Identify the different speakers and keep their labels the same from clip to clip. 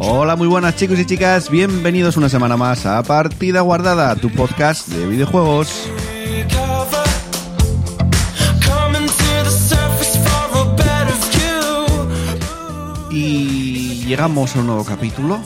Speaker 1: Hola, muy buenas chicos y chicas, bienvenidos una semana más a Partida Guardada, tu podcast de videojuegos. Y llegamos a un nuevo capítulo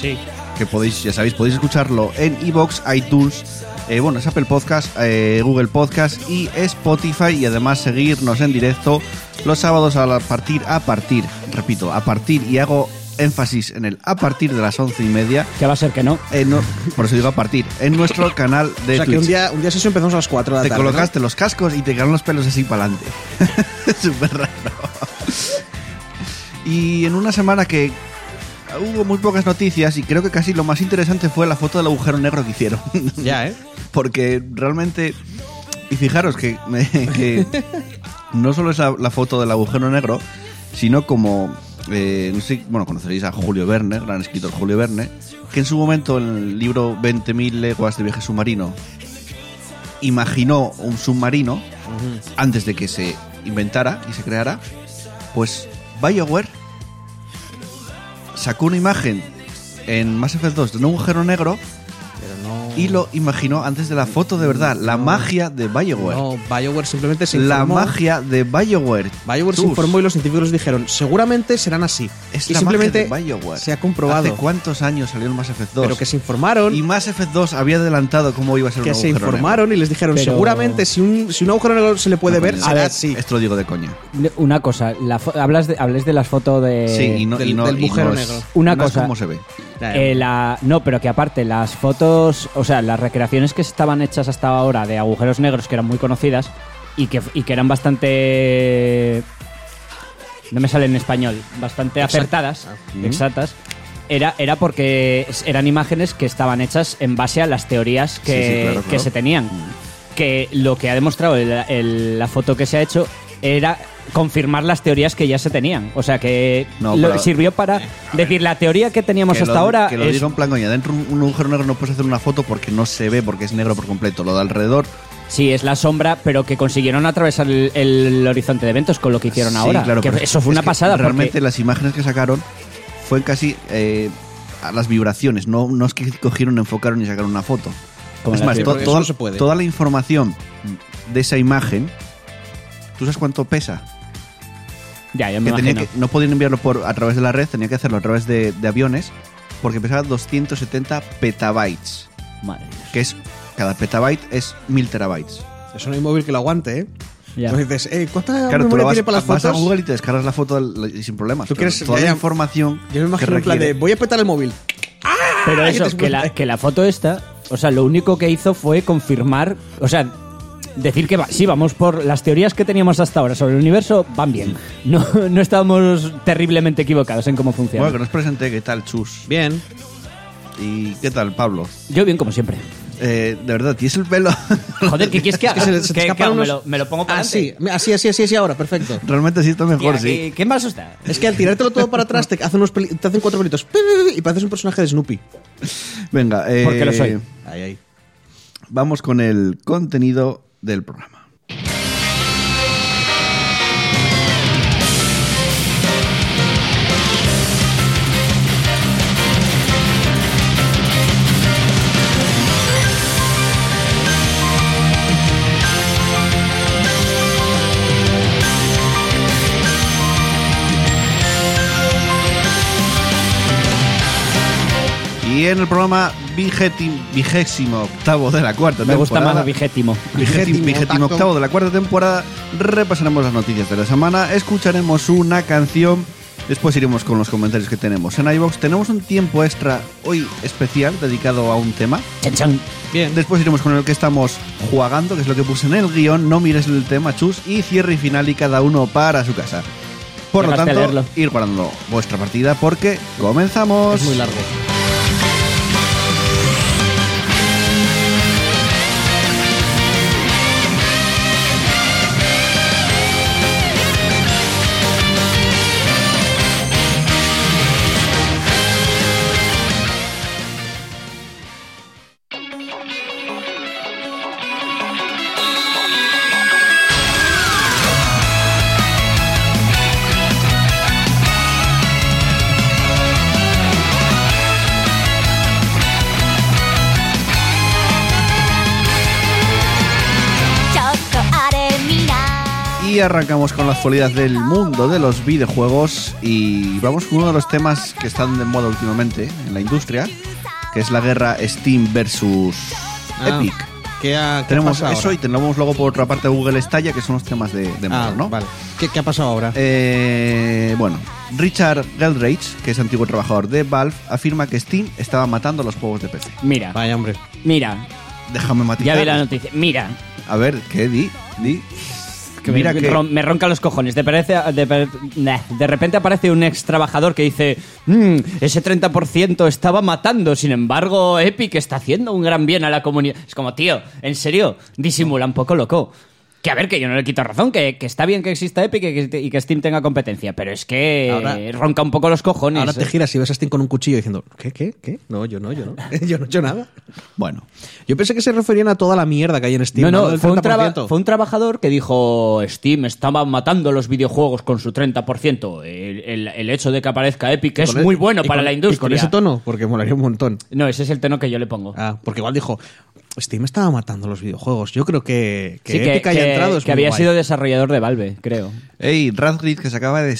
Speaker 2: Sí,
Speaker 1: que podéis, ya sabéis, podéis escucharlo en iBox, iTunes, eh, bueno, es Apple Podcast, eh, Google Podcast y Spotify y además seguirnos en directo los sábados a la- partir, a partir, repito, a partir y hago énfasis en el a partir de las once y media.
Speaker 2: que va a ser que no.
Speaker 1: en nu- por eso digo a partir, en nuestro canal de
Speaker 3: O sea, que
Speaker 1: Twitch.
Speaker 3: un día, un día sesión empezamos a las 4 de la
Speaker 1: te
Speaker 3: tarde. ¿no?
Speaker 1: colocaste los cascos y te quedaron los pelos así para adelante. Súper raro. Y en una semana que hubo muy pocas noticias y creo que casi lo más interesante fue la foto del agujero negro que hicieron.
Speaker 3: Ya, ¿eh?
Speaker 1: Porque realmente... Y fijaros que, me- que no solo es la, la foto del agujero negro, sino como... eh, no sé, bueno, conoceréis a Julio Verne, gran escritor Julio Verne, que en su momento en el libro 20.000 leguas de viaje submarino imaginó un submarino antes de que se inventara y se creara, pues BioWare sacó una imagen en Mass Effect 2 de un agujero negro
Speaker 3: Pero no.
Speaker 1: y lo imaginó antes de la foto de verdad, la magia de BioWare.
Speaker 3: No, BioWare simplemente se
Speaker 1: la
Speaker 3: informó.
Speaker 1: magia de BioWare.
Speaker 3: BioWare se
Speaker 1: Tus,
Speaker 3: informó y los científicos dijeron, seguramente serán así.
Speaker 1: Es
Speaker 3: y
Speaker 1: la
Speaker 3: simplemente
Speaker 1: magia de BioWare.
Speaker 3: se ha comprobado.
Speaker 1: ¿Hace cuántos años salió el Mass Effect 2?
Speaker 3: Pero que se informaron,
Speaker 1: y Mass Effect 2 había adelantado cómo iba a ser un
Speaker 3: que se
Speaker 1: agujero negro.
Speaker 3: informaron y les dijeron,
Speaker 2: Pero-
Speaker 3: seguramente si un, si un agujero negro se le puede
Speaker 1: No,
Speaker 3: ver,
Speaker 1: coño,
Speaker 3: será
Speaker 2: ver,
Speaker 3: así.
Speaker 1: Esto lo digo de coña.
Speaker 2: Una cosa, la fo- hablas de, habláis de las fotos de...
Speaker 1: sí, y no, y
Speaker 3: Eh, del-
Speaker 1: no-
Speaker 3: del
Speaker 1: y no
Speaker 3: agujero
Speaker 1: es-
Speaker 3: negro.
Speaker 2: Una
Speaker 1: no es
Speaker 2: cosa.
Speaker 1: cómo se ve.
Speaker 3: Ya,
Speaker 2: eh, la- no, pero que aparte, las fotos, o sea, las recreaciones que estaban hechas hasta ahora de agujeros negros que eran muy conocidas y que, y que eran bastante... No me sale en español, bastante
Speaker 3: Exact-
Speaker 2: acertadas,
Speaker 3: Ah.
Speaker 2: exactas. Era, era porque es- eran imágenes que estaban hechas en base a las teorías que,
Speaker 1: Sí, sí, claro,
Speaker 2: que
Speaker 1: claro. Mm.
Speaker 2: se tenían. Que lo que ha demostrado el- el- la foto que se ha hecho era confirmar las teorías que ya se tenían. O sea que
Speaker 1: No,
Speaker 2: lo-
Speaker 1: pero- eh,
Speaker 2: sirvió para decir la teoría que teníamos
Speaker 1: que
Speaker 2: hasta
Speaker 1: lo-
Speaker 2: ahora
Speaker 1: Que lo
Speaker 2: es-
Speaker 1: digo en plan coña. Dentro un un agujero negro no puedes hacer una foto porque no se ve, porque es negro por completo. Lo de alrededor.
Speaker 2: sí es la sombra, pero que consiguieron atravesar el, el horizonte de eventos con lo que hicieron
Speaker 1: sí,
Speaker 2: ahora.
Speaker 1: claro,
Speaker 2: Que
Speaker 1: pero
Speaker 2: eso fue
Speaker 1: es
Speaker 2: una
Speaker 1: que
Speaker 2: pasada. porque-
Speaker 1: Realmente las imágenes que sacaron fueron casi eh, a las vibraciones. No, no es que cogieron, enfocaron y sacaron una foto.
Speaker 2: Como
Speaker 1: es
Speaker 2: la
Speaker 1: más,
Speaker 2: que-
Speaker 1: to-
Speaker 3: Sí, porque
Speaker 1: toda-
Speaker 3: eso no se puede.
Speaker 1: toda la información de esa imagen. ¿Tú sabes cuánto pesa?
Speaker 2: ya, ya me
Speaker 1: que tenía
Speaker 2: imagino.
Speaker 1: que- no podían enviarlo por a través de la red, tenía que hacerlo a través de, de aviones, porque pesaba 270 petabytes,
Speaker 2: Madre mía.
Speaker 1: que es cada petabyte es 1000 terabytes.
Speaker 3: Eso no hay móvil que lo aguante, ¿eh?
Speaker 2: Ya.
Speaker 1: Pues,
Speaker 3: Entonces dices, eh, ¿cuánta
Speaker 1: Claro, tú lo
Speaker 3: memoria
Speaker 1: vas,
Speaker 3: tiene para las
Speaker 1: vas a
Speaker 3: fotos?
Speaker 1: Google y te descargas la foto del- y sin problemas.
Speaker 3: ¿Tú
Speaker 1: pero
Speaker 3: crees-
Speaker 1: toda
Speaker 3: ya,
Speaker 1: la
Speaker 3: ya.
Speaker 1: información
Speaker 3: Yo me
Speaker 1: que
Speaker 3: imagino en plan de,
Speaker 1: requiere.
Speaker 3: voy a petar el móvil.
Speaker 2: Pero
Speaker 3: Ay,
Speaker 2: eso,
Speaker 3: después
Speaker 2: que
Speaker 3: de-
Speaker 2: la, que la foto esta, o sea, lo único que hizo fue confirmar, o sea, decir que va- sí, vamos por las teorías que teníamos hasta ahora sobre el universo, van bien. No, no estábamos terriblemente equivocados en cómo funciona.
Speaker 1: Bueno, que nos presenté, ¿qué tal, Chus?
Speaker 3: Bien.
Speaker 1: ¿Y qué tal, Pablo?
Speaker 2: Yo bien como siempre.
Speaker 1: Eh, de verdad, ¿tienes el pelo?
Speaker 2: Joder, ¿qué quieres que haga?
Speaker 3: se le- se te
Speaker 2: Ah, Que-
Speaker 3: escapan
Speaker 2: que me,
Speaker 3: unos-
Speaker 2: lo, me lo pongo para
Speaker 3: Así, así, así, así, así ahora, perfecto.
Speaker 1: Realmente Ah, sí está mejor, sí.
Speaker 2: ¿Qué más os da?
Speaker 3: Es que al tirártelo todo para atrás te hacen, unos peli- te hacen cuatro pelitos pi, pi, pi, y pareces un personaje de Snoopy.
Speaker 1: Venga, eh,
Speaker 2: Porque lo soy.
Speaker 3: Ahí, ahí.
Speaker 1: vamos con el contenido del programa. Y en el programa vigéti- vigésimo octavo de la cuarta
Speaker 2: Me gusta más
Speaker 1: temporada,
Speaker 2: el vigétimo.
Speaker 1: Vigésimo,
Speaker 3: Vigésimo
Speaker 1: vigésimo
Speaker 3: tacto.
Speaker 1: octavo de la cuarta temporada. Repasaremos las noticias de la semana. Escucharemos una canción. Después iremos con los comentarios que tenemos en iBox. Tenemos un tiempo extra hoy especial dedicado a un tema.
Speaker 2: Chan, chan.
Speaker 3: Bien.
Speaker 1: Después iremos con el que estamos jugando, que es lo que puse en el guión. No mires el tema, chus. Y cierre y final y cada uno para su casa. Por lo
Speaker 2: Dejaste
Speaker 1: tanto,
Speaker 2: leerlo.
Speaker 1: ir guardando vuestra partida porque comenzamos.
Speaker 3: Es muy largo.
Speaker 1: Y arrancamos con la actualidad del mundo de los videojuegos y vamos con uno de los temas que están de moda últimamente en la industria, que es la guerra Steam versus
Speaker 3: Ah,
Speaker 1: Epic.
Speaker 3: ¿Qué ha, qué
Speaker 1: Tenemos
Speaker 3: ha pasado
Speaker 1: eso
Speaker 3: ahora?
Speaker 1: y tenemos luego por otra parte Google Estalla, que son los temas de, de moda,
Speaker 3: Ah,
Speaker 1: ¿no?
Speaker 3: vale. ¿Qué, qué ha pasado ahora?
Speaker 1: Eh, bueno, Richard Geldrake, que es antiguo trabajador de Valve, afirma que Steam estaba matando los juegos de PC.
Speaker 2: Mira,
Speaker 3: Vaya, hombre.
Speaker 2: mira,
Speaker 1: Déjame matizar.
Speaker 2: ya vi la noticia. Mira,
Speaker 1: A ver, ¿qué? Di, di.
Speaker 2: que
Speaker 1: Mira
Speaker 2: me,
Speaker 1: que...
Speaker 2: ron- me ronca los cojones. De, parece, de, per- nah. De repente aparece un ex trabajador que dice: "Mm, Ese 30% estaba matando, sin embargo, Epic está haciendo un gran bien a la comunidad. Es como, tío, en serio, disimula un poco, loco. Que a ver, que yo no le quito razón, que, que está bien que exista Epic y que, y que Steam tenga competencia, pero es que
Speaker 3: Ahora-
Speaker 2: eh, ronca un poco los cojones.
Speaker 3: Ahora te giras y ves a Steam con un cuchillo diciendo, ¿qué, qué, qué? No, yo no, yo no. yo no he hecho nada.
Speaker 1: Bueno,
Speaker 3: Yo pensé que se referían a toda la mierda que hay en Steam.
Speaker 2: No, no,
Speaker 3: del
Speaker 2: fue un, traba-
Speaker 3: 30%.
Speaker 2: fue un trabajador que dijo Steam estaba matando los videojuegos con su 30%. El, el- el hecho de que aparezca Epic es
Speaker 3: Con e-
Speaker 2: muy bueno
Speaker 3: y
Speaker 2: para
Speaker 3: con-
Speaker 2: la
Speaker 3: Y con
Speaker 2: industria.
Speaker 3: ese tono, porque molaría un montón.
Speaker 2: No, ese es el tono que yo le pongo.
Speaker 3: Ah, porque igual dijo, Steam estaba matando los videojuegos. Yo creo que, que
Speaker 2: Sí,
Speaker 3: Epic haya entrado. es
Speaker 2: que
Speaker 3: muy
Speaker 2: había
Speaker 3: guay.
Speaker 2: sido desarrollador de Valve, creo.
Speaker 1: Ey, Radcliffe que se acaba de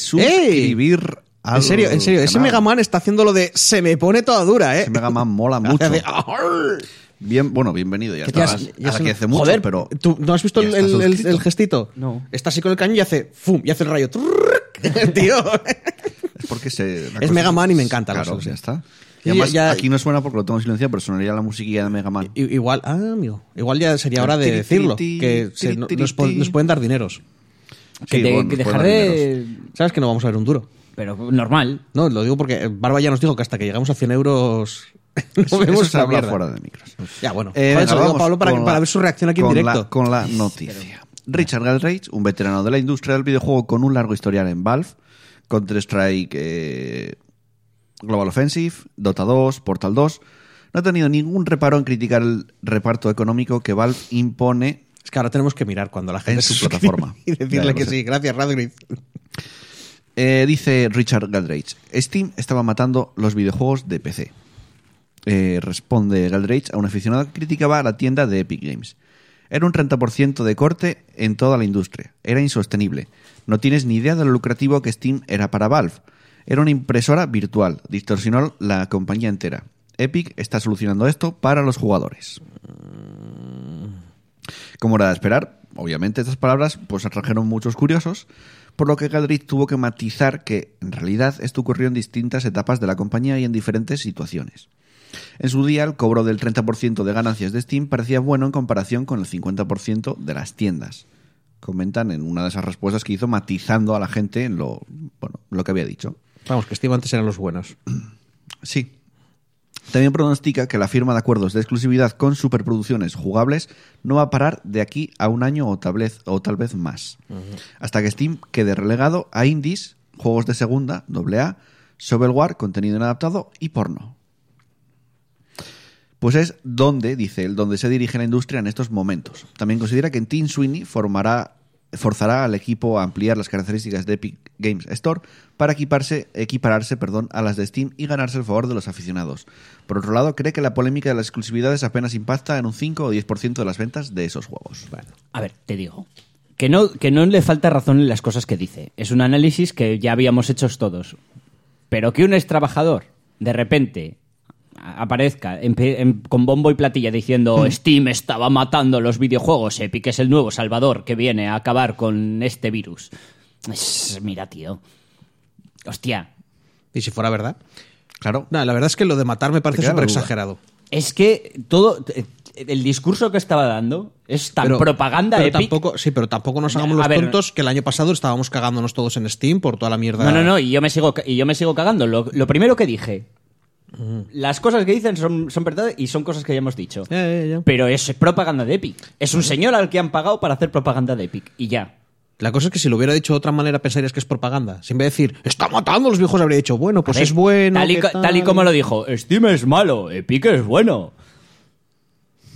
Speaker 1: suscribir al
Speaker 3: En serio, en serio. Ese
Speaker 1: canal.
Speaker 3: Mega Man está haciendo lo de se me pone toda dura, ¿eh?
Speaker 1: Ese Mega Man mola
Speaker 3: Hace
Speaker 1: mucho.
Speaker 3: de, "Arr".
Speaker 1: Bien, bueno, bienvenido ya
Speaker 3: Que te
Speaker 1: está.
Speaker 3: has-
Speaker 1: Ahora-
Speaker 3: ya
Speaker 1: ahora
Speaker 3: se-
Speaker 1: que hace mucho,
Speaker 3: Joder,
Speaker 1: pero
Speaker 3: ¿Tú no has visto
Speaker 1: Ya
Speaker 3: el,
Speaker 1: está
Speaker 3: el- el-
Speaker 1: suscrito.
Speaker 3: el gestito?
Speaker 2: No.
Speaker 3: Está así con el cañón y hace ¡fum! Y hace el rayo. ¡trrrrrrr! Tío.
Speaker 1: es porque se la
Speaker 3: Es
Speaker 1: cosa-
Speaker 3: Mega Man y me encanta, lo
Speaker 1: Claro,
Speaker 3: sé.
Speaker 1: ya está.
Speaker 3: Y
Speaker 1: Y además,
Speaker 3: ya-
Speaker 1: aquí no suena porque lo tengo silenciado, pero sonaría la musiquilla de Mega Man.
Speaker 3: I- igual, ah, amigo. Igual ya sería hora de
Speaker 1: Tiri, tiri,
Speaker 3: decirlo.
Speaker 1: tiri,
Speaker 3: Que se-
Speaker 1: tiri,
Speaker 3: no-
Speaker 1: tiri,
Speaker 3: nos, po-
Speaker 1: tiri.
Speaker 3: nos pueden dar dineros.
Speaker 2: Que,
Speaker 1: Sí,
Speaker 2: de-
Speaker 1: bueno,
Speaker 2: que
Speaker 1: nos
Speaker 2: dejar
Speaker 1: pueden dar
Speaker 2: de...
Speaker 3: ¿Sabes que no vamos a ver un duro?
Speaker 2: Pero normal.
Speaker 3: No, lo digo porque Barba ya nos dijo que hasta que llegamos a 100 euros.
Speaker 1: Eso-
Speaker 3: No vemos
Speaker 1: eso se
Speaker 3: la
Speaker 1: habla
Speaker 3: mierda.
Speaker 1: fuera de micros.
Speaker 3: Ya, bueno.
Speaker 1: Eh,
Speaker 3: Joder,
Speaker 1: venga,
Speaker 3: se lo digo a
Speaker 1: vamos
Speaker 3: Pablo para,
Speaker 1: con
Speaker 3: que- para
Speaker 1: la-
Speaker 3: ver su reacción aquí en
Speaker 1: con
Speaker 3: directo.
Speaker 1: la- con la noticia. Richard Galdrake, un veterano de la industria del videojuego con un largo historial en Valve, Counter-Strike eh, Global Offensive, Dota 2, Portal 2, no ha tenido ningún reparo en criticar el reparto económico que Valve impone
Speaker 3: Es que ahora tenemos que mirar cuando la gente
Speaker 1: en
Speaker 3: se
Speaker 1: su
Speaker 3: suscribe
Speaker 1: plataforma.
Speaker 3: Y
Speaker 1: Ya,
Speaker 3: decirle
Speaker 1: ya
Speaker 3: que
Speaker 1: lo sé.
Speaker 3: sí. Gracias, Radgrid.
Speaker 1: Eh, dice Richard Galdrake, Steam estaba matando los videojuegos de PC. Eh, responde Galdrake a un aficionado que criticaba la tienda de Epic Games. Era un 30% de corte en toda la industria. Era insostenible. No tienes ni idea de lo lucrativo que Steam era para Valve. Era una impresora virtual. Distorsionó la compañía entera. Epic está solucionando esto para los jugadores. Como era de esperar, obviamente estas palabras pues atrajeron muchos curiosos, por lo que Gadrid tuvo que matizar que en realidad esto ocurrió en distintas etapas de la compañía y en diferentes situaciones. En su día, el cobro del 30% de ganancias de Steam parecía bueno en comparación con el 50% de las tiendas. Comentan en una de esas respuestas que hizo matizando a la gente en lo, bueno, lo que había dicho.
Speaker 3: Vamos, que Steam antes eran los buenos.
Speaker 1: Sí. También pronostica que la firma de acuerdos de exclusividad con superproducciones jugables no va a parar de aquí a un año o tal vez, o tal vez más. Hasta que Steam quede relegado a indies, juegos de segunda, AA, shovelware, contenido inadaptado y porno. Pues es donde, dice él, donde se dirige la industria en estos momentos. También considera que Tim Sweeney formará, forzará al equipo a ampliar las características de Epic Games Store para equiparse, equipararse perdón, a las de Steam y ganarse el favor de los aficionados. Por otro lado, cree que la polémica de las exclusividades apenas impacta en un 5 o 10% de las ventas de esos juegos.
Speaker 2: A ver, te digo. Que no, que no le falta razón en las cosas que dice. Es un análisis que ya habíamos hecho todos. Pero que un ex trabajador de repente a- aparezca en pe- en- con bombo y platilla
Speaker 3: Hmm.
Speaker 2: diciendo Steam estaba matando los videojuegos, Epic es el nuevo salvador que viene a acabar con este virus. Es- mira, tío. Hostia.
Speaker 3: Y si fuera verdad.
Speaker 1: Claro.
Speaker 3: Nada, la verdad es que lo de matar me parece
Speaker 1: queda la
Speaker 3: súper
Speaker 1: duda.
Speaker 3: exagerado.
Speaker 2: Es que todo. eh, el discurso que estaba dando es tan
Speaker 3: Pero-
Speaker 2: propaganda
Speaker 3: pero
Speaker 2: epic.
Speaker 3: tampoco, Sí, pero tampoco nos hagamos
Speaker 2: A
Speaker 3: los
Speaker 2: ver,
Speaker 3: tontos que el año pasado estábamos cagándonos todos en Steam por toda la mierda.
Speaker 2: No, no, no, y yo me sigo, ca- y yo me sigo cagando. Lo, lo primero que dije,
Speaker 3: Mm.
Speaker 2: las cosas que dicen son, son verdad y son cosas que ya hemos dicho.
Speaker 3: Ya, ya, ya.
Speaker 2: Pero es propaganda de Epic. Es un señor al que han pagado para hacer propaganda de Epic. Y ya.
Speaker 3: La cosa es que si lo hubiera dicho de otra manera pensarías que es propaganda. Si en vez de decir, está matando a los viejos, habría dicho, bueno, pues
Speaker 2: A ver,
Speaker 3: es bueno.
Speaker 2: Tal y,
Speaker 3: ¿qué
Speaker 2: co- tal y como lo dijo, Steam es malo, Epic es bueno.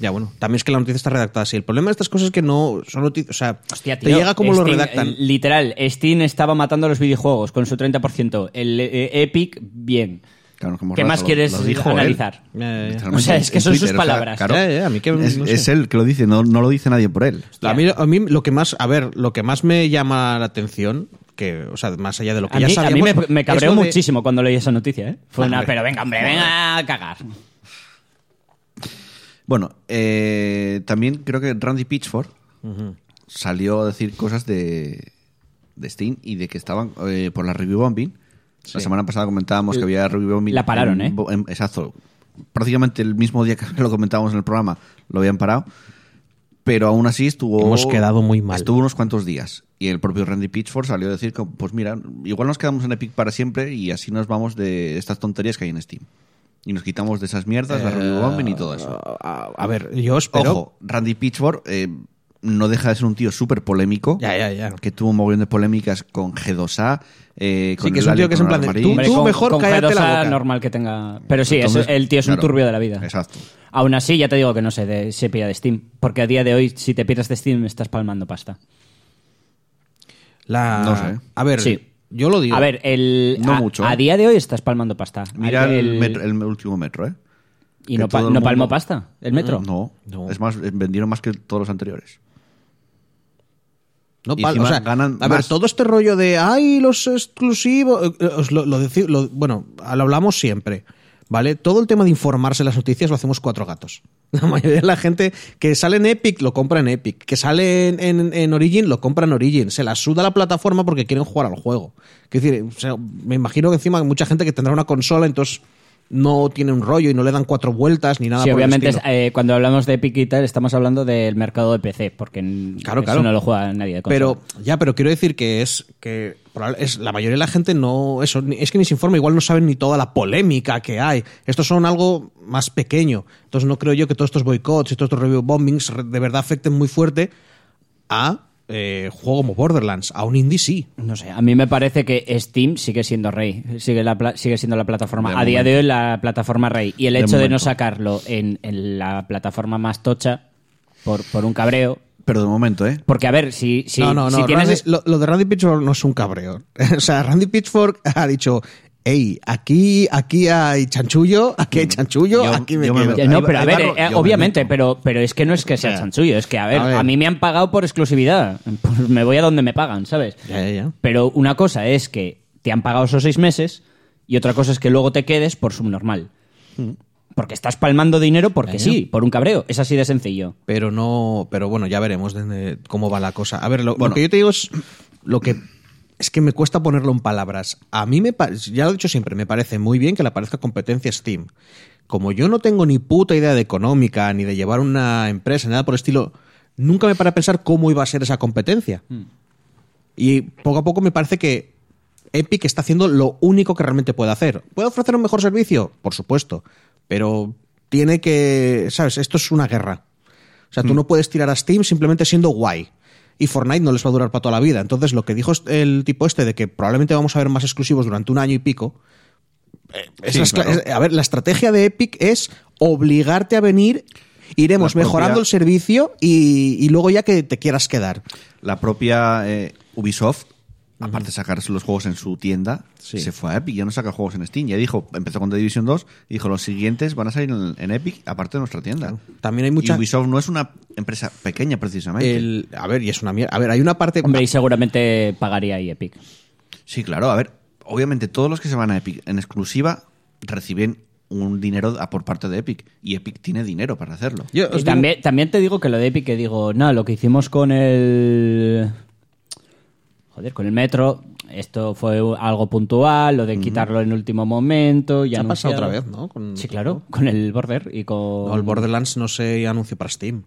Speaker 3: Ya, bueno. También es que la noticia está redactada así. El problema de estas cosas es que no son noticias. O sea,
Speaker 2: Hostia,
Speaker 3: te
Speaker 2: tío,
Speaker 3: llega como lo
Speaker 2: Steam,
Speaker 3: redactan.
Speaker 2: eh, Literal, Steam estaba matando a los videojuegos con su 30%. El eh, Epic, bien.
Speaker 1: Claro, como
Speaker 2: ¿Qué
Speaker 1: raza,
Speaker 2: más
Speaker 1: lo-
Speaker 2: quieres
Speaker 1: lo
Speaker 3: ¿eh?
Speaker 1: dijo él.
Speaker 2: analizar?
Speaker 3: Ya, ya, ya.
Speaker 1: Literalmente,
Speaker 2: O sea, es que
Speaker 1: en
Speaker 2: son sus
Speaker 1: o sea,
Speaker 2: palabras.
Speaker 1: claro,
Speaker 3: Ya, ya, a mí que-
Speaker 1: es,
Speaker 3: no sé.
Speaker 1: es él que lo dice, no, no lo dice nadie por él.
Speaker 3: A mí, a mí lo que más, a ver, lo que más me llama la atención, que, o sea, más allá de lo que
Speaker 2: A
Speaker 3: ya
Speaker 2: mí, a mí
Speaker 3: sabíamos,
Speaker 2: me, me
Speaker 3: es
Speaker 2: cabreó
Speaker 3: lo de-
Speaker 2: muchísimo cuando leí esa noticia, ¿eh? Fue una,
Speaker 1: Hombre.
Speaker 2: pero venga, hombre, venga a cagar.
Speaker 1: Bueno, eh, también creo que Randy Pitchford salió a decir cosas de, de Steam y de que estaban eh, por la review bombing. La semana pasada comentábamos que había review bombing.
Speaker 2: La pararon,
Speaker 1: en-
Speaker 2: ¿eh?
Speaker 1: en- exacto. Prácticamente el mismo día que lo comentábamos en el programa lo habían parado. Pero aún así estuvo.
Speaker 3: Hemos quedado muy mal.
Speaker 1: Estuvo unos cuantos días. Y el propio Randy Pitchford salió a decir que, pues mira, igual nos quedamos en Epic para siempre y así nos vamos de estas tonterías que hay en Steam. Y nos quitamos de esas mierdas, la review bombing y todo eso.
Speaker 3: Eh, A, a ver, yo espero.
Speaker 1: Ojo, Randy Pitchford eh, no deja de ser un tío súper polémico.
Speaker 3: Ya, ya, ya.
Speaker 1: Que tuvo un mogollón de polémicas con G2A. eh,
Speaker 3: Sí,
Speaker 1: con
Speaker 3: que es
Speaker 1: el
Speaker 3: un tío
Speaker 1: Ali,
Speaker 3: que es
Speaker 1: con
Speaker 3: en plan de,
Speaker 1: Armarín.
Speaker 3: tú-
Speaker 2: Hombre,
Speaker 3: tú-
Speaker 2: con-
Speaker 3: mejor
Speaker 2: con
Speaker 3: cállate la
Speaker 2: G2A
Speaker 3: boca.
Speaker 2: normal que tenga. Pero sí, es-
Speaker 1: Entonces,
Speaker 2: el tío es un
Speaker 1: claro,
Speaker 2: turbio de la vida.
Speaker 1: exacto.
Speaker 2: Aún así, ya te digo que no sé de, se pilla de Steam. Porque a día de hoy, si te pierdes de Steam, estás palmando pasta.
Speaker 3: La-
Speaker 1: No sé.
Speaker 3: A ver,
Speaker 2: Sí.
Speaker 3: yo lo digo.
Speaker 2: A ver, el,
Speaker 1: No
Speaker 2: a,
Speaker 1: mucho. ¿eh?
Speaker 2: a día de hoy estás palmando pasta.
Speaker 1: Mira
Speaker 2: Al-
Speaker 1: el,
Speaker 2: el-
Speaker 1: metro- el último metro, ¿eh?
Speaker 2: y
Speaker 1: que
Speaker 2: no, pa-
Speaker 1: todo el
Speaker 2: no
Speaker 1: mundo-
Speaker 2: palmó pasta, el metro.
Speaker 1: No,
Speaker 3: No.
Speaker 1: Es más, eh, vendieron más que todos los anteriores.
Speaker 3: No,
Speaker 1: Y
Speaker 3: pal-
Speaker 1: encima
Speaker 3: o sea,
Speaker 1: ganan
Speaker 3: a ver,
Speaker 1: más.
Speaker 3: todo este rollo de, ay, los exclusivos, eh, eh, os lo, lo deci- lo- bueno, lo hablamos siempre, ¿vale? Todo el tema de informarse en las noticias lo hacemos cuatro gatos. La mayoría de la gente que sale en Epic lo compra en Epic, que sale en, en- en Origin lo compra en Origin, se la suda la plataforma porque quieren jugar al juego. Es decir, o sea, me imagino que encima hay mucha gente que tendrá una consola, entonces no tiene un rollo y no le dan cuatro vueltas ni nada.
Speaker 2: Sí,
Speaker 3: por el
Speaker 2: obviamente,
Speaker 3: estilo.
Speaker 2: es- eh, cuando hablamos de Epic y tal, estamos hablando del mercado de PC, porque en-
Speaker 3: Claro,
Speaker 2: eso
Speaker 3: claro.
Speaker 2: no lo juega nadie de consola.
Speaker 3: Pero ya, pero quiero decir que es que probable- es la mayoría de la gente no eso ni- es que ni se informa, igual no saben ni toda la polémica que hay. Estos son algo más pequeño. Entonces no creo yo que todos estos boicots y todos estos review bombings re- de verdad afecten muy fuerte a eh, juego como Borderlands, a un indie sí.
Speaker 2: No sé, a mí me parece que Steam sigue siendo rey, sigue, la pla- sigue siendo la plataforma,
Speaker 1: De
Speaker 2: a día de hoy la plataforma rey. Y el
Speaker 1: De
Speaker 2: hecho de, no
Speaker 1: momento.
Speaker 2: sacarlo en, en la plataforma más tocha por, por un cabreo,
Speaker 1: Pero de momento, ¿eh?
Speaker 2: porque a ver, si, si,
Speaker 3: no, no, no.
Speaker 2: si tienes...
Speaker 3: Randy-
Speaker 2: es-
Speaker 3: lo, lo de Randy Pitchford no es un cabreo. o sea, Randy Pitchford ha dicho, hey, aquí, aquí hay chanchullo, aquí hay
Speaker 2: Mm.
Speaker 3: chanchullo,
Speaker 1: Yo-
Speaker 3: aquí me
Speaker 1: yo me
Speaker 3: quedo".
Speaker 1: meto.
Speaker 2: Ya, No,
Speaker 1: Ahí va-
Speaker 2: pero a
Speaker 1: ahí
Speaker 2: ver,
Speaker 1: va
Speaker 2: eh,
Speaker 1: ro- yo me
Speaker 2: obviamente,
Speaker 1: meto.
Speaker 2: pero, pero es que no es que sea
Speaker 3: sea,
Speaker 2: chanchullo, es que, a ver, a,
Speaker 3: a ver.
Speaker 2: mí me han pagado por exclusividad, Pues me voy a donde me pagan, ¿sabes?
Speaker 3: Ya, ya, ya.
Speaker 2: Pero una cosa es que te han pagado esos seis meses y otra cosa es que luego te quedes por subnormal.
Speaker 3: Hmm.
Speaker 2: Porque estás palmando dinero porque
Speaker 3: Claro.
Speaker 2: sí, por un cabreo. Es así de sencillo.
Speaker 3: Pero no, pero bueno, ya veremos desde cómo va la cosa. A ver, lo, lo
Speaker 1: Bueno.
Speaker 3: que yo te digo es lo que es que me cuesta ponerlo en palabras. A mí me pa- ya lo he dicho siempre, me parece muy bien que le aparezca competencia Steam. Como yo no tengo ni puta idea de económica ni de llevar una empresa ni nada por el estilo, nunca me para a pensar cómo iba a ser esa competencia. Y poco a poco me parece que Epic está haciendo lo único que realmente puede hacer. ¿Puede ofrecer un mejor servicio? Por supuesto. Pero tiene que. ¿Sabes? Esto es una guerra. O sea, tú
Speaker 1: Mm.
Speaker 3: no puedes tirar a Steam simplemente siendo guay. Y Fortnite no les va a durar para toda la vida. Entonces, lo que dijo est- el tipo este de que probablemente vamos a ver más exclusivos durante un año y pico. eh, es
Speaker 1: Sí,
Speaker 3: la escla-
Speaker 1: claro.
Speaker 3: es- a ver, la estrategia de Epic es obligarte a venir, iremos
Speaker 1: La propia-
Speaker 3: mejorando el servicio y, y luego ya que te quieras quedar.
Speaker 1: La propia eh, Ubisoft, aparte de sacar los juegos en su tienda,
Speaker 3: Sí.
Speaker 1: se fue a Epic, ya no saca juegos en Steam. Ya dijo, empezó con The Division 2, y dijo, los siguientes van a salir en, en Epic, aparte de nuestra tienda.
Speaker 3: Claro. También hay mucha-
Speaker 1: Y Ubisoft no es una empresa pequeña, precisamente.
Speaker 3: El- a ver, y es una mierda. A ver, hay una parte.
Speaker 2: Hombre, y seguramente pagaría ahí Epic.
Speaker 1: Sí, claro, a ver, obviamente todos los que se van a Epic en exclusiva reciben un dinero a- por parte de Epic, y Epic tiene dinero para hacerlo.
Speaker 3: Yo os
Speaker 2: Y
Speaker 3: digo-
Speaker 2: también, también te digo que lo de Epic, que digo, no, lo que hicimos con el. Joder, con el metro. esto fue algo puntual, lo de quitarlo en último momento. Y
Speaker 3: Se ha pasado
Speaker 2: anunciarlo.
Speaker 3: otra vez, ¿no? Con-
Speaker 2: sí, claro, con el Border y con.
Speaker 3: No, el Borderlands no se anunció para Steam.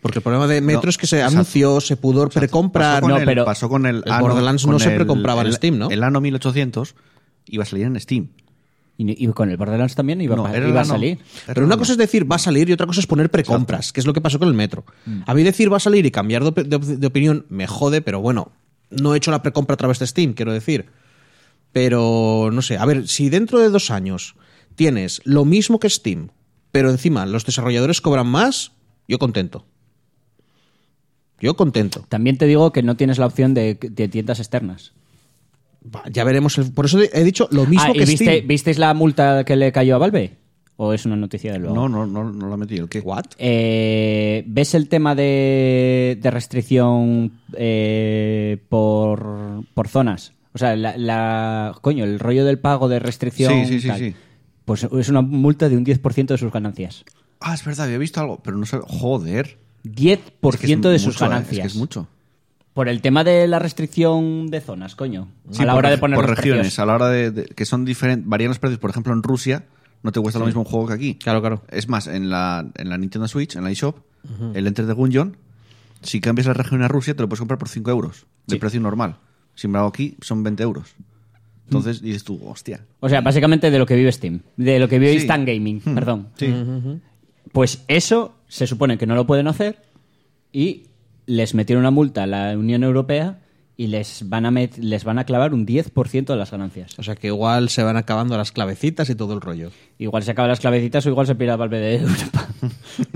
Speaker 3: Porque el problema de Metro
Speaker 1: No,
Speaker 3: es que se
Speaker 1: exacto.
Speaker 3: anunció, se pudo
Speaker 1: Pasó
Speaker 3: precomprar.
Speaker 1: con
Speaker 2: no,
Speaker 1: el-
Speaker 2: pero
Speaker 1: pasó con el, ah,
Speaker 3: el Borderlands no
Speaker 1: con
Speaker 3: siempre
Speaker 1: el-
Speaker 3: compraba en
Speaker 1: el-
Speaker 3: Steam, ¿no?
Speaker 1: El ano 1800 iba a salir en Steam.
Speaker 2: Y, y con el Borderlands también iba, a
Speaker 1: No,
Speaker 2: pa-
Speaker 1: era el
Speaker 2: iba a
Speaker 1: ano-
Speaker 2: salir.
Speaker 1: era
Speaker 3: Pero
Speaker 1: el
Speaker 3: una
Speaker 1: ano.
Speaker 3: cosa es decir va a salir y otra cosa es poner precompras, que es lo que pasó con el metro. A mí decir va a salir y cambiar de, op- de op- de opinión me jode, pero bueno, no he hecho la precompra a través de Steam, quiero decir. Pero no sé, a ver, si dentro de dos años tienes lo mismo que Steam, pero encima los desarrolladores cobran más, yo contento. Yo contento.
Speaker 2: También te digo que no tienes la opción de, de tiendas externas.
Speaker 3: Va, Ya veremos. el- por eso he dicho lo mismo
Speaker 2: Ah,
Speaker 3: que
Speaker 2: ¿y viste-
Speaker 3: Steam.
Speaker 2: visteis la multa que le cayó a Valve? ¿O es una noticia de luego?
Speaker 1: No, no, no, no la metí. ¿El qué?
Speaker 3: What?
Speaker 2: Eh, ¿Ves el tema de, de restricción eh, por, por zonas? O sea, la, la- coño, el rollo del pago de restricción.
Speaker 1: Sí, sí, sí,
Speaker 2: tal.
Speaker 1: sí.
Speaker 2: Pues es una multa de un 10% de sus ganancias.
Speaker 1: Ah, es verdad, había visto algo, pero no sé. Joder.
Speaker 2: 10%
Speaker 1: Es que es
Speaker 2: de sus
Speaker 1: mucho, eh,
Speaker 2: ganancias.
Speaker 1: Es que es mucho.
Speaker 2: Por el tema de la restricción de zonas, coño.
Speaker 1: Sí,
Speaker 2: a la
Speaker 1: por
Speaker 2: hora de
Speaker 1: reg-
Speaker 2: poner
Speaker 1: por
Speaker 2: los
Speaker 1: regiones,
Speaker 2: precios.
Speaker 1: a la hora de, de- que son diferentes, varían los precios. Por ejemplo, en Rusia no te cuesta lo mismo un juego que aquí.
Speaker 3: Claro, claro.
Speaker 1: Es más, en la, en la Nintendo Switch, en la eShop, el Enter the Gungeon, si cambias la región a Rusia, te lo puedes comprar por 5 euros, de precio normal. Sin embargo, aquí son 20 euros.
Speaker 2: Mm.
Speaker 1: Entonces dices tú, hostia.
Speaker 2: O sea, básicamente de lo que vive Steam. De lo que vive
Speaker 1: Sí. Hmm.
Speaker 2: Instant Gaming,
Speaker 3: Hmm.
Speaker 2: perdón.
Speaker 1: Sí.
Speaker 2: Pues eso se supone que no lo pueden hacer y les metieron una multa a la Unión Europea y les van a, met- les van a clavar un 10% de las ganancias.
Speaker 3: O sea que igual se van acabando las clavecitas y todo el rollo.
Speaker 2: Igual se acaban las clavecitas o igual se pierde Valve de Europa.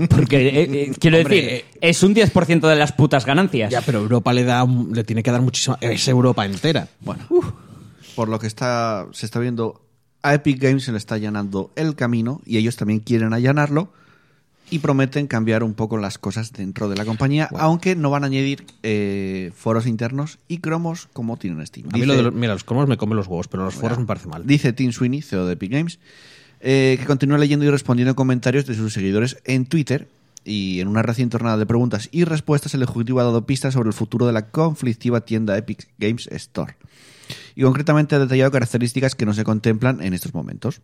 Speaker 2: Porque, eh, eh, quiero
Speaker 3: Hombre,
Speaker 2: decir,
Speaker 3: eh.
Speaker 2: es un 10% de las putas ganancias.
Speaker 3: Ya, pues, pero Europa le da un- le tiene que dar muchísima. Es Europa entera.
Speaker 1: Bueno, por lo que está, se está viendo, a Epic Games se le está allanando el camino y ellos también quieren allanarlo y prometen cambiar un poco las cosas dentro de la compañía, aunque no van a añadir eh, foros internos y cromos como tienen Steam.
Speaker 3: a mí lo
Speaker 1: Dice-
Speaker 3: de los- mira, los cromos me comen los huevos, pero los foros me parece mal.
Speaker 1: Dice Tim Sweeney, CEO de Epic Games, eh, que continúa leyendo y respondiendo comentarios de sus seguidores en Twitter. Y en una reciente jornada de preguntas y respuestas, el ejecutivo ha dado pistas sobre el futuro de la conflictiva tienda Epic Games Store. Y concretamente ha detallado características que no se contemplan en estos momentos.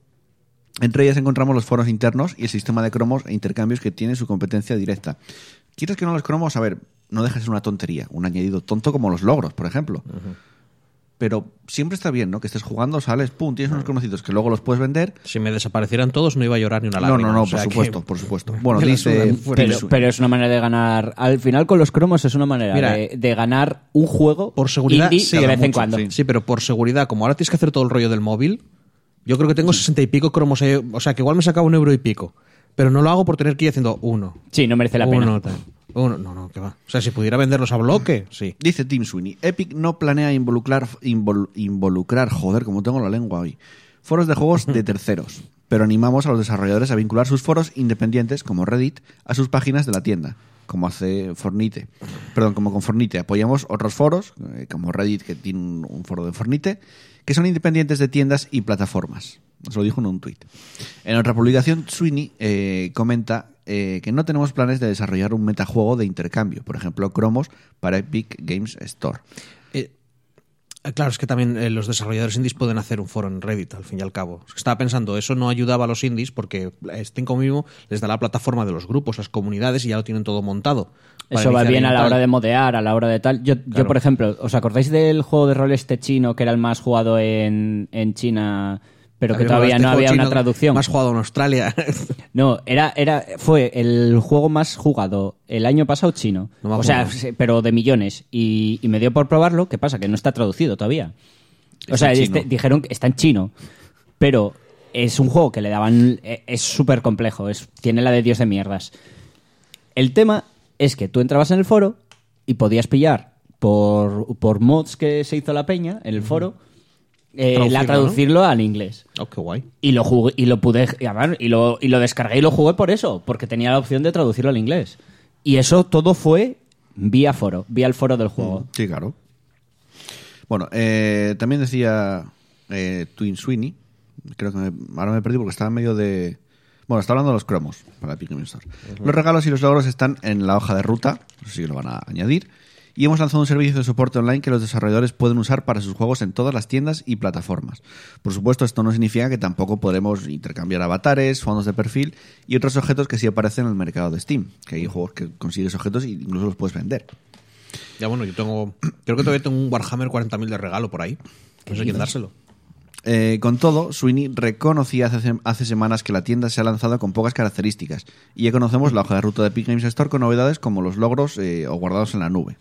Speaker 1: Entre ellas encontramos los foros internos y el sistema de cromos e intercambios que tiene su competencia directa. ¿Quieres que no los cromos? A ver, no dejes una tontería, un añadido tonto como los logros, por ejemplo. Pero siempre está bien, ¿no? Que estés jugando, sales, pum, tienes
Speaker 3: Ah.
Speaker 1: unos cromocitos que luego los puedes vender.
Speaker 3: Si me desaparecieran todos, no iba a llorar ni una
Speaker 1: No,
Speaker 3: lágrima.
Speaker 1: no, no,
Speaker 3: o sea
Speaker 1: por
Speaker 3: que-
Speaker 1: supuesto, por supuesto. Bueno,
Speaker 3: Me la
Speaker 1: dice...
Speaker 3: sudan
Speaker 1: Tim
Speaker 3: fuera.
Speaker 2: Pero,
Speaker 1: Sweeney.
Speaker 2: pero es una manera de ganar. Al final, con los cromos es una manera
Speaker 3: Mira,
Speaker 2: de, de ganar un juego
Speaker 3: Por seguridad,
Speaker 2: indie
Speaker 3: sí,
Speaker 2: de vez en
Speaker 3: mucho,
Speaker 2: cuando.
Speaker 3: Sí. Sí, pero por seguridad, como ahora tienes que hacer todo el rollo del móvil, yo creo que tengo sesenta y pico cromos. eh, O sea que igual me sacaba un euro y pico. Pero no lo hago por tener que ir haciendo uno.
Speaker 2: Sí, no merece la pena.
Speaker 3: uno, tal. uno. No, no, que va. O sea, si pudiera venderlos a bloque, sí.
Speaker 1: Dice Tim Sweeney, Epic no planea involucrar, invol- involucrar, joder, como tengo la lengua hoy, foros de juegos de terceros, pero animamos a los desarrolladores a vincular sus foros independientes, como Reddit, a sus páginas de la tienda, como hace Fornite. Perdón, como con Fornite. Apoyamos otros foros, eh, como Reddit, que tiene un, un foro de Fornite, que son independientes de tiendas y plataformas. Nos lo dijo en un tuit. En otra publicación, Sweeney eh, comenta eh, que no tenemos planes de desarrollar un metajuego de intercambio, por ejemplo, cromos para Epic Games Store.
Speaker 3: Eh, eh, claro, es que también eh, los desarrolladores indies pueden hacer un foro en Reddit, al fin y al cabo. Es que estaba pensando, eso no ayudaba a los indies porque eh, Steam como mismo les da la plataforma de los grupos, las comunidades y ya lo tienen todo montado. para
Speaker 2: Eso va
Speaker 3: iniciar
Speaker 2: bien
Speaker 3: en
Speaker 2: a la
Speaker 3: tal.
Speaker 2: hora de modear, a la hora de tal. Yo, yo, por ejemplo, ¿os acordáis del juego de rol este chino que era el más jugado en, en China, pero que
Speaker 3: Habíamos
Speaker 2: todavía
Speaker 3: hablado
Speaker 2: no
Speaker 3: de este juego
Speaker 2: había una
Speaker 3: chino
Speaker 2: traducción?
Speaker 3: Más jugado en Australia.
Speaker 2: No, era, era, fue el juego más jugado el año pasado chino.
Speaker 3: No me
Speaker 2: o sea,
Speaker 3: acuerdo.
Speaker 2: se- pero de millones. Y, y me dio por probarlo. ¿Qué pasa? Que no está traducido todavía. O
Speaker 1: Está
Speaker 2: sea,
Speaker 1: en
Speaker 2: este-
Speaker 1: chino.
Speaker 2: dijeron que está en chino. Pero es un juego que le daban. e- Es súper complejo. Es, tiene la de Dios de mierdas. El tema es que tú entrabas en el foro y podías pillar por, por mods que se hizo la peña en el foro. eh,
Speaker 3: Traducirlo,
Speaker 2: la
Speaker 3: ¿no?
Speaker 2: traducirlo al inglés.
Speaker 3: oh, qué guay.
Speaker 2: Y lo jugué, y lo pude y, además, y lo, y lo descargué y lo jugué por eso, porque tenía la opción de traducirlo al inglés. Y eso todo fue vía foro, vía el foro del
Speaker 3: Mm.
Speaker 2: juego.
Speaker 1: Sí, claro. Bueno, eh, también decía eh, Twin Sweeney, creo que me- ahora me perdí porque estaba en medio de... Bueno, está hablando de los cromos para Epic Games Store. Los regalos y los logros están en la hoja de ruta, eso sí que lo van a añadir. y hemos lanzado un servicio de soporte online que los desarrolladores pueden usar para sus juegos en todas las tiendas y plataformas. Por supuesto, esto no significa que tampoco podremos intercambiar avatares, fondos de perfil y otros objetos que sí aparecen en el mercado de Steam, que hay juegos que consigues objetos e incluso los puedes vender.
Speaker 3: Ya bueno, yo tengo. Creo que todavía tengo un Warhammer 40.000 de regalo por ahí. No sé quién dárselo.
Speaker 1: Eh, con todo, Sweeney reconocía hace, hace semanas que la tienda se ha lanzado con pocas características y ya conocemos la hoja de ruta de Epic Games Store con novedades como los logros eh, o guardados en la nube.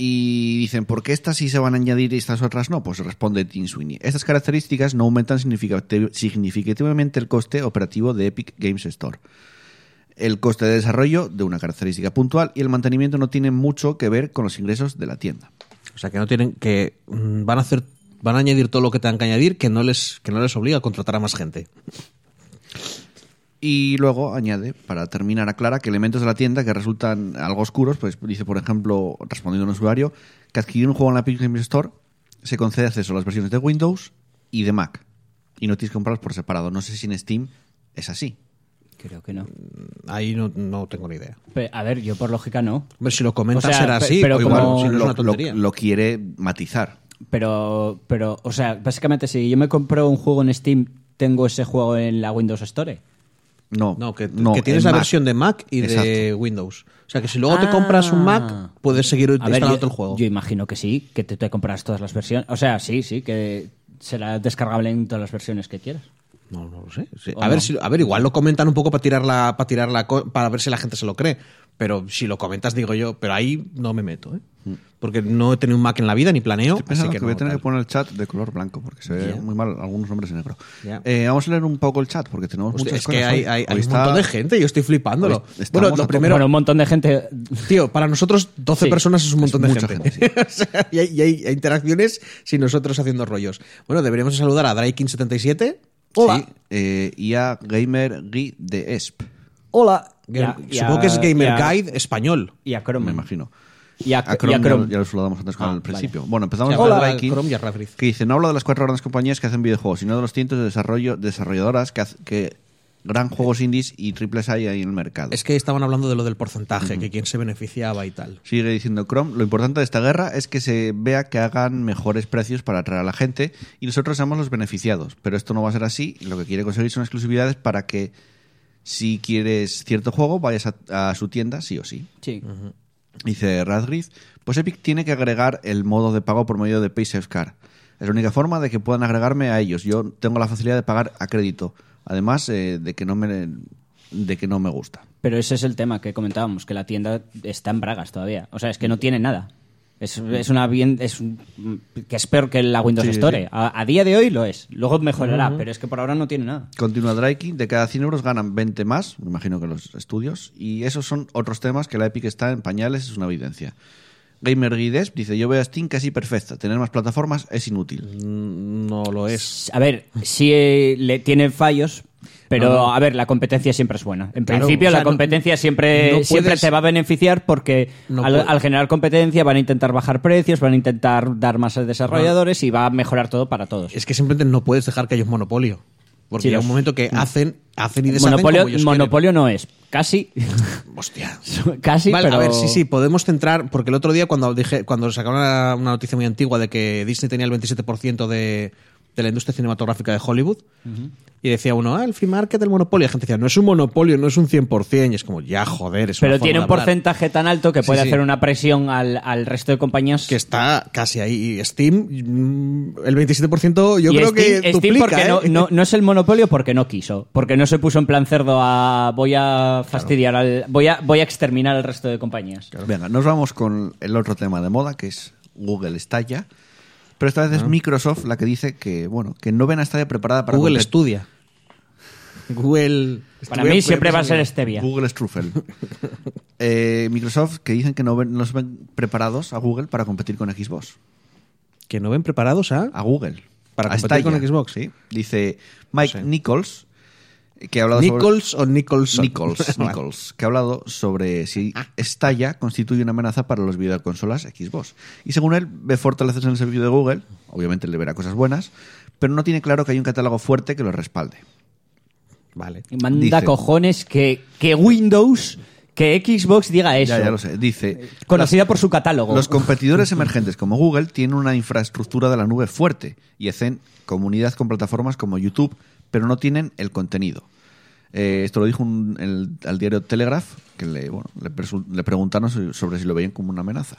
Speaker 1: Y dicen, ¿por qué estas sí se van a añadir y estas otras no? Pues responde Tim Sweeney. Estas características no aumentan significati- significativamente el coste operativo de Epic Games Store el coste de desarrollo de una característica puntual y el mantenimiento no tiene mucho que ver con los ingresos de la tienda.
Speaker 3: O sea, que no tienen. que mm, van a hacer. van a añadir todo lo que tengan que añadir que no les, que no les obliga a contratar a más gente.
Speaker 1: Y luego añade, para terminar, aclara que elementos de la tienda que resultan algo oscuros, pues dice, por ejemplo, respondiendo a un usuario, que adquirir un juego en la Epic Games Store se concede acceso a las versiones de Windows y de Mac. Y no tienes que comprarlos por separado. No sé si en Steam es así.
Speaker 2: Creo que no.
Speaker 3: Ahí no, no tengo ni idea.
Speaker 2: Pe- a ver, yo por lógica no.
Speaker 3: Hombre, si lo comentas
Speaker 2: O sea,
Speaker 3: será
Speaker 2: pe-
Speaker 3: así,
Speaker 2: pero
Speaker 3: o igual,
Speaker 2: como-
Speaker 3: si no es
Speaker 1: lo,
Speaker 3: una tontería.
Speaker 1: lo- lo quiere matizar.
Speaker 2: Pero, pero, o sea, básicamente si yo me compro un juego en Steam, tengo ese juego en la Windows Store.
Speaker 1: No,
Speaker 3: No, que,
Speaker 1: no,
Speaker 3: que tienes
Speaker 1: en
Speaker 3: la
Speaker 1: Mac.
Speaker 3: versión de Mac y de
Speaker 1: Exacto.
Speaker 3: Windows. O sea, que si luego te
Speaker 2: Ah.
Speaker 3: compras un Mac, puedes seguir
Speaker 2: A ver,
Speaker 3: instalando
Speaker 2: yo-
Speaker 3: el juego.
Speaker 2: Yo imagino que sí, que te, te compras todas las versiones. O sea, sí, sí, que será descargable en todas las versiones que quieras.
Speaker 3: No, no lo sé. Sí.
Speaker 2: ¿O
Speaker 3: A, ver
Speaker 2: no?
Speaker 3: si, a ver, igual lo comentan un poco para tirar la, para tirar la co- para ver si la gente se lo cree. Pero si lo comentas, digo yo, pero ahí no me meto, ¿eh? Porque no he tenido un Mac en la vida ni planeo.
Speaker 1: Mm. Estoy
Speaker 3: Así
Speaker 1: pensando
Speaker 3: que,
Speaker 1: que voy a
Speaker 3: no,
Speaker 1: tener
Speaker 3: tal.
Speaker 1: que poner el chat de color blanco porque se ve
Speaker 3: Ya.
Speaker 1: muy mal algunos nombres en negro.
Speaker 3: Ya.
Speaker 1: Eh, vamos a leer un poco el chat porque tenemos
Speaker 3: Hostia,
Speaker 1: muchas
Speaker 3: es
Speaker 1: cosas.
Speaker 3: que hay,
Speaker 1: hoy.
Speaker 3: hay-
Speaker 1: Hoy
Speaker 3: hay un
Speaker 1: está-
Speaker 3: montón de gente, yo estoy flipándolo.
Speaker 1: Hoy estamos
Speaker 3: Bueno,
Speaker 1: a
Speaker 3: lo
Speaker 1: tope.
Speaker 3: primero,
Speaker 2: bueno, un montón de gente.
Speaker 3: tío, para nosotros 12
Speaker 2: Sí.
Speaker 3: personas es un montón
Speaker 1: Es
Speaker 3: de
Speaker 1: mucha
Speaker 3: gente.
Speaker 1: gente,
Speaker 3: O sea, y, hay, y hay interacciones sin nosotros haciendo rollos. Bueno, deberíamos saludar a Draken77. Hola.
Speaker 1: Sí, eh, y a Gamer Gui de ESP,
Speaker 3: Hola.
Speaker 2: Ya, ya,
Speaker 3: Supongo que es Gamer
Speaker 2: ya.
Speaker 3: Guide español.
Speaker 2: Y a
Speaker 3: Mm.
Speaker 2: Chrome.
Speaker 1: me imagino.
Speaker 2: Y a,
Speaker 1: A Chrome,
Speaker 2: y a Chrome.
Speaker 1: Ya, ya lo saludamos antes con
Speaker 2: Ah,
Speaker 1: el
Speaker 2: vale.
Speaker 1: principio. Bueno, empezamos
Speaker 3: Ya,
Speaker 1: con
Speaker 3: hola,
Speaker 1: Viking,
Speaker 3: Chrome y a Radcliffe.
Speaker 1: que dice, no hablo de las cuatro grandes compañías que hacen videojuegos, sino de los cientos de desarrollo, desarrolladoras que, haz- que gran juegos indies y triples hay ahí en el mercado.
Speaker 3: Es que estaban hablando de lo del porcentaje, que quién se beneficiaba y tal.
Speaker 1: Sigue diciendo Chrome, lo importante de esta guerra es que se vea que hagan mejores precios para atraer a la gente y nosotros seamos los beneficiados, pero esto no va a ser así, y lo que quiere conseguir son exclusividades para que si quieres cierto juego vayas a, a su tienda sí o sí.
Speaker 2: Sí.
Speaker 1: Dice Radgriff, pues Epic tiene que agregar el modo de pago por medio de PaySafeCard. Es la única forma de que puedan agregarme a ellos. Yo tengo la facilidad de pagar a crédito, además eh, de que no me de que no me gusta.
Speaker 2: Pero ese es el tema que comentábamos, que la tienda está en bragas todavía. O sea, es que no tiene nada. Es, es una bien es un- que es peor que la Windows
Speaker 1: Sí, sí,
Speaker 2: Store.
Speaker 1: sí.
Speaker 2: A, a día de hoy lo es. Luego mejorará, pero es que por ahora no tiene nada.
Speaker 1: Continúa Draiking, de cada 100 euros ganan 20 más, me imagino que los estudios, y esos son otros temas que la Epic está en pañales, es una evidencia. Gamer Guides dice, yo veo a Steam casi perfecta, tener más plataformas es inútil.
Speaker 3: Mm, No lo es.
Speaker 2: A ver, sí eh, le tiene fallos, pero a ver, la competencia siempre es buena. En
Speaker 3: Claro,
Speaker 2: principio
Speaker 3: o sea,
Speaker 2: la
Speaker 3: no-
Speaker 2: competencia siempre,
Speaker 3: no puedes-
Speaker 2: siempre te va a beneficiar porque
Speaker 3: No
Speaker 2: al,
Speaker 3: puedes-
Speaker 2: al generar competencia van a intentar bajar precios, van a intentar dar más a desarrolladores y va a mejorar todo para todos.
Speaker 3: Es que simplemente no puedes dejar que haya un monopolio. Porque
Speaker 2: Sí,
Speaker 3: hay un
Speaker 2: los-
Speaker 3: momento que hacen, hacen y deshacen
Speaker 2: monopolio
Speaker 3: como ellos
Speaker 2: monopolio no es. Casi.
Speaker 3: quieren. Hostia.
Speaker 2: casi,
Speaker 3: Vale,
Speaker 2: pero...
Speaker 3: a ver, sí, pues sí, podemos centrar, porque el otro día cuando dije, cuando sacaron una, una noticia muy antigua de que Disney tenía el 27% de, de la industria cinematográfica de Hollywood, y decía uno, ah, el free market, el monopolio, y la gente decía, no es un monopolio, no es un 100%, y es como, ya, joder, es una
Speaker 2: Pero
Speaker 3: forma
Speaker 2: tiene
Speaker 3: de
Speaker 2: un
Speaker 3: hablar.
Speaker 2: porcentaje tan alto que
Speaker 3: Sí,
Speaker 2: puede
Speaker 3: sí.
Speaker 2: hacer una presión al, al resto de compañías.
Speaker 3: que está casi ahí. Y Steam, mm, el 27%, yo
Speaker 2: Y
Speaker 3: creo
Speaker 2: Steam-
Speaker 3: que
Speaker 2: Steam
Speaker 3: duplica,
Speaker 2: porque
Speaker 3: ¿eh?
Speaker 2: no, no- no es el monopolio porque no quiso. Porque no se puso en plan cerdo a voy a fastidiar al, voy a voy a exterminar al resto de compañías.
Speaker 1: Venga, nos vamos con el otro tema de moda, que es Google Estalla, pero esta vez
Speaker 3: Ah.
Speaker 1: es Microsoft la que dice que, bueno, que no ven a Stadia preparada para...
Speaker 3: Google
Speaker 1: competir-
Speaker 3: estudia. Google.
Speaker 2: Para
Speaker 3: estudia-
Speaker 2: mí siempre va a ser Stevia.
Speaker 1: Google Struffel. Eh, Microsoft que dicen que no, ven, no los ven preparados a Google para competir con Xbox.
Speaker 3: Que no ven preparados ¿ah? a.
Speaker 1: a Google.
Speaker 3: Para
Speaker 1: A
Speaker 3: competir con
Speaker 1: Stadia.
Speaker 3: Xbox.
Speaker 1: Sí. Dice Mike
Speaker 3: No sé.
Speaker 1: Nichols, que ha hablado sobre...
Speaker 3: Nichols o Nicholson.
Speaker 1: Nichols, Nichols, que ha hablado sobre si
Speaker 2: Ah.
Speaker 1: Stalla constituye una amenaza para los videoconsolas Xbox. Y según él, ve fortalecerse en el servicio de Google, obviamente le verá cosas buenas, pero no tiene claro que hay un catálogo fuerte que lo respalde.
Speaker 3: Vale.
Speaker 2: Manda
Speaker 1: Dice.
Speaker 2: cojones que, que Windows Que Xbox diga eso.
Speaker 1: Ya, ya lo sé. Dice.
Speaker 2: Conocida por su catálogo.
Speaker 1: Los competidores emergentes como Google tienen una infraestructura de la nube fuerte y hacen comunidad con plataformas como YouTube, pero no tienen el contenido. Eh, esto lo dijo un- el- al diario Telegraph, que le, bueno, le, presu- le preguntaron so- sobre si lo veían como una amenaza.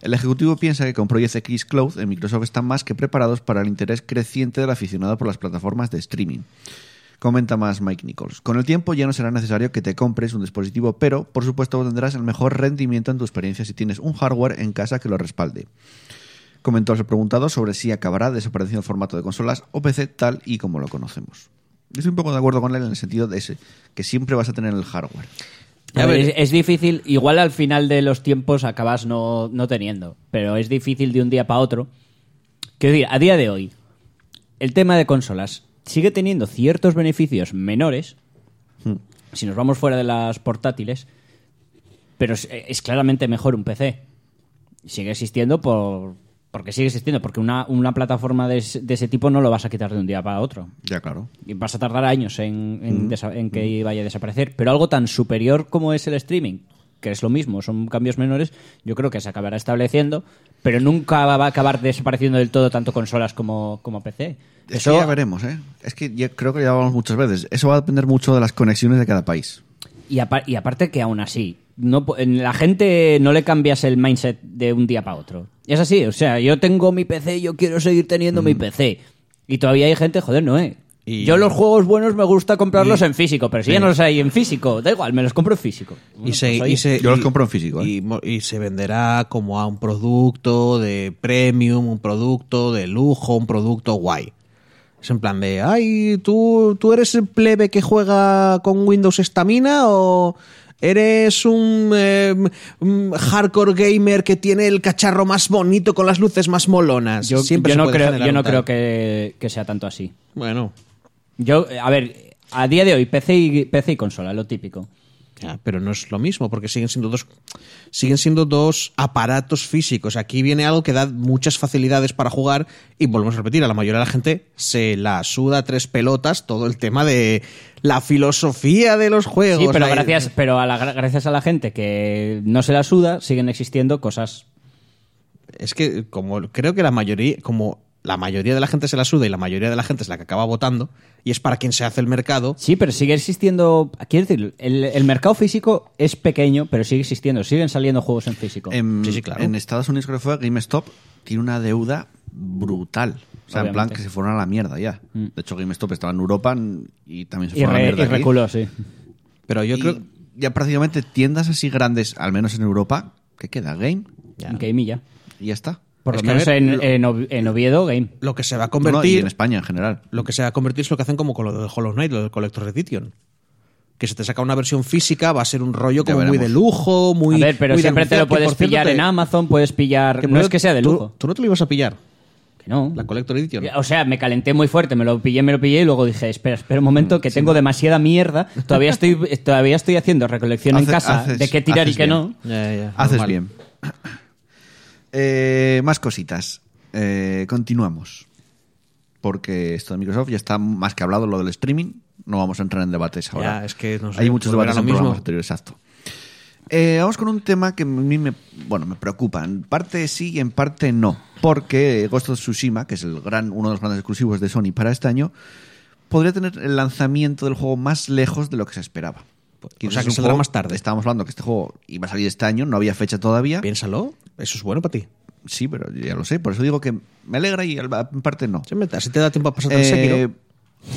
Speaker 1: El ejecutivo piensa que con Project X Cloud en Microsoft están más que preparados para el interés creciente del aficionado por las plataformas de streaming. Comenta más Mike Nichols. Con el tiempo ya no será necesario que te compres un dispositivo, pero por supuesto tendrás el mejor rendimiento en tu experiencia si tienes un hardware en casa que lo respalde. Comentó el preguntado sobre si acabará desapareciendo el formato de consolas o PC tal y como lo conocemos. Yo estoy un poco de acuerdo con él en el sentido de ese, que siempre vas a tener el hardware.
Speaker 2: A
Speaker 3: Ya
Speaker 2: ver, es,
Speaker 3: veré.
Speaker 2: es difícil, igual al final de los tiempos acabas no, no teniendo, pero es difícil de un día para otro. Quiero decir, a día de hoy, el tema de consolas sigue teniendo ciertos beneficios menores, Hmm. si nos vamos fuera de las portátiles, pero es, es claramente mejor un PC. Sigue existiendo por... Porque sigue existiendo, porque una, una plataforma de, ese- de ese tipo no lo vas a quitar de un día para otro.
Speaker 1: Ya, claro.
Speaker 2: Y vas a tardar años en, en desa- en que vaya a desaparecer. Pero algo tan superior como es el streaming, que es lo mismo, son cambios menores, yo creo que se acabará estableciendo, pero nunca va a acabar desapareciendo del todo tanto consolas como, como PC.
Speaker 1: Eso ya veremos, ¿eh? Es que ya- creo que ya hablamos muchas veces. Eso va a depender mucho de las conexiones de cada país.
Speaker 2: Y, apa- y aparte que aún así, no, po- en la gente no le cambias el mindset de un día para otro. Es así, o sea, yo tengo mi PC, yo quiero seguir teniendo mi PC. Y todavía hay gente, joder, no, eh.
Speaker 3: Mm. Y-
Speaker 2: Yo los juegos buenos me gusta comprarlos en físico, pero si ya no los hay en físico, da igual, me los compro en físico.
Speaker 3: Y
Speaker 2: Bueno,
Speaker 3: se,
Speaker 2: pues, oye,
Speaker 3: y se-
Speaker 1: Yo los
Speaker 3: y-
Speaker 1: compro en físico, ¿eh?
Speaker 3: Y, mo- y se venderá como a un producto de premium, un producto de lujo, un producto guay. Es en plan de, ay, ¿tú, tú eres el plebe que juega con Windows Stamina o eres un, eh, un hardcore gamer que tiene el cacharro más bonito con las luces más molonas?
Speaker 2: yo,
Speaker 3: Siempre
Speaker 2: yo
Speaker 3: se
Speaker 2: no
Speaker 3: puede
Speaker 2: creo,
Speaker 3: generar
Speaker 2: yo no
Speaker 3: un tal.
Speaker 2: creo que, que sea tanto así.
Speaker 3: Bueno,
Speaker 2: Yo, eh, a ver, a día de hoy, PC y, PC y consola, lo típico.
Speaker 3: Ya, pero no es lo mismo, porque siguen siendo dos siguen siendo dos aparatos físicos. Aquí viene algo que da muchas facilidades para jugar y volvemos a repetir, a la mayoría de la gente se la suda tres pelotas todo el tema de la filosofía de los juegos.
Speaker 2: Sí, pero
Speaker 3: La-
Speaker 2: gracias, pero a la, gra- gracias a la gente que no se la suda, siguen existiendo cosas.
Speaker 3: Es que como creo que la mayoría como la mayoría de la gente se la suda y la mayoría de la gente es la que acaba votando y es para quien se hace el mercado.
Speaker 2: Sí, pero sigue existiendo. Quiero decir, el, el mercado físico es pequeño, pero sigue existiendo. Siguen saliendo juegos en físico.
Speaker 1: En,
Speaker 3: Sí, sí, claro.
Speaker 1: Em, en Estados Unidos creo que fue GameStop tiene una deuda brutal. O sea, en plan
Speaker 2: Obviamente.
Speaker 1: que se fueron a la mierda ya. De hecho, GameStop estaba en Europa y también se
Speaker 2: y,
Speaker 1: fueron
Speaker 2: re-
Speaker 1: a la mierda.
Speaker 2: y
Speaker 1: aquí.
Speaker 2: reculó, sí.
Speaker 3: Pero yo
Speaker 1: Y
Speaker 3: creo
Speaker 1: ya prácticamente tiendas así grandes, al menos en Europa, que queda Game
Speaker 3: Ya.
Speaker 2: Game y ya.
Speaker 1: y ya está.
Speaker 2: Por
Speaker 3: Es
Speaker 2: lo
Speaker 3: que, a
Speaker 2: menos
Speaker 3: ver,
Speaker 2: en,
Speaker 3: lo-
Speaker 2: en Ob- en Oviedo, Game.
Speaker 3: lo que se va a
Speaker 1: No, no, y
Speaker 3: convertir
Speaker 1: en España en general.
Speaker 3: lo que se va a convertir es lo que hacen como con lo de Hollow Knight, lo del Collector's Edition. Que se te saca una versión física, va a ser un rollo
Speaker 1: Ya
Speaker 3: como muy
Speaker 1: veremos.
Speaker 3: de lujo, muy.
Speaker 2: a ver, pero
Speaker 3: muy de
Speaker 2: siempre te
Speaker 3: anunciar,
Speaker 2: lo
Speaker 3: que, por
Speaker 2: puedes
Speaker 3: cierto,
Speaker 2: pillar
Speaker 3: te-
Speaker 2: en Amazon, puedes pillar.
Speaker 3: que por
Speaker 2: no es
Speaker 3: cierto,
Speaker 2: que sea de
Speaker 3: tú-
Speaker 2: lujo.
Speaker 3: Tú, no te lo ibas a pillar,
Speaker 2: que no.
Speaker 3: la Collector Edition.
Speaker 2: O sea, me calenté muy fuerte, me lo pillé, me lo pillé y luego dije, espera, espera un
Speaker 3: Mm,
Speaker 2: momento, que tengo demasiada mierda, todavía estoy, todavía estoy haciendo recolección en
Speaker 1: Hace-
Speaker 2: casa
Speaker 1: haces-
Speaker 2: de qué tirar y
Speaker 1: haces
Speaker 2: qué
Speaker 1: bien.
Speaker 2: no.
Speaker 3: Ya, ya,
Speaker 1: Haces
Speaker 3: normal.
Speaker 1: bien. Eh, más cositas. Eh, continuamos. Porque esto de Microsoft ya está más que hablado lo del streaming. No vamos a entrar en debates ahora.
Speaker 3: Ya, es que no sé,
Speaker 1: Hay muchos
Speaker 3: volver a
Speaker 1: debates
Speaker 3: lo
Speaker 1: en
Speaker 3: mismo.
Speaker 1: programas anteriores, exacto. Eh, vamos con un tema que a mí me, bueno, me preocupa. En parte sí y en parte no. Porque Ghost of Tsushima, que es el gran, uno de los grandes exclusivos de Sony para este año, podría tener el lanzamiento del juego más lejos de lo que se esperaba.
Speaker 3: o sea,
Speaker 1: es
Speaker 3: que
Speaker 1: un
Speaker 3: saldrá
Speaker 1: juego-
Speaker 3: más tarde.
Speaker 1: Estábamos hablando que este juego iba a salir este año, no había fecha todavía.
Speaker 3: Piénsalo, eso es bueno para ti.
Speaker 1: Sí, pero yo ya lo sé. Por eso digo que me alegra y al- en parte no.
Speaker 3: Sí, hombre, Así te da tiempo a pasar el
Speaker 1: Eh,
Speaker 3: Sekiro.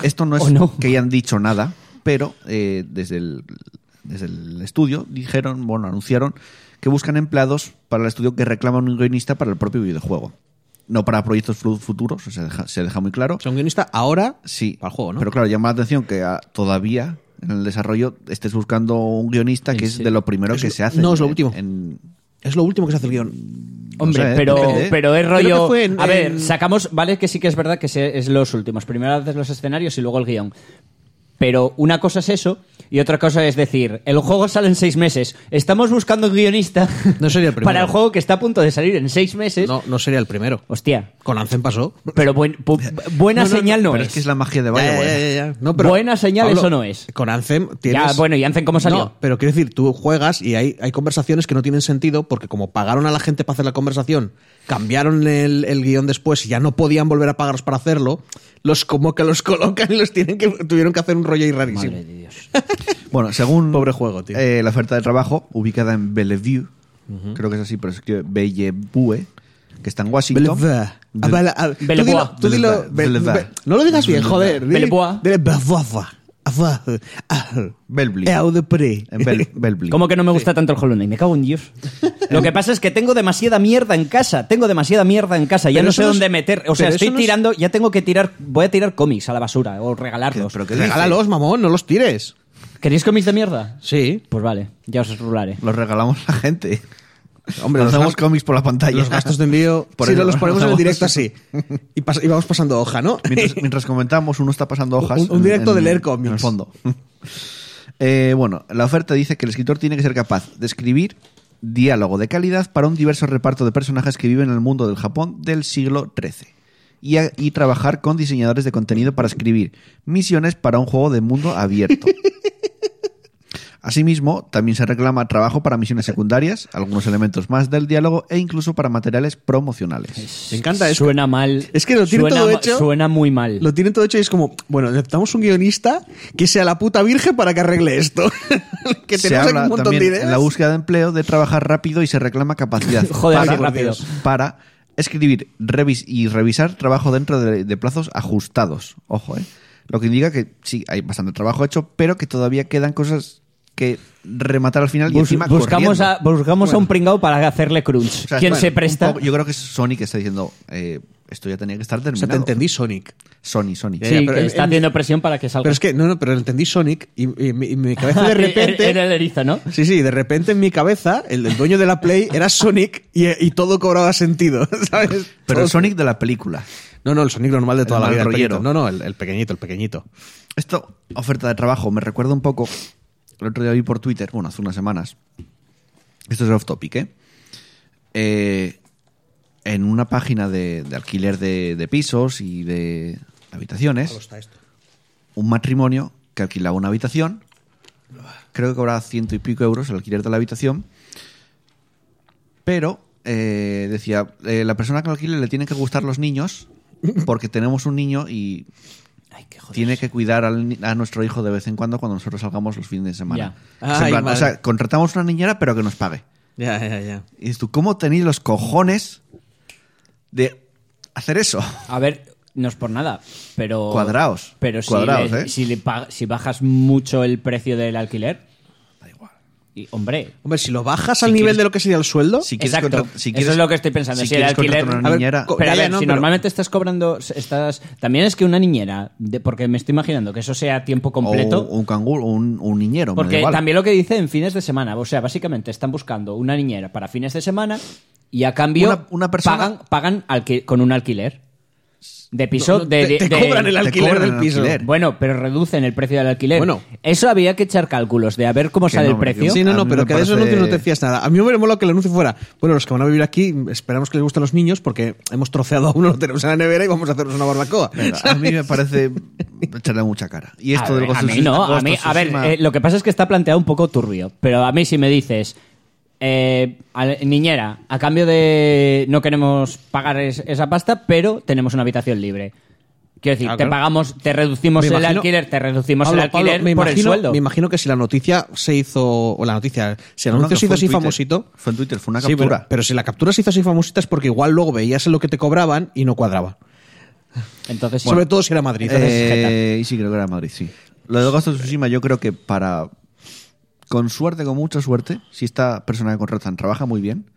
Speaker 1: esto no es
Speaker 2: O no.
Speaker 1: que hayan dicho nada, pero eh, desde, el, desde el estudio dijeron, bueno, anunciaron que buscan empleados para el estudio que reclaman un guionista para el propio videojuego. No para proyectos flu- futuros, se deja, se deja muy claro.
Speaker 3: Ser un guionista ahora
Speaker 1: Sí,
Speaker 3: para el juego, ¿no?
Speaker 1: pero claro, llama la atención que ah, todavía en el desarrollo estés buscando un guionista que es de lo primero
Speaker 3: Es
Speaker 1: que
Speaker 3: lo-
Speaker 1: se hace.
Speaker 3: no, es lo
Speaker 1: en-
Speaker 3: último.
Speaker 1: en-
Speaker 3: es lo último que se hace el guión.
Speaker 2: Hombre,
Speaker 1: No sé,
Speaker 2: pero,
Speaker 1: depende.
Speaker 2: pero es
Speaker 3: Creo que
Speaker 2: rollo.
Speaker 3: fue en-
Speaker 2: a ver,
Speaker 3: en-
Speaker 2: sacamos. Vale, que sí que es verdad que se- es los últimos. Primero haces los escenarios y luego el guión. Pero una cosa es eso y otra cosa es decir, el juego sale en seis meses. Estamos buscando un guionista
Speaker 3: No sería el primero.
Speaker 2: para el juego que está a punto de salir en seis meses.
Speaker 3: No, no sería el primero.
Speaker 2: Hostia.
Speaker 3: Con Anzen pasó.
Speaker 2: Pero buen- bu- buena
Speaker 3: No, no, no,
Speaker 2: señal no,
Speaker 1: Pero
Speaker 2: es.
Speaker 1: es que es la magia de Bioware.
Speaker 3: No, pero-
Speaker 2: Buena señal, eso no es.
Speaker 3: Con Anthem tienes...
Speaker 2: Ya, bueno, ¿y Anthem cómo salió?
Speaker 3: No, pero quiero decir, tú juegas y hay, hay conversaciones que no tienen sentido porque como pagaron a la gente para hacer la conversación, cambiaron el, el guión después y ya no podían volver a pagarlos para hacerlo, los como que los colocan y los tienen que, tuvieron que hacer un rollo ahí rarísimo.
Speaker 2: Madre de Dios.
Speaker 1: Bueno, según
Speaker 3: Pobre juego, tío.
Speaker 1: eh, la oferta de trabajo, ubicada en Bellevue, creo que es así, pero se escribe Bellevue, que está en Washington.
Speaker 3: Bellevue. Ah, vale, ah, tú
Speaker 2: Bellevue.
Speaker 3: dilo- Tú dilo.
Speaker 1: Bellevue.
Speaker 3: Bel- Bel- No lo digas bien, joder. di-
Speaker 2: Bellevue.
Speaker 3: dile Bellevue. Ah, ah,
Speaker 1: Bellevue.
Speaker 3: eh, au de pre.
Speaker 1: En Bel- Bellevue.
Speaker 2: ¿Cómo que no me gusta tanto el Hollow Knight? Me cago en Dios. Lo que pasa es que tengo demasiada mierda en casa. Tengo demasiada mierda en casa. Ya
Speaker 3: Pero
Speaker 2: no
Speaker 3: eso
Speaker 2: sé
Speaker 3: no es-
Speaker 2: dónde meter. O
Speaker 3: pero
Speaker 2: sea,
Speaker 3: eso
Speaker 2: estoy
Speaker 3: no es-
Speaker 2: tirando. Ya tengo que tirar. Voy a tirar cómics a la basura o regalarlos.
Speaker 1: ¿Pero qué dice?
Speaker 3: Regálalos, mamón, no los tires.
Speaker 2: ¿Queréis cómics de mierda?
Speaker 3: Sí.
Speaker 2: Pues vale, ya os rularé.
Speaker 1: Los regalamos a la gente.
Speaker 3: Hombre, los
Speaker 1: Lanzamos
Speaker 3: gas-
Speaker 1: cómics por la pantalla.
Speaker 3: Los gastos de envío.
Speaker 1: Por
Speaker 3: Por sí,
Speaker 1: eso
Speaker 3: no, los
Speaker 1: no
Speaker 3: ponemos en el
Speaker 1: lanzamos.
Speaker 3: directo así. Y, pas- y vamos pasando hoja, ¿no?
Speaker 1: Mientras, mientras comentamos, uno está pasando hojas.
Speaker 3: Un- un
Speaker 1: en-
Speaker 3: directo
Speaker 1: en-
Speaker 3: de leer
Speaker 1: En el
Speaker 3: cómics.
Speaker 1: fondo. Eh, bueno, la oferta dice que el escritor tiene que ser capaz de escribir diálogo de calidad para un diverso reparto de personajes que viven en el mundo del Japón del siglo XIII. Y, a- y trabajar con diseñadores de contenido para escribir misiones para un juego de mundo abierto. Asimismo, también se reclama trabajo para misiones secundarias, algunos elementos más del diálogo e incluso para materiales promocionales.
Speaker 3: Me encanta eso.
Speaker 2: Suena mal.
Speaker 3: Es que lo tiene
Speaker 2: suena,
Speaker 3: todo
Speaker 2: ma-
Speaker 3: hecho.
Speaker 2: Suena muy mal.
Speaker 3: Lo tienen todo hecho y es como, bueno, necesitamos un guionista que sea la puta virgen para que arregle esto. que
Speaker 1: se
Speaker 3: tenemos aquí
Speaker 1: habla
Speaker 3: un montón
Speaker 1: también
Speaker 3: de ideas.
Speaker 1: en la búsqueda de empleo de trabajar rápido y se reclama capacidad
Speaker 2: Joder,
Speaker 1: para,
Speaker 2: qué rápido.
Speaker 1: para escribir revis y revisar trabajo dentro de, de plazos ajustados. Ojo, ¿eh? Lo que indica que sí, hay bastante trabajo hecho, pero que todavía quedan cosas que rematar al final y
Speaker 2: Bus-
Speaker 1: encima
Speaker 2: buscamos
Speaker 1: corriendo.
Speaker 2: a, buscamos a un pringao para hacerle crunch.
Speaker 1: O sea,
Speaker 2: ¿Quién
Speaker 1: bueno,
Speaker 2: se
Speaker 1: un
Speaker 2: presta?
Speaker 1: poco- yo creo que es Sony que está diciendo, eh, esto ya tenía que estar
Speaker 3: O
Speaker 1: terminado.
Speaker 3: sea, te entendí Sonic.
Speaker 1: Sony, Sony.
Speaker 3: Ya,
Speaker 2: Sí,
Speaker 3: ya,
Speaker 2: que
Speaker 3: pero en-
Speaker 2: está
Speaker 3: en-
Speaker 2: haciendo presión para que salga.
Speaker 3: Pero es que, no, no, pero entendí Sonic y, y mi- y mi cabeza de repente...
Speaker 2: Era el erizo, ¿no?
Speaker 3: Sí, sí, de repente en mi cabeza el, el dueño de la Play era Sonic y, y todo cobraba sentido, ¿sabes?
Speaker 1: Pero
Speaker 3: Todo-
Speaker 1: el Sonic de la película.
Speaker 3: No, no, el Sonic normal de toda la
Speaker 1: mal
Speaker 3: vida. el
Speaker 1: rollero.
Speaker 3: pequeñito. no, no, el, el pequeñito, el pequeñito.
Speaker 1: Esta oferta de trabajo me recuerda un poco. El otro día vi por Twitter, bueno, hace unas semanas. Esto es off topic, ¿eh? Eh, en una página de, de alquiler de, de pisos y de habitaciones, un matrimonio que alquilaba una habitación. Creo que cobraba ciento y pico euros el alquiler de la habitación. Pero eh, decía, eh, la persona que lo alquile le tienen que gustar los niños porque tenemos un niño y
Speaker 2: Ay, qué joder.
Speaker 1: tiene que cuidar al ni- a nuestro hijo de vez en cuando cuando nosotros salgamos los fines de semana.
Speaker 3: Ya.
Speaker 1: Es en
Speaker 3: Ay,
Speaker 1: plan, o
Speaker 3: madre.
Speaker 1: sea, contratamos una niñera pero que nos pague.
Speaker 3: Ya, ya, ya.
Speaker 1: Y dices tú, ¿cómo tenéis los cojones de hacer eso?
Speaker 2: A ver, no es por nada, pero.
Speaker 1: Cuadraos,
Speaker 2: Pero si,
Speaker 1: cuadraos,
Speaker 2: le-
Speaker 1: ¿eh?
Speaker 2: si, le pa- si bajas mucho el precio del alquiler. Y, hombre.
Speaker 3: Hombre, si lo bajas al nivel de lo que sería el sueldo,
Speaker 1: Si quieres
Speaker 2: Exacto.
Speaker 1: contra- si
Speaker 2: Eso
Speaker 1: quieres-
Speaker 2: es lo que estoy pensando.
Speaker 1: si
Speaker 2: Si, el
Speaker 1: quieres
Speaker 2: alquiler.
Speaker 1: contratar una
Speaker 2: A ver,
Speaker 1: niñera-
Speaker 2: pero a
Speaker 3: Ya, ya,
Speaker 2: ver,
Speaker 3: no,
Speaker 2: si
Speaker 3: pero-
Speaker 2: normalmente estás cobrando. estás También es que una niñera. de- porque me estoy imaginando que eso sea a tiempo completo.
Speaker 1: O un canguro, o un, un niñero. me da
Speaker 2: Porque
Speaker 1: igual.
Speaker 2: también lo que dice en fines de semana, o sea, básicamente están buscando una niñera para fines de semana y a cambio
Speaker 1: Una- una persona-
Speaker 2: pagan, pagan alqui- con un alquiler de piso.
Speaker 3: No, no,
Speaker 2: de,
Speaker 3: te-
Speaker 2: de-
Speaker 3: te
Speaker 2: de-
Speaker 3: cobran el
Speaker 1: te
Speaker 3: alquiler
Speaker 1: cobran
Speaker 3: del
Speaker 1: el
Speaker 3: piso.
Speaker 1: alquiler.
Speaker 2: Bueno, pero reducen el precio del alquiler.
Speaker 3: Bueno.
Speaker 2: Eso había que echar cálculos de a ver cómo
Speaker 1: Que
Speaker 2: sale
Speaker 1: no,
Speaker 2: el
Speaker 1: hombre,
Speaker 2: precio.
Speaker 3: eh, Sí, no,
Speaker 1: A
Speaker 3: no,
Speaker 1: mí
Speaker 3: pero
Speaker 1: me
Speaker 3: que de eso no
Speaker 1: parece-
Speaker 3: te, no te fías nada. A mí me hubiera molado que el anuncio fuera, bueno, los que van a vivir aquí, esperamos que les gusten los niños porque hemos troceado a uno, lo tenemos en la nevera y vamos a hacernos una barbacoa.
Speaker 1: Venga, a mí me parece echarle mucha cara. Y esto
Speaker 2: a,
Speaker 1: del
Speaker 2: ver, a
Speaker 1: Ghost of
Speaker 2: mí no,
Speaker 1: Tsushima-
Speaker 2: a mí,
Speaker 1: Ghost of
Speaker 2: a ver,
Speaker 1: Tsushima-
Speaker 2: eh, lo que pasa es que está planteado un poco turbio, pero a mí si me dices, eh, al- niñera, a cambio de no queremos pagar es- esa pasta, pero tenemos una habitación libre. Quiero decir,
Speaker 3: Ah,
Speaker 2: te
Speaker 3: claro.
Speaker 2: pagamos, te reducimos
Speaker 3: Me
Speaker 2: el
Speaker 3: imagino-
Speaker 2: alquiler, te reducimos
Speaker 3: Pablo,
Speaker 2: el
Speaker 3: Pablo,
Speaker 2: alquiler
Speaker 3: me
Speaker 2: por
Speaker 3: imagino,
Speaker 2: el sueldo.
Speaker 3: Me imagino que si la noticia se hizo, o la noticia, si el
Speaker 1: No, no,
Speaker 3: anuncio
Speaker 1: que
Speaker 3: se hizo
Speaker 1: fue en
Speaker 3: así
Speaker 1: Twitter.
Speaker 3: famosito.
Speaker 1: Fue en Twitter, fue una
Speaker 3: Sí, pero,
Speaker 1: captura.
Speaker 3: pero si la captura se hizo así famosita es porque igual luego veías lo que te cobraban y no cuadraba.
Speaker 2: Entonces,
Speaker 3: Sobre todo si era Madrid.
Speaker 2: Entonces,
Speaker 1: Eh, y sí, creo que era Madrid, sí. Lo de Ghost of Tsushima, yo creo que para. Con suerte, con mucha suerte, si esta persona que contratan trabaja muy bien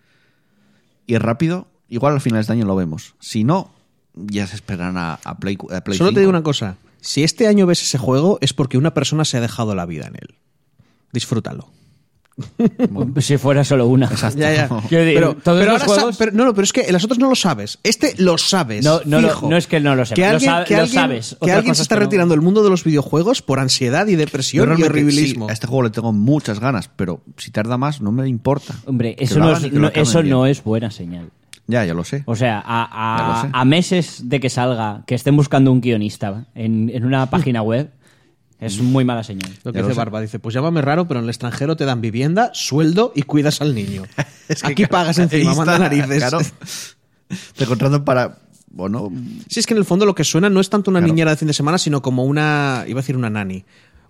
Speaker 1: y es rápido, igual al final de este año lo vemos. Si no, ya se esperan a, a Play, a Play
Speaker 3: Solo
Speaker 1: 5.
Speaker 3: te digo una cosa. Si este año ves ese juego es porque una persona se ha dejado la vida en él. Disfrútalo.
Speaker 2: si fuera solo una.
Speaker 1: Exacto.
Speaker 3: Ya, ya.
Speaker 2: Quiero decir,
Speaker 3: Pero,
Speaker 2: todos
Speaker 3: pero
Speaker 2: los
Speaker 3: ahora sa-
Speaker 2: juegos-
Speaker 3: pero- no, no, pero es que los otros no lo sabes. Este lo sabes.
Speaker 2: No, no lo-
Speaker 3: fijo.
Speaker 2: no es que no lo sepa,
Speaker 3: Que
Speaker 2: lo
Speaker 3: alguien,
Speaker 2: sabe-
Speaker 3: que
Speaker 2: lo
Speaker 3: alguien-
Speaker 2: sabes.
Speaker 3: que
Speaker 2: Otra
Speaker 3: alguien
Speaker 2: cosa
Speaker 3: se
Speaker 2: es
Speaker 3: está
Speaker 2: que no-
Speaker 3: retirando del mundo de los videojuegos por ansiedad y
Speaker 1: Yo
Speaker 3: depresión y
Speaker 1: realmente,
Speaker 3: horribilismo.
Speaker 1: sí, a este juego le tengo muchas ganas, pero si tarda más, no me importa.
Speaker 2: Hombre,
Speaker 1: Que
Speaker 2: eso,
Speaker 1: lo
Speaker 2: no
Speaker 1: hagan y
Speaker 2: es,
Speaker 1: que lo
Speaker 2: no-
Speaker 1: acaben
Speaker 2: eso
Speaker 1: bien.
Speaker 2: no es buena señal.
Speaker 1: Ya, ya lo sé.
Speaker 2: O sea, a, a-
Speaker 1: Ya lo sé.
Speaker 2: a meses de que salga, que estén buscando un guionista en, en una página web, es muy mala señal.
Speaker 3: Lo
Speaker 1: Ya
Speaker 3: que
Speaker 1: lo
Speaker 3: dice
Speaker 1: sé.
Speaker 3: Barba dice, pues llámame raro, pero en el extranjero te dan vivienda, sueldo y cuidas al niño. Aquí pagas encima,
Speaker 1: Ahí
Speaker 3: manda
Speaker 1: está,
Speaker 3: narices.
Speaker 1: Claro. Te contratan para. Bueno,
Speaker 3: Sí, es que en el fondo lo que suena no es tanto una
Speaker 1: Claro.
Speaker 3: niñera de fin de semana, sino como una, iba a decir una nani.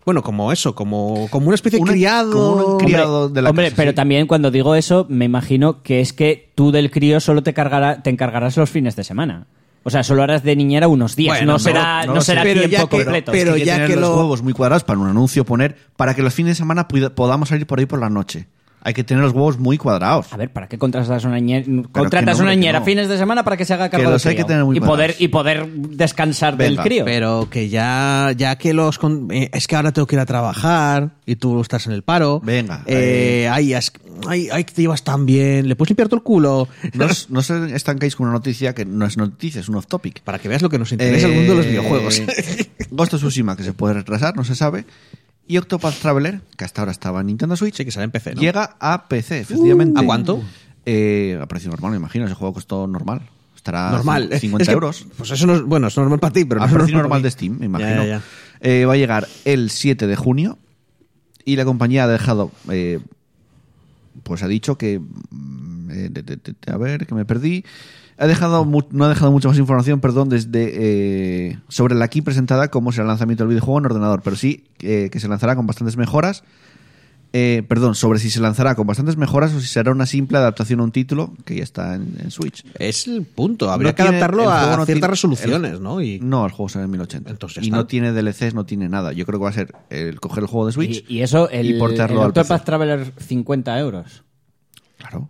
Speaker 3: Bueno, como eso, como, como una especie
Speaker 1: Un-
Speaker 3: de criado.
Speaker 1: como un criado. de la
Speaker 2: Hombre,
Speaker 1: casa,
Speaker 2: pero
Speaker 1: sí.
Speaker 2: también cuando digo eso, me imagino que es que tú del crío solo te, cargará- te encargarás los fines de semana. O sea, solo harás de niñera unos días,
Speaker 1: Bueno,
Speaker 2: no, será,
Speaker 1: no
Speaker 2: no
Speaker 1: lo
Speaker 2: será
Speaker 3: sé. Pero ya
Speaker 2: tiempo
Speaker 3: que-
Speaker 2: completo.
Speaker 3: pero
Speaker 1: hay
Speaker 3: ya
Speaker 1: tener
Speaker 3: que
Speaker 1: los
Speaker 3: lo-
Speaker 1: huevos muy cuadrados para un anuncio poner para que los fines de semana puida- podamos salir por ahí por la noche. Hay que tener los huevos muy cuadrados.
Speaker 2: A ver, ¿para qué contratas a una niñera,
Speaker 1: que no,
Speaker 2: contratas a una
Speaker 1: hombre, que
Speaker 2: niñera
Speaker 1: no.
Speaker 2: fines de semana para que se haga cargo
Speaker 1: Que
Speaker 2: del
Speaker 1: los hay
Speaker 2: crío?
Speaker 1: que tener muy
Speaker 2: y poder
Speaker 1: parados.
Speaker 2: y poder descansar
Speaker 1: Venga,
Speaker 2: del crío?
Speaker 3: Pero que ya, ya que los. con- eh, es que ahora tengo que ir a trabajar y tú estás en el paro.
Speaker 1: Venga,
Speaker 3: Eh, ay, es- ay, ay, que te llevas tan bien. Le puedes limpiar todo el culo.
Speaker 1: No, os- no se estanquéis con una noticia que no es noticia, es un off topic. Eh,
Speaker 3: Para que veas lo que nos interesa el mundo de los videojuegos.
Speaker 1: Ghost of Tsushima, que se puede retrasar, no se sabe. Y Octopath Traveler, que hasta ahora estaba en Nintendo Switch,
Speaker 3: sí, que sale en PC, ¿no?
Speaker 1: llega a PC, efectivamente.
Speaker 3: ¿A cuánto?
Speaker 1: Eh, a precio normal, me imagino. Ese juego costó normal. Estará
Speaker 3: normal.
Speaker 1: cin- 50
Speaker 3: Es que,
Speaker 1: euros.
Speaker 3: Pues eso no es, bueno, es normal para ti, pero
Speaker 1: a
Speaker 3: Ah, no es
Speaker 1: precio
Speaker 3: normal,
Speaker 1: normal
Speaker 3: para
Speaker 1: de
Speaker 3: mí.
Speaker 1: Steam, me
Speaker 3: Ya,
Speaker 1: imagino.
Speaker 3: ya, ya.
Speaker 1: Eh, va a llegar el 7 de junio y la compañía ha dejado, eh, pues ha dicho que, mm, eh, te- te- te- a ver, que me perdí. Ha dejado mu- no ha dejado mucha más información, perdón, desde eh, sobre la aquí presentada cómo será el lanzamiento del videojuego en ordenador, pero sí eh, que se lanzará con bastantes mejoras. Eh, perdón, sobre si se lanzará con bastantes mejoras o si será una simple adaptación a un título que ya está en- en Switch.
Speaker 3: Es el punto. Habría
Speaker 1: No
Speaker 3: que
Speaker 1: tiene-
Speaker 3: adaptarlo
Speaker 1: el Mm. juego
Speaker 3: a
Speaker 1: no
Speaker 3: ciertas
Speaker 1: tiene-
Speaker 3: resoluciones,
Speaker 1: el-
Speaker 3: ¿no? Y,
Speaker 1: No, el juego sale en 1080.
Speaker 3: Entonces ya
Speaker 1: y
Speaker 3: está.
Speaker 1: no tiene DLCs, no tiene nada. Yo creo que va a ser el coger el juego de Switch
Speaker 2: Y, y eso, el,
Speaker 1: y portarlo
Speaker 2: el
Speaker 1: al PC.
Speaker 2: Octopath Traveler 50 euros.
Speaker 1: Claro,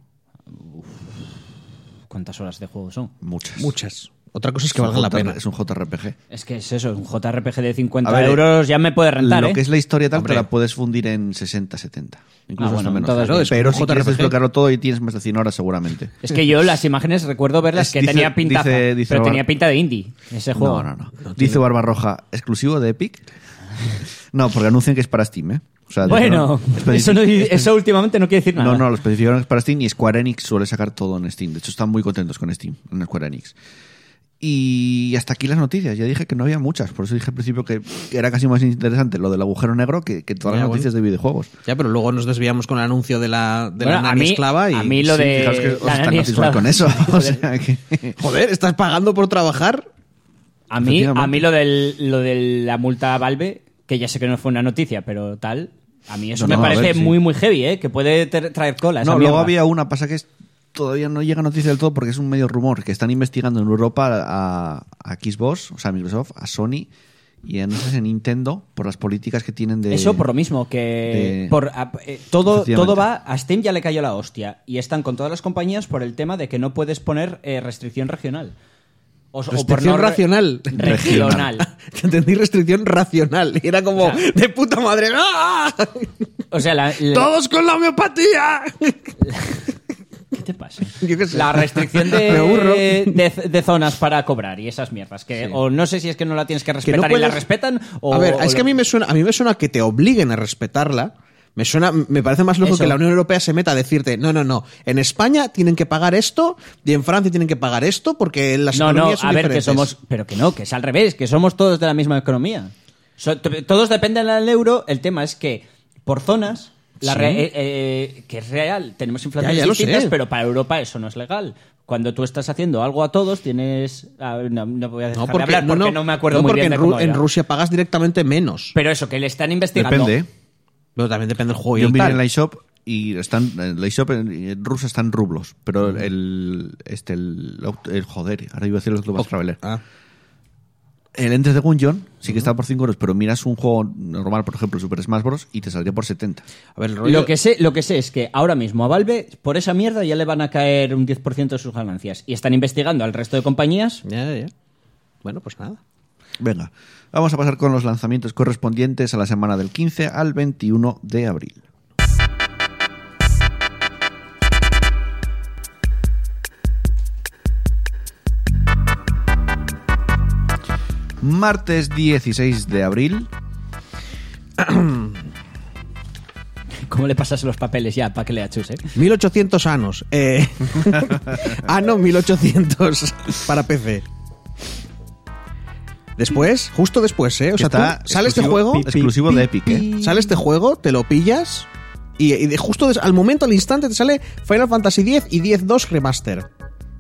Speaker 2: ¿Cuántas horas de juego son?
Speaker 1: muchas.
Speaker 3: Muchas. Otra cosa es
Speaker 1: Es
Speaker 3: que
Speaker 1: un
Speaker 3: valga la
Speaker 1: JR
Speaker 3: pena.
Speaker 1: Es un JRPG.
Speaker 2: Es que es eso, un JRPG de 50
Speaker 1: A ver,
Speaker 2: euros ya me puede rentar,
Speaker 1: Lo
Speaker 2: ¿eh?
Speaker 1: que es la historia tal, te
Speaker 3: Hombre.
Speaker 1: la puedes fundir en 60, 70. Incluso
Speaker 2: Ah, bueno,
Speaker 1: hasta menos.
Speaker 2: entonces,
Speaker 3: Claro, es
Speaker 1: Pero
Speaker 3: un
Speaker 1: si quieres
Speaker 3: JRPG.
Speaker 1: desbloquearlo todo y tienes más de 100 horas seguramente.
Speaker 2: Es que yo las imágenes recuerdo verlas
Speaker 1: Es-
Speaker 2: que
Speaker 1: dice-
Speaker 2: tenía pinta,
Speaker 1: dice- dice
Speaker 2: pero
Speaker 1: Bar-
Speaker 2: tenía pinta de indie ese juego.
Speaker 1: No, no, no. Dice Barbarroja, exclusivo de Epic. No, porque anuncian que es para Steam, ¿eh? O sea,
Speaker 2: Bueno,
Speaker 1: dijeron-
Speaker 2: eso, no- eso últimamente no quiere decir nada.
Speaker 1: No, no, lo especificaron para Steam y Square Enix suele sacar todo en Steam. De hecho, están muy contentos con Steam, en Square Enix. Y hasta aquí las noticias. Ya dije que no había muchas, por eso dije al principio que era casi más interesante lo del agujero negro que, que todas
Speaker 3: Ya,
Speaker 1: las
Speaker 3: bueno.
Speaker 1: noticias de videojuegos.
Speaker 3: Ya, pero luego nos desviamos con el anuncio de la, de
Speaker 2: Bueno,
Speaker 3: la
Speaker 2: a
Speaker 3: nani
Speaker 2: mí-
Speaker 3: esclava y...
Speaker 2: a mí lo
Speaker 3: Sí.
Speaker 2: de-
Speaker 1: Fijaos que os
Speaker 2: la
Speaker 1: están
Speaker 2: nani
Speaker 1: satisfechos con eso.
Speaker 2: esclava.
Speaker 1: O sea que-
Speaker 3: Joder, ¿estás pagando por trabajar?
Speaker 2: A mí, a
Speaker 1: Efectivamente.
Speaker 2: mí lo, del, lo de la multa a Valve, que ya sé que no fue una noticia, pero tal, a mí eso
Speaker 1: No,
Speaker 2: me
Speaker 1: no, a
Speaker 2: parece
Speaker 1: ver, sí.
Speaker 2: muy, muy heavy, ¿eh? Que puede tra- traer cola. esa
Speaker 1: No, luego
Speaker 2: mierda.
Speaker 1: había una, pasa que es- todavía no llega noticia del todo porque es un medio rumor que están investigando en Europa a, a Xbox, o sea, a Microsoft, a Sony y a, no sé si a Nintendo por las políticas que tienen de.
Speaker 2: Eso por lo mismo, que
Speaker 1: de-
Speaker 2: por, a- eh, todo,
Speaker 1: Efectivamente.
Speaker 2: todo va, a Steam ya le cayó la hostia y están con todas las compañías por el tema de que no puedes poner eh, restricción regional. O, s- o por
Speaker 3: Restricción
Speaker 2: no re-
Speaker 3: racional.
Speaker 2: Regional.
Speaker 3: Entendí restricción racional. Y era como,
Speaker 2: O sea-
Speaker 3: de puta madre. ¡Ah!
Speaker 2: O sea, la- la-
Speaker 3: ¡Todos con la homeopatía!
Speaker 2: ¿Qué te pasa?
Speaker 3: Yo qué sé.
Speaker 2: La restricción de,
Speaker 3: Me aburro.
Speaker 2: de, de zonas para cobrar y esas mierdas. Que, O no sé si es que no la tienes que
Speaker 3: Que
Speaker 2: respetar
Speaker 3: no
Speaker 2: y la
Speaker 3: puedes-
Speaker 2: respetan. O,
Speaker 3: a ver, es
Speaker 2: o
Speaker 3: que a
Speaker 2: lo-
Speaker 3: mí me suena, a mí me suena que te obliguen a respetarla. Me suena, me parece más loco
Speaker 2: Eso.
Speaker 3: que la Unión Europea se meta a decirte, no, no, no, en España tienen que pagar esto y en Francia tienen que pagar esto porque las
Speaker 2: No, no,
Speaker 3: economías son
Speaker 2: a ver, que
Speaker 3: diferentes".
Speaker 2: somos. Pero que no, que es al revés, que somos todos de la misma economía. So- t- todos dependen del euro. El tema es que por zonas. La
Speaker 3: Sí.
Speaker 2: re- eh, eh, que es real, tenemos inflaciones
Speaker 3: Ya, ya lo
Speaker 2: distintas,
Speaker 3: sé.
Speaker 2: pero para Europa eso no es legal. Cuando tú estás haciendo algo a todos, tienes. ah, no, no voy a dejar
Speaker 3: No,
Speaker 2: de
Speaker 3: porque,
Speaker 2: hablar
Speaker 3: no,
Speaker 2: porque no, me acuerdo
Speaker 3: no,
Speaker 2: muy
Speaker 3: porque
Speaker 2: bien. de
Speaker 3: en, Ru-
Speaker 2: cómo
Speaker 3: en
Speaker 2: era.
Speaker 3: Rusia pagas directamente menos.
Speaker 2: Pero eso, que le están investigando.
Speaker 1: Depende, ¿eh?
Speaker 3: Pero también depende del juego y
Speaker 1: Yo
Speaker 3: el
Speaker 1: miré
Speaker 3: tal.
Speaker 1: en la eShop y están en la eShop en, en rusa están rublos, pero
Speaker 3: Mm.
Speaker 1: el este el, oct- el- joder, ahora iba a decir el Octopath Traveler.
Speaker 3: Ah.
Speaker 1: El Enter de Gungeon sí
Speaker 3: Mm.
Speaker 1: que está por 5 euros, pero miras un juego normal, por ejemplo, Super Smash Bros y te saldría por 70.
Speaker 3: A ver, el rollo-
Speaker 2: Lo que, sé, lo que sé es que ahora mismo a Valve, por esa mierda, ya le van a caer un 10% de sus ganancias. Y están investigando al resto de compañías.
Speaker 3: Ya, ya, ya. Bueno, pues nada.
Speaker 1: Venga, vamos a pasar con los lanzamientos correspondientes a la semana del 15 al 21 de abril. Martes 16 de abril
Speaker 2: ¿Cómo le pasas los papeles ya para que le ¿eh? achuse?
Speaker 3: 1800 anos. Eh, Ah, ano 1800 para PC. Después, justo después, ¿eh? O
Speaker 1: Que
Speaker 3: sea, tú
Speaker 1: está
Speaker 3: sales de
Speaker 1: exclusivo-
Speaker 3: juego,
Speaker 1: pi, pi, exclusivo de Epic, ¿eh?
Speaker 3: sales de juego, te lo pillas y, y de- justo des- al momento, al instante, te sale Final Fantasy X y X-2 Remaster.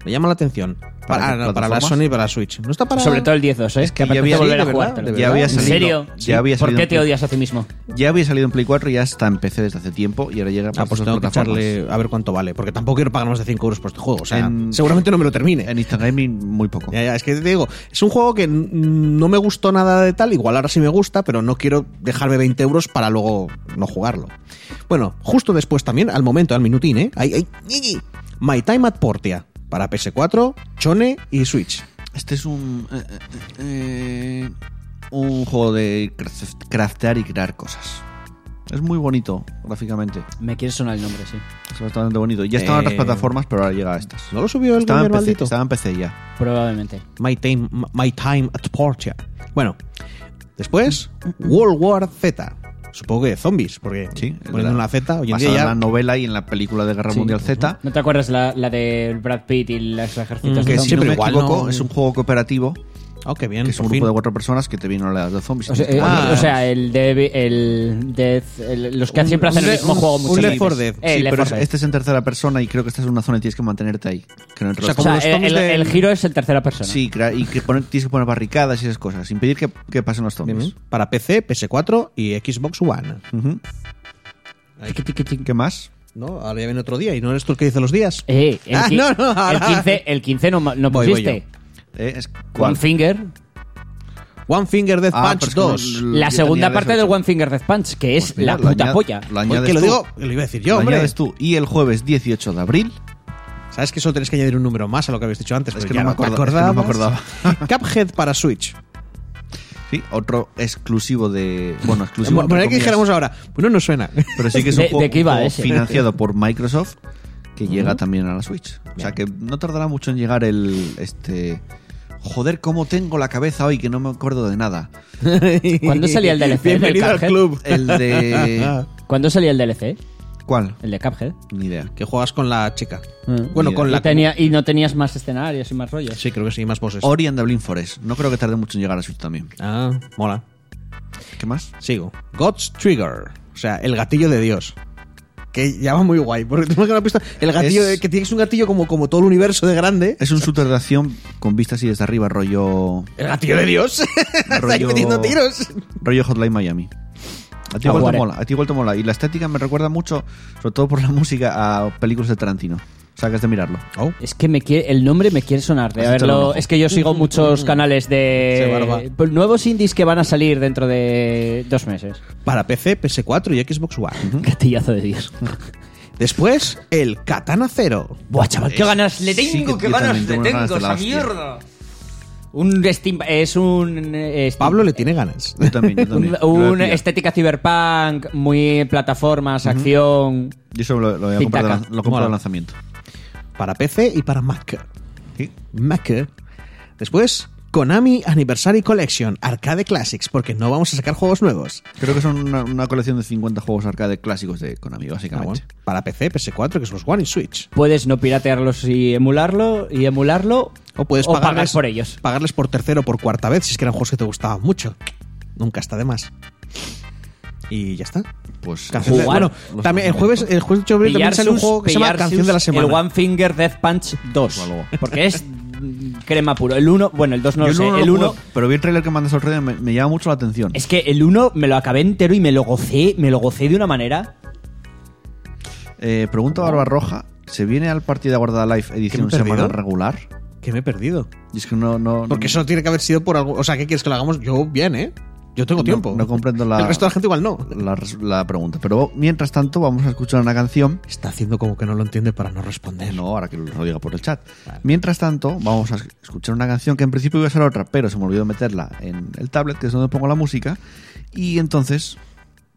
Speaker 3: Me llama la atención.
Speaker 1: ¿Para
Speaker 3: Para,
Speaker 1: qué
Speaker 3: ah, no, para la
Speaker 1: plataformas?
Speaker 3: Sony y para la Switch. No está para
Speaker 2: Sobre todo el 10-2, ¿eh?
Speaker 1: Es que
Speaker 2: Me
Speaker 1: ya
Speaker 2: apetece
Speaker 1: había-
Speaker 2: volver a
Speaker 3: sí, de
Speaker 2: jugártelo.
Speaker 3: verdad, de
Speaker 1: ya
Speaker 3: verdad.
Speaker 1: había
Speaker 2: ¿En
Speaker 1: salido.
Speaker 2: serio?
Speaker 1: Ya había
Speaker 2: ¿Por
Speaker 1: salido
Speaker 2: qué
Speaker 1: en
Speaker 2: te
Speaker 1: Play-
Speaker 2: odias a ti mismo?
Speaker 1: Ya había salido en Play 4 y ya está en PC desde hace tiempo y ahora llega
Speaker 3: Ah,
Speaker 1: para
Speaker 3: pues
Speaker 1: otras
Speaker 3: tengo que
Speaker 1: plataformas.
Speaker 3: echarle a ver cuánto vale. Porque tampoco quiero pagar más de 5 euros por este juego. O sea,
Speaker 1: En-
Speaker 3: seguramente no me lo termine.
Speaker 1: En Instagram muy poco.
Speaker 3: Ya, ya, es que te digo, es un juego que mm, no me gustó nada de tal, igual ahora sí me gusta, pero no quiero dejarme 20 euros para luego no jugarlo. Bueno, justo después también, al momento, al minutín, ¿eh? Ay, ay, ñiñi. My Time at Portia, para PS4, Chone y Switch.
Speaker 1: Este es un. eh, eh, eh, un juego de craft- craftear y crear cosas. Es muy bonito gráficamente.
Speaker 2: Me quiere sonar el nombre, sí.
Speaker 1: Es bastante bonito. Ya estaban
Speaker 3: Eh,
Speaker 1: otras plataformas, pero ahora llega a estas.
Speaker 3: ¿No lo subió el
Speaker 1: Estaba en,
Speaker 3: gamer
Speaker 1: PC,
Speaker 3: maldito?
Speaker 1: estaba en PC ya.
Speaker 2: Probablemente.
Speaker 3: My Time, My Time at Portia. Bueno, después, World War Z. Supongo que de zombies, porque
Speaker 1: Sí, es
Speaker 3: poniendo
Speaker 1: verdad.
Speaker 3: una Z, hoy Pues en
Speaker 1: Basada
Speaker 3: día ya...
Speaker 1: en la novela y en la película de Guerra
Speaker 2: Sí.
Speaker 1: Mundial Z.
Speaker 2: ¿No te acuerdas la, la de Brad Pitt y los ejércitos
Speaker 3: Mm,
Speaker 2: de
Speaker 1: Que
Speaker 3: sí,
Speaker 1: si
Speaker 2: zombies?
Speaker 1: no
Speaker 3: pero
Speaker 1: me
Speaker 3: igual
Speaker 1: equivoco,
Speaker 3: no-
Speaker 1: es un juego cooperativo
Speaker 3: Oh, qué bien,
Speaker 1: que es un
Speaker 3: por
Speaker 1: grupo
Speaker 3: fin.
Speaker 1: de cuatro personas que te vienen oleadas de zombies.
Speaker 2: O sea, eh,
Speaker 3: Ah.
Speaker 2: o sea, el de el Death- el- los que
Speaker 3: Un-
Speaker 2: siempre hacen
Speaker 3: un
Speaker 2: el
Speaker 3: Left-
Speaker 2: mismo
Speaker 3: un-
Speaker 2: juego
Speaker 3: un
Speaker 2: muchas
Speaker 3: Left
Speaker 2: veces.
Speaker 3: 4 Dead.
Speaker 2: Eh,
Speaker 1: sí,
Speaker 2: Left
Speaker 1: pero
Speaker 2: 4 Dead.
Speaker 1: este es en tercera persona y creo que estás en una zona y tienes que mantenerte ahí. Que no entras
Speaker 3: O sea,
Speaker 1: a-
Speaker 2: o
Speaker 3: como
Speaker 2: sea,
Speaker 3: los
Speaker 2: el,
Speaker 3: zombies
Speaker 2: el-
Speaker 3: de-
Speaker 2: el giro es en tercera persona.
Speaker 1: Sí, crea- y que poner- tienes que poner barricadas y esas cosas, impedir que, que pasen los
Speaker 3: Bien,
Speaker 1: zombies.
Speaker 3: bien. Para PC, PS4 y Xbox One.
Speaker 1: Ujú.
Speaker 2: Tiqui, tiqui, tiqui.
Speaker 1: ¿Qué más?
Speaker 3: No, ahora ya viene otro día y no eres tú el que dice los días.
Speaker 2: Eh, el,
Speaker 3: Ah,
Speaker 2: qui-
Speaker 3: no, no, ahora-
Speaker 2: el 15, el 15 no, ma- no
Speaker 3: Voy, voy
Speaker 2: pusiste.
Speaker 1: Eh, es- ¿cuál?
Speaker 2: One Finger.
Speaker 3: One Finger Death
Speaker 1: Ah,
Speaker 3: Punch
Speaker 1: pero es que
Speaker 3: 2.
Speaker 1: no-
Speaker 2: La
Speaker 1: yo
Speaker 2: segunda
Speaker 1: tenía
Speaker 2: parte
Speaker 1: ese
Speaker 2: del
Speaker 1: ocho.
Speaker 2: One Finger Death Punch, que es
Speaker 1: Pues mira,
Speaker 2: la
Speaker 1: lo
Speaker 2: puta
Speaker 1: añade-
Speaker 2: polla.
Speaker 1: Lo añades
Speaker 3: que lo
Speaker 1: tú.
Speaker 3: digo, lo iba a decir yo,
Speaker 1: Lo
Speaker 3: hombre.
Speaker 1: añades tú. Y el jueves 18 de abril.
Speaker 3: Sabes que solo tenés que añadir un número más a lo que habéis dicho antes.
Speaker 1: Es
Speaker 3: pero
Speaker 1: que
Speaker 3: ya
Speaker 1: no me
Speaker 3: te
Speaker 1: acuerdo- es que no me
Speaker 3: acordabas. Cuphead para Switch.
Speaker 1: Sí, otro exclusivo de. Bueno, exclusivo.
Speaker 3: Bueno,
Speaker 1: Pues entre
Speaker 3: hay
Speaker 1: comillas,
Speaker 3: que dijéramos ahora. Bueno, no suena.
Speaker 1: Pero sí que es un
Speaker 2: ¿De-
Speaker 1: juego,
Speaker 2: de qué iba
Speaker 1: un juego
Speaker 2: ese?
Speaker 1: financiado por Microsoft que llega también a la Switch. O sea que no tardará mucho en llegar el. Este. Joder, cómo tengo la cabeza hoy que no me acuerdo de nada.
Speaker 2: ¿Cuándo salía el DLC del
Speaker 3: Bienvenido al
Speaker 2: Cuphead?
Speaker 3: club. Ah.
Speaker 1: El de.
Speaker 2: ¿Cuándo salía el DLC?
Speaker 1: ¿Cuál?
Speaker 2: El de Cuphead.
Speaker 1: Ni idea.
Speaker 3: que juegas con la chica.
Speaker 1: Ah,
Speaker 2: Mm.
Speaker 3: Bueno, con
Speaker 1: Y
Speaker 3: la.
Speaker 2: y, tenía, y no tenías más escenarios y más rollos.
Speaker 3: Sí, creo que sí, más voces.
Speaker 1: Ori and the Blind Forest. No creo que tarde mucho en llegar a Switch también.
Speaker 3: Ah, mola.
Speaker 1: ¿Qué más?
Speaker 3: Sigo. God's Trigger. O sea, el gatillo de Dios. Que ya va muy guay. Porque tenemos que una pista. El gatillo.
Speaker 1: Es-
Speaker 3: de- que tienes un gatillo como, como todo el universo de grande.
Speaker 1: Es un shooter de acción con vistas y desde arriba, rollo.
Speaker 3: El gatillo de Dios. Está ahí
Speaker 1: Rollo-
Speaker 3: metiendo tiros.
Speaker 1: Rollo Hotline Miami. A ti
Speaker 2: Ah,
Speaker 1: igual te
Speaker 2: guare.
Speaker 1: mola, a ti igual te mola. Y la estética me recuerda mucho, sobre todo por la música, a películas de Tarantino. O sea, que has de mirarlo.
Speaker 3: Oh.
Speaker 2: Es que me quiere, el nombre me quiere sonar. De
Speaker 1: Has echado un
Speaker 2: haberlo,
Speaker 1: ojo.
Speaker 2: es que yo sigo muchos canales
Speaker 3: Sí, barba.
Speaker 2: de pues, nuevos indies que van a salir dentro de dos meses.
Speaker 3: Para PC, PS4 y Xbox One.
Speaker 2: Gatillazo de Dios.
Speaker 3: Después, el Katana Zero.
Speaker 2: Buah, chaval, qué
Speaker 1: Es-
Speaker 2: ganas le
Speaker 1: sí
Speaker 2: tengo,
Speaker 1: que
Speaker 2: qué
Speaker 1: yo
Speaker 2: ganas
Speaker 1: también
Speaker 2: le
Speaker 1: tengo
Speaker 2: tengo,
Speaker 1: ganas de la
Speaker 2: esa
Speaker 1: hostia.
Speaker 2: mierda. Un Steam, es un eh, Steam-
Speaker 3: Pablo le tiene ganas.
Speaker 1: Yo también, yo también.
Speaker 2: un,
Speaker 1: Yo lo voy
Speaker 2: un
Speaker 1: a pillar.
Speaker 2: estética cyberpunk, muy plataformas, acción.
Speaker 1: Yo eso lo, lo voy a comprar de,
Speaker 2: Pintaca.
Speaker 1: lan- lo compro de
Speaker 3: Mola.
Speaker 1: lanzamiento.
Speaker 3: Para PC y para Mac.
Speaker 1: ¿Sí?
Speaker 3: Mac. Después, Konami Anniversary Collection. Arcade Classics. Porque no vamos a sacar juegos nuevos.
Speaker 1: Creo que son una, una colección de 50 juegos arcade clásicos de Konami,
Speaker 3: Ah, bueno.
Speaker 1: básicamente.
Speaker 3: Para PC, PS4, Xbox One y Switch.
Speaker 2: Puedes no piratearlos y emularlo y emularlo
Speaker 3: O puedes pagarles,
Speaker 2: pagar por ellos.
Speaker 3: Pagarles por tercero o por cuarta vez si es que eran juegos que te gustaban mucho. Nunca está de más. Y ya está.
Speaker 1: Pues.
Speaker 3: Canción de-
Speaker 2: Jugar.
Speaker 3: bueno,
Speaker 1: los
Speaker 3: también el jueves, eh, el jueves 8 de abril también
Speaker 2: Pillar
Speaker 3: sale un
Speaker 2: sus-
Speaker 3: juego que se llama
Speaker 2: pillar
Speaker 3: Canción
Speaker 2: sus-
Speaker 3: de la Semana.
Speaker 2: El One Finger Death Punch 2.
Speaker 1: O algo.
Speaker 2: Porque es mm, crema puro. El 1, bueno, el 2 no
Speaker 1: Yo
Speaker 2: lo sé.
Speaker 1: no lo
Speaker 2: el
Speaker 1: juego,
Speaker 2: 1
Speaker 1: Pero vi el trailer que mandas al rey, me, me llama mucho la atención.
Speaker 2: es que el 1 me lo acabé entero y me lo gocé, me lo gocé de una manera.
Speaker 1: Eh, pregunta Barba Roja: ¿se viene al partido de Guardada Live edición
Speaker 3: ¿Que me he
Speaker 1: semana
Speaker 3: perdido?
Speaker 1: regular?
Speaker 3: Que me he perdido.
Speaker 1: Y es que no. no
Speaker 3: Porque eso tiene que haber sido por algo. O sea, ¿qué quieres que lo hagamos? Yo bien, ¿eh? Yo tengo
Speaker 1: No-
Speaker 3: tiempo.
Speaker 1: no comprendo la-
Speaker 3: El resto de la gente igual no.
Speaker 1: la, res- la pregunta. Pero mientras tanto, vamos a escuchar una canción. Eh,
Speaker 3: Está haciendo como que no lo entiende para no responder.
Speaker 1: No, ahora que lo diga por el chat. Mientras tanto, vamos a escuchar una canción que en principio iba a ser otra, pero se me olvidó meterla en el tablet, que es donde pongo la música. Y entonces.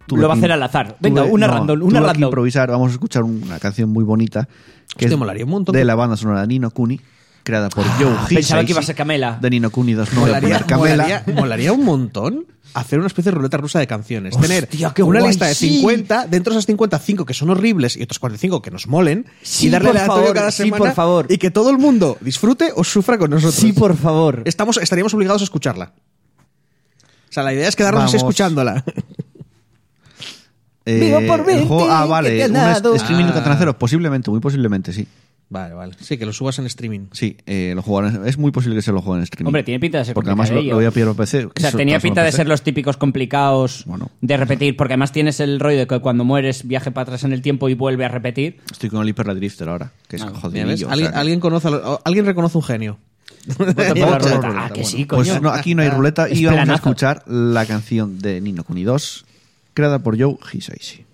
Speaker 1: tuve
Speaker 2: Lo va a
Speaker 1: que-
Speaker 2: hacer al azar. Venga,
Speaker 1: tuve-
Speaker 2: una
Speaker 1: no,
Speaker 2: random, una
Speaker 1: tuve que
Speaker 2: random.
Speaker 1: improvisar, vamos a escuchar una canción muy bonita. Que
Speaker 3: Hostia,
Speaker 1: es
Speaker 3: molaría un montón
Speaker 1: De
Speaker 3: que-
Speaker 1: la banda sonora de Nino Kuni. creada por Joe Hisaishi.
Speaker 2: Ah, pensaba que iba a ser Camela.
Speaker 1: De Nino Kuni 29
Speaker 3: Molaría,
Speaker 1: por Camela.
Speaker 3: molaría- molaría un montón hacer una especie de ruleta rusa de canciones. Tener
Speaker 2: Hostia, qué
Speaker 3: una
Speaker 2: guay,
Speaker 3: lista de
Speaker 2: sí.
Speaker 3: 50, dentro de esas 50, 5 que son horribles y otros 45 que nos molen,
Speaker 2: Sí,
Speaker 3: y darle
Speaker 2: por
Speaker 3: aleatorio
Speaker 2: favor,
Speaker 3: cada
Speaker 2: sí,
Speaker 3: semana
Speaker 2: por favor.
Speaker 3: y que todo el mundo disfrute o sufra con nosotros.
Speaker 2: Sí, por favor.
Speaker 3: Estamos, estaríamos obligados a escucharla. O sea, la idea es quedarnos así
Speaker 1: Vamos.
Speaker 3: escuchándola.
Speaker 1: Eh,
Speaker 2: Vivo por
Speaker 1: el
Speaker 2: verte,
Speaker 1: juego- Ah,
Speaker 2: que
Speaker 1: vale.
Speaker 2: te he
Speaker 1: Un
Speaker 2: dado.
Speaker 1: streaming
Speaker 3: Ah.
Speaker 1: contra cero. Posiblemente, muy posiblemente, sí.
Speaker 3: Vale, vale. Sí, que lo subas en streaming.
Speaker 1: Sí, eh, lo jugarán- es muy posible que se lo jueguen en streaming.
Speaker 2: Hombre, tiene pinta de ser
Speaker 1: Porque además lo,
Speaker 2: complicadillo.
Speaker 1: lo voy a pillar por PC.
Speaker 2: O sea, tenía pinta de ser los típicos complicados
Speaker 1: Bueno.
Speaker 2: de repetir, porque además tienes el rollo de que cuando mueres viaje para atrás en el tiempo y vuelve a repetir.
Speaker 1: Estoy con el Hyper Drifter ahora, que es
Speaker 3: Mira, ¿ves?
Speaker 1: jodidillo. o sea
Speaker 3: ¿Alguien,
Speaker 1: que-
Speaker 3: alguien conoce a lo- alguien reconoce un genio.
Speaker 2: Voto por la ruleta. Ah, que sí, coño. Ah,
Speaker 1: Pues no, aquí no hay ruleta y
Speaker 2: Es
Speaker 1: vamos a
Speaker 2: planazo.
Speaker 1: escuchar la canción de Nino Kuni 2, creada por Joe Hisaishi.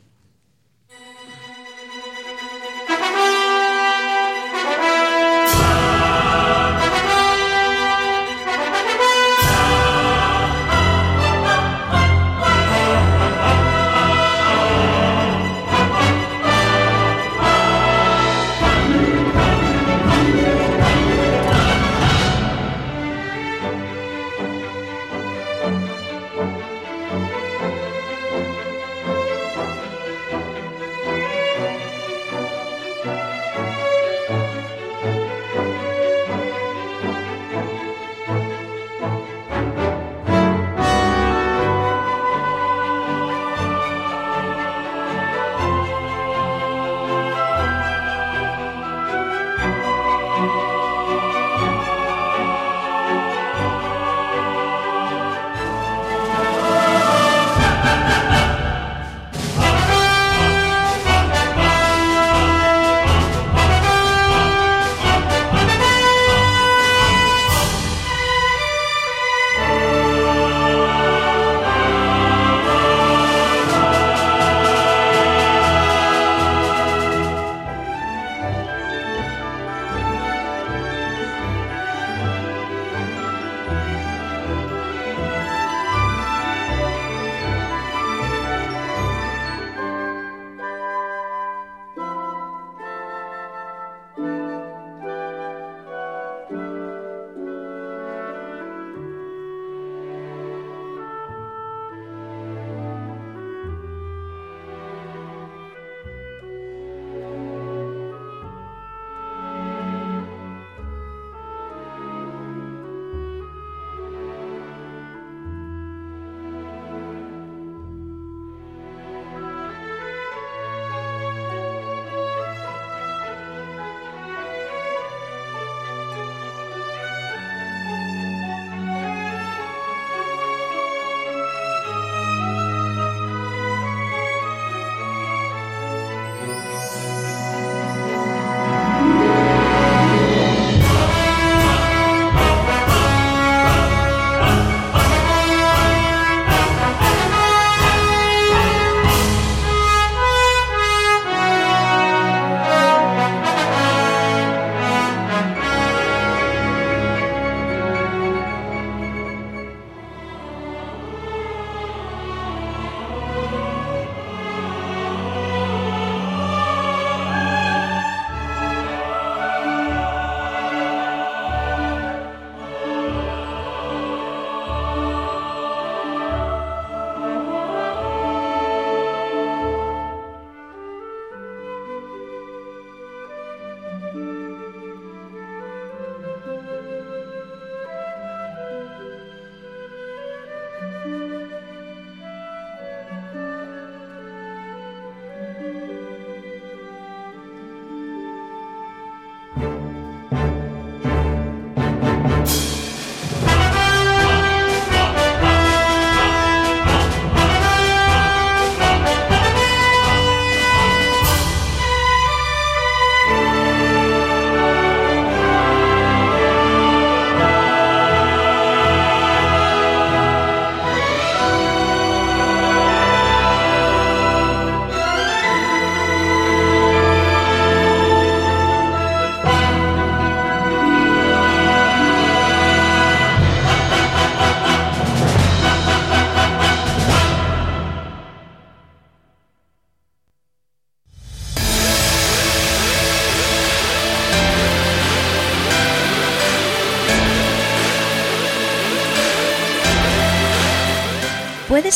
Speaker 4: Puedes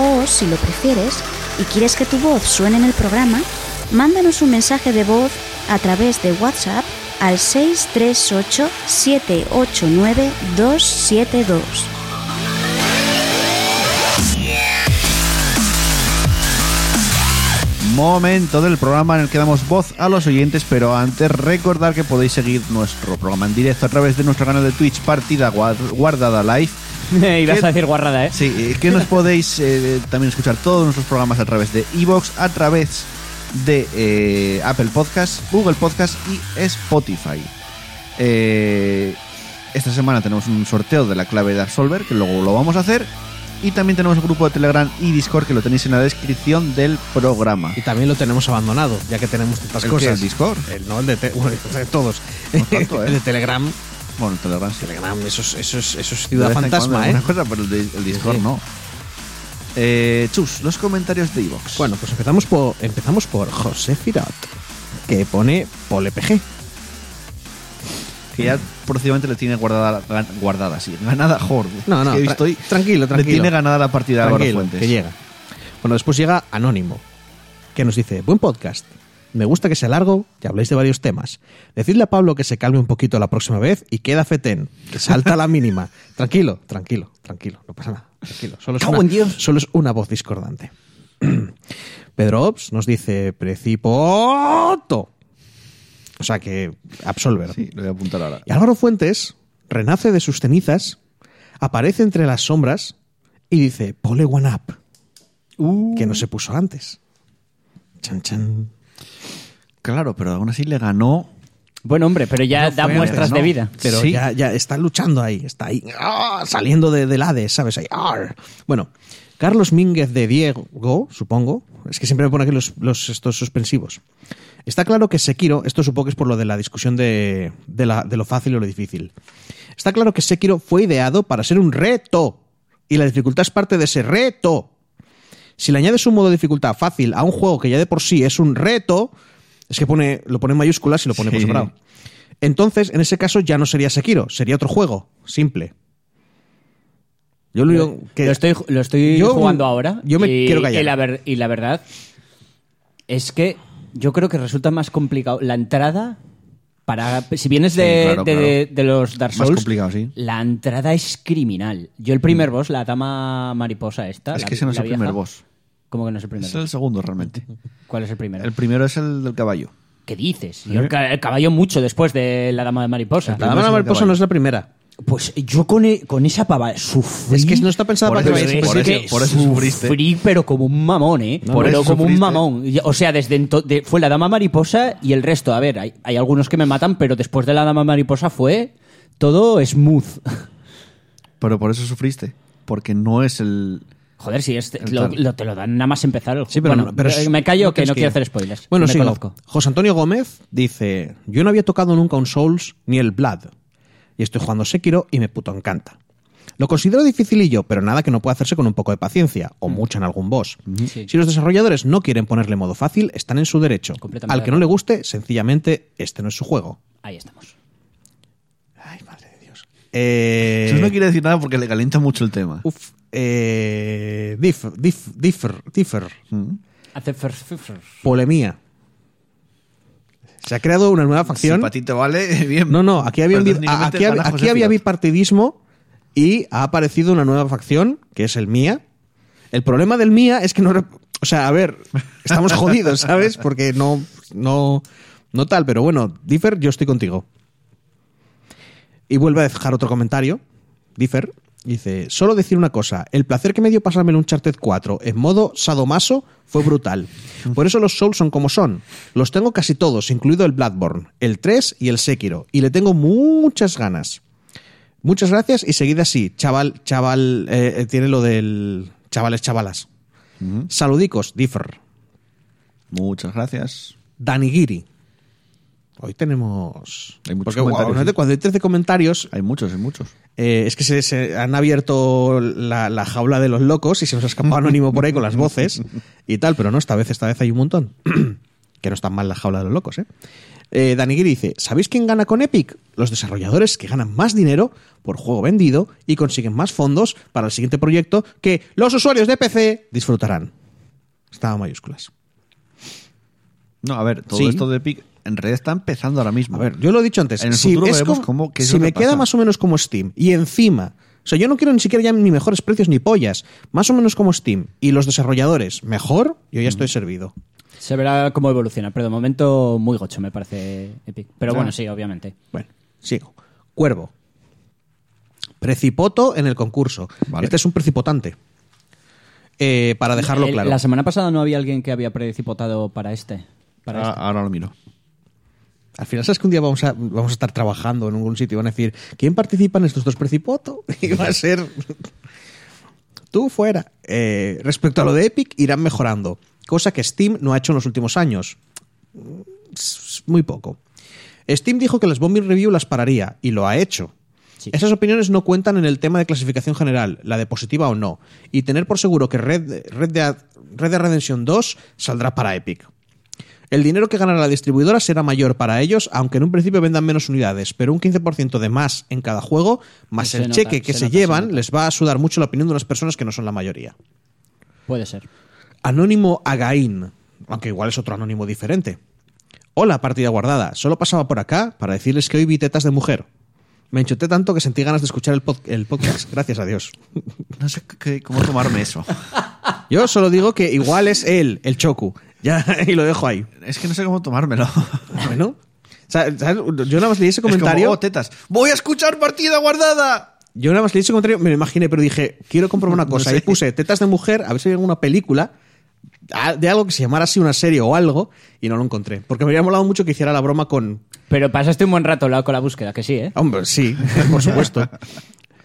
Speaker 4: o, si lo prefieres y quieres que tu voz suene en el programa, mándanos un mensaje de voz a través de WhatsApp al 638 789 272.
Speaker 1: Momento del programa en el que damos voz a los oyentes, pero antes recordar que podéis seguir nuestro programa en directo a través de nuestro canal de Twitch Partida Guad- Guardada Live.
Speaker 2: Ibas
Speaker 1: ¿Qué?
Speaker 2: a decir guarrada, ¿eh?
Speaker 1: Sí, eh, que nos podéis eh, también escuchar todos nuestros programas a través de Evox, a través de eh, Apple Podcast, Google Podcast y Spotify. Eh, esta semana tenemos un sorteo de la clave de Absolver, que luego lo vamos a hacer. Y también tenemos el grupo de Telegram y Discord, que lo tenéis en la descripción del programa.
Speaker 3: Y también lo tenemos abandonado, ya que tenemos tantas
Speaker 1: ¿El qué?
Speaker 3: cosas.
Speaker 1: ¿El Discord?
Speaker 3: El- no, el de, te- bueno, el de todos.
Speaker 1: No tanto, ¿eh?
Speaker 3: El de Telegram.
Speaker 1: Bueno, el Telegram sí.
Speaker 3: Telegram, eso es, eso es- eso es
Speaker 1: De
Speaker 3: ciudad
Speaker 1: vez en cuando
Speaker 3: fantasma, ¿eh?
Speaker 1: alguna cosa, pero el, di- el Discord
Speaker 3: Sí.
Speaker 1: no. Eh, chus, los comentarios de Evox.
Speaker 3: Bueno, pues empezamos por, empezamos por José Firot, que pone PolePG.
Speaker 1: que ya próximamente le tiene guardada, gan- guardada sí, ganada Horde.
Speaker 3: No, no,
Speaker 1: Es que he visto
Speaker 3: tra-
Speaker 1: hoy-
Speaker 3: tranquilo, tranquilo.
Speaker 1: Le tiene ganada la partida a Álvaro
Speaker 3: Tranquilo,
Speaker 1: Fuentes.
Speaker 3: que llega. Bueno, después llega Anónimo, que nos dice, buen podcast. Me gusta que sea largo y habléis de varios temas. Decidle a Pablo que se calme un poquito la próxima vez y queda fetén, que salta a la mínima. Tranquilo, tranquilo, tranquilo, no pasa nada. Tranquilo, solo es,
Speaker 2: Cago
Speaker 3: una,
Speaker 2: en Dios.
Speaker 3: solo es una voz discordante. Pedro Ops nos dice, Precipoto. O sea que, absolver.
Speaker 1: Sí, lo voy a apuntar ahora.
Speaker 3: Y Álvaro Fuentes renace de sus cenizas, aparece entre las sombras y dice, pole one up, que no se puso antes. Chan, chan.
Speaker 1: Claro, pero aún así le ganó.
Speaker 2: Bueno, hombre, pero ya
Speaker 1: No
Speaker 2: da
Speaker 1: fue,
Speaker 2: muestras
Speaker 1: no.
Speaker 2: de vida.
Speaker 3: Pero
Speaker 1: Sí.
Speaker 3: ya, ya está luchando ahí, está ahí, ¡ah! saliendo de, del Hades, ¿sabes? Ahí, ¡ar! Bueno, Carlos Mínguez de Diego, supongo, es que siempre me pone aquí los, los- estos suspensivos. Está claro que Sekiro, esto supongo que es por lo de la discusión de, de la- de lo fácil o lo difícil. Está claro que Sekiro fue ideado para ser un reto, y la dificultad es parte de ese reto. Si le añades un modo de dificultad fácil a un juego que ya de por sí es un reto, es que pone, lo pone en mayúsculas y lo pone por
Speaker 1: Sí.
Speaker 3: separado. Entonces, en ese caso ya no sería Sekiro, sería otro juego, simple. Yo lo digo que
Speaker 2: lo estoy, lo estoy
Speaker 3: Yo-
Speaker 2: jugando ahora.
Speaker 3: yo me
Speaker 2: y,
Speaker 3: quiero callar.
Speaker 2: Y la, ver- y la verdad es que yo creo que resulta más complicado la entrada para si vienes de,
Speaker 1: Sí, claro,
Speaker 2: de-
Speaker 1: claro.
Speaker 2: de- de los Dark
Speaker 1: Más
Speaker 2: Souls
Speaker 1: complicado, sí. Mm.
Speaker 2: la entrada es criminal yo el primer boss la dama mariposa esta
Speaker 1: Es
Speaker 2: la-
Speaker 1: que ese no es
Speaker 2: la
Speaker 1: el primer
Speaker 2: vieja-
Speaker 1: boss.
Speaker 2: ¿Cómo que no es el primer
Speaker 1: Es
Speaker 2: boss?
Speaker 1: el segundo realmente.
Speaker 2: ¿cuál es el primero?
Speaker 1: El primero es el del caballo.
Speaker 2: ¿qué dices? Yo el, ca- el caballo mucho después de la dama de mariposa
Speaker 3: La dama de
Speaker 1: es
Speaker 3: la
Speaker 1: el
Speaker 3: mariposa
Speaker 1: caballo.
Speaker 3: no es la primera.
Speaker 2: pues yo con, e- con esa pava sufrí
Speaker 3: Es que no está pensada
Speaker 1: Por
Speaker 3: para que
Speaker 1: eso-
Speaker 3: vayas a
Speaker 1: por
Speaker 3: pensar-
Speaker 1: eso- por eso sufriste.
Speaker 2: Sufrí, pero como un mamón, ¿eh?
Speaker 1: por
Speaker 2: pero
Speaker 1: eso
Speaker 2: como un
Speaker 1: sufriste.
Speaker 2: mamón. Y- O sea, desde ento- de- fue la dama mariposa y el resto. A ver, hay, hay algunos que me matan, pero después de la dama mariposa fue todo smooth.
Speaker 1: Pero por eso sufriste. Porque no es el.
Speaker 2: Joder, si es,
Speaker 1: El
Speaker 2: lo,
Speaker 1: tal.
Speaker 2: lo- te lo dan nada más empezar el juego.
Speaker 3: Sí, pero,
Speaker 2: Bueno,
Speaker 3: pero
Speaker 2: eh,
Speaker 3: es-
Speaker 2: me callo que
Speaker 3: tienes
Speaker 2: no quiero
Speaker 3: ir.
Speaker 2: hacer spoilers.
Speaker 3: Bueno,
Speaker 2: me
Speaker 3: sigo.
Speaker 2: conozco.
Speaker 3: José Antonio Gómez dice: Yo no había tocado nunca un Souls ni el Blood. Y estoy jugando Sekiro y me puto encanta. Lo considero dificilillo, pero nada que no pueda hacerse con un poco de paciencia, o mucha en algún boss.
Speaker 2: Mm. Sí.
Speaker 3: Si los desarrolladores no quieren ponerle modo fácil, están en su derecho.
Speaker 2: Completamente
Speaker 3: Al que
Speaker 2: de
Speaker 3: no le guste, sencillamente, este no es su juego.
Speaker 2: Ahí estamos.
Speaker 3: Ay, madre de Dios. Eh,
Speaker 1: Chus no quiere decir nada porque le calienta mucho el tema.
Speaker 3: Uf. Eh, dif, dif, differ, differ.
Speaker 1: Mm.
Speaker 2: Hace fer- fer- fer.
Speaker 3: Polemía. Se ha creado una nueva
Speaker 1: Si
Speaker 3: facción.
Speaker 1: para ti te vale, bien.
Speaker 3: No, no, aquí había, un
Speaker 1: Pero
Speaker 3: bi-
Speaker 1: técnicamente
Speaker 3: aquí había-
Speaker 1: gana José
Speaker 3: aquí había
Speaker 1: Piroz.
Speaker 3: bipartidismo y ha aparecido una nueva facción, que es el MIA. El problema del MIA es que no... rep- O sea, a ver, estamos jodidos, ¿sabes? Porque no, no, no tal, pero bueno, Differ, yo estoy contigo. Y vuelve a dejar otro comentario, Differ. Dice, solo decir una cosa, el placer que me dio pasarme el Uncharted 4 en modo sadomaso fue brutal. Por eso los Souls son como son. Los tengo casi todos, incluido el Bloodborne, el 3 y el Sekiro, y le tengo muchas ganas. Muchas gracias y seguid así, chaval, chaval, eh, eh, tiene lo del Chavales, chavalas. Saludicos, Differ.
Speaker 1: Muchas gracias.
Speaker 3: Danigiri. Hoy tenemos.
Speaker 1: Hay muchos comentarios,
Speaker 3: Porque,
Speaker 1: ¿eh?
Speaker 3: guau, normalmente
Speaker 1: sí.
Speaker 3: cuando hay 13 comentarios,
Speaker 1: Hay muchos, hay muchos.
Speaker 3: eh, es que se, se han abierto la, la jaula de los locos y se nos ha escapado anónimo por ahí con las voces y tal, pero no, esta vez, esta vez hay un montón. que no están mal la jaula de los locos, ¿eh? Eh, Danigiri dice: ¿Sabéis quién gana con Epic? Los desarrolladores que ganan más dinero por juego vendido y consiguen más fondos para el siguiente proyecto que los usuarios de PC disfrutarán. Estaba en mayúsculas.
Speaker 1: No, a ver, todo
Speaker 3: Sí.
Speaker 1: esto de Epic en realidad está empezando ahora mismo.
Speaker 3: A ver, yo lo he dicho antes.
Speaker 1: En el
Speaker 3: si
Speaker 1: futuro
Speaker 3: es
Speaker 1: veremos
Speaker 3: como-
Speaker 1: cómo- qué es
Speaker 3: si
Speaker 1: lo
Speaker 3: me
Speaker 1: que
Speaker 3: queda
Speaker 1: pasa.
Speaker 3: más o menos como Steam y encima, o sea, yo no quiero ni siquiera ya ni mejores precios ni pollas, más o menos como Steam y los desarrolladores mejor, yo
Speaker 1: Mm.
Speaker 3: ya estoy servido.
Speaker 2: Se verá cómo evoluciona, pero de momento muy gocho me parece Epic. Pero
Speaker 3: Ah.
Speaker 2: bueno, sí, obviamente.
Speaker 3: Bueno, sigo. Cuervo. Precipoto en el concurso.
Speaker 1: Vale.
Speaker 3: Este es un precipotante. Eh, para dejarlo
Speaker 2: El-
Speaker 3: claro.
Speaker 2: La semana pasada no había alguien que había precipitado para este. Para
Speaker 1: Ah, ahora lo miro.
Speaker 3: Al final, ¿sabes que un día vamos a, vamos a estar trabajando en algún sitio y van a decir, ¿quién participa en estos dos precipoto? Y va a ser. Tú fuera. Eh, respecto a lo de Epic, irán mejorando, cosa que Steam no ha hecho en los últimos años. Es Muy poco. Steam dijo que las Bombing Review las pararía, y lo ha hecho.
Speaker 2: Sí.
Speaker 3: Esas opiniones no cuentan en el tema de clasificación general, la de positiva o no, y tener por seguro que Red, Red, Dead- Red Dead Redemption 2 saldrá para Epic. El dinero que ganará la distribuidora será mayor para ellos, aunque en un principio vendan menos unidades, pero un 15% de más en cada juego, más
Speaker 2: Se
Speaker 3: el
Speaker 2: nota,
Speaker 3: cheque que
Speaker 2: se
Speaker 3: se,
Speaker 2: nota, se
Speaker 3: llevan,
Speaker 2: nota.
Speaker 3: les va a sudar mucho la opinión de unas personas que no son la mayoría.
Speaker 2: este. Puede ser.
Speaker 3: Anónimo Again, aunque igual es otro anónimo diferente. Hola, partida guardada. Solo pasaba por acá para decirles que hoy vi tetas de mujer. Me enchuté tanto que sentí ganas de escuchar el, pod- el podcast. Gracias a Dios.
Speaker 1: No sé qué- cómo tomarme eso.
Speaker 3: Yo solo digo que igual es él, el Choku. Ya, y lo dejo ahí.
Speaker 1: Es que no sé cómo tomármelo.
Speaker 3: Bueno. O sea, ¿sabes? Yo nada más leí ese
Speaker 1: Es
Speaker 3: comentario.
Speaker 1: como, oh, tetas. ¡Voy a escuchar partida guardada!
Speaker 3: Yo nada más leí ese comentario, me lo imaginé, pero dije, quiero comprobar una cosa. Y puse tetas de mujer, a ver si había alguna película a- de algo que se llamara así, una serie o algo, y no lo encontré. Porque me habría molado mucho que hiciera la broma con.
Speaker 2: Pero pasaste un buen rato la- con la búsqueda, que sí, ¿eh?
Speaker 3: Hombre, sí, por supuesto.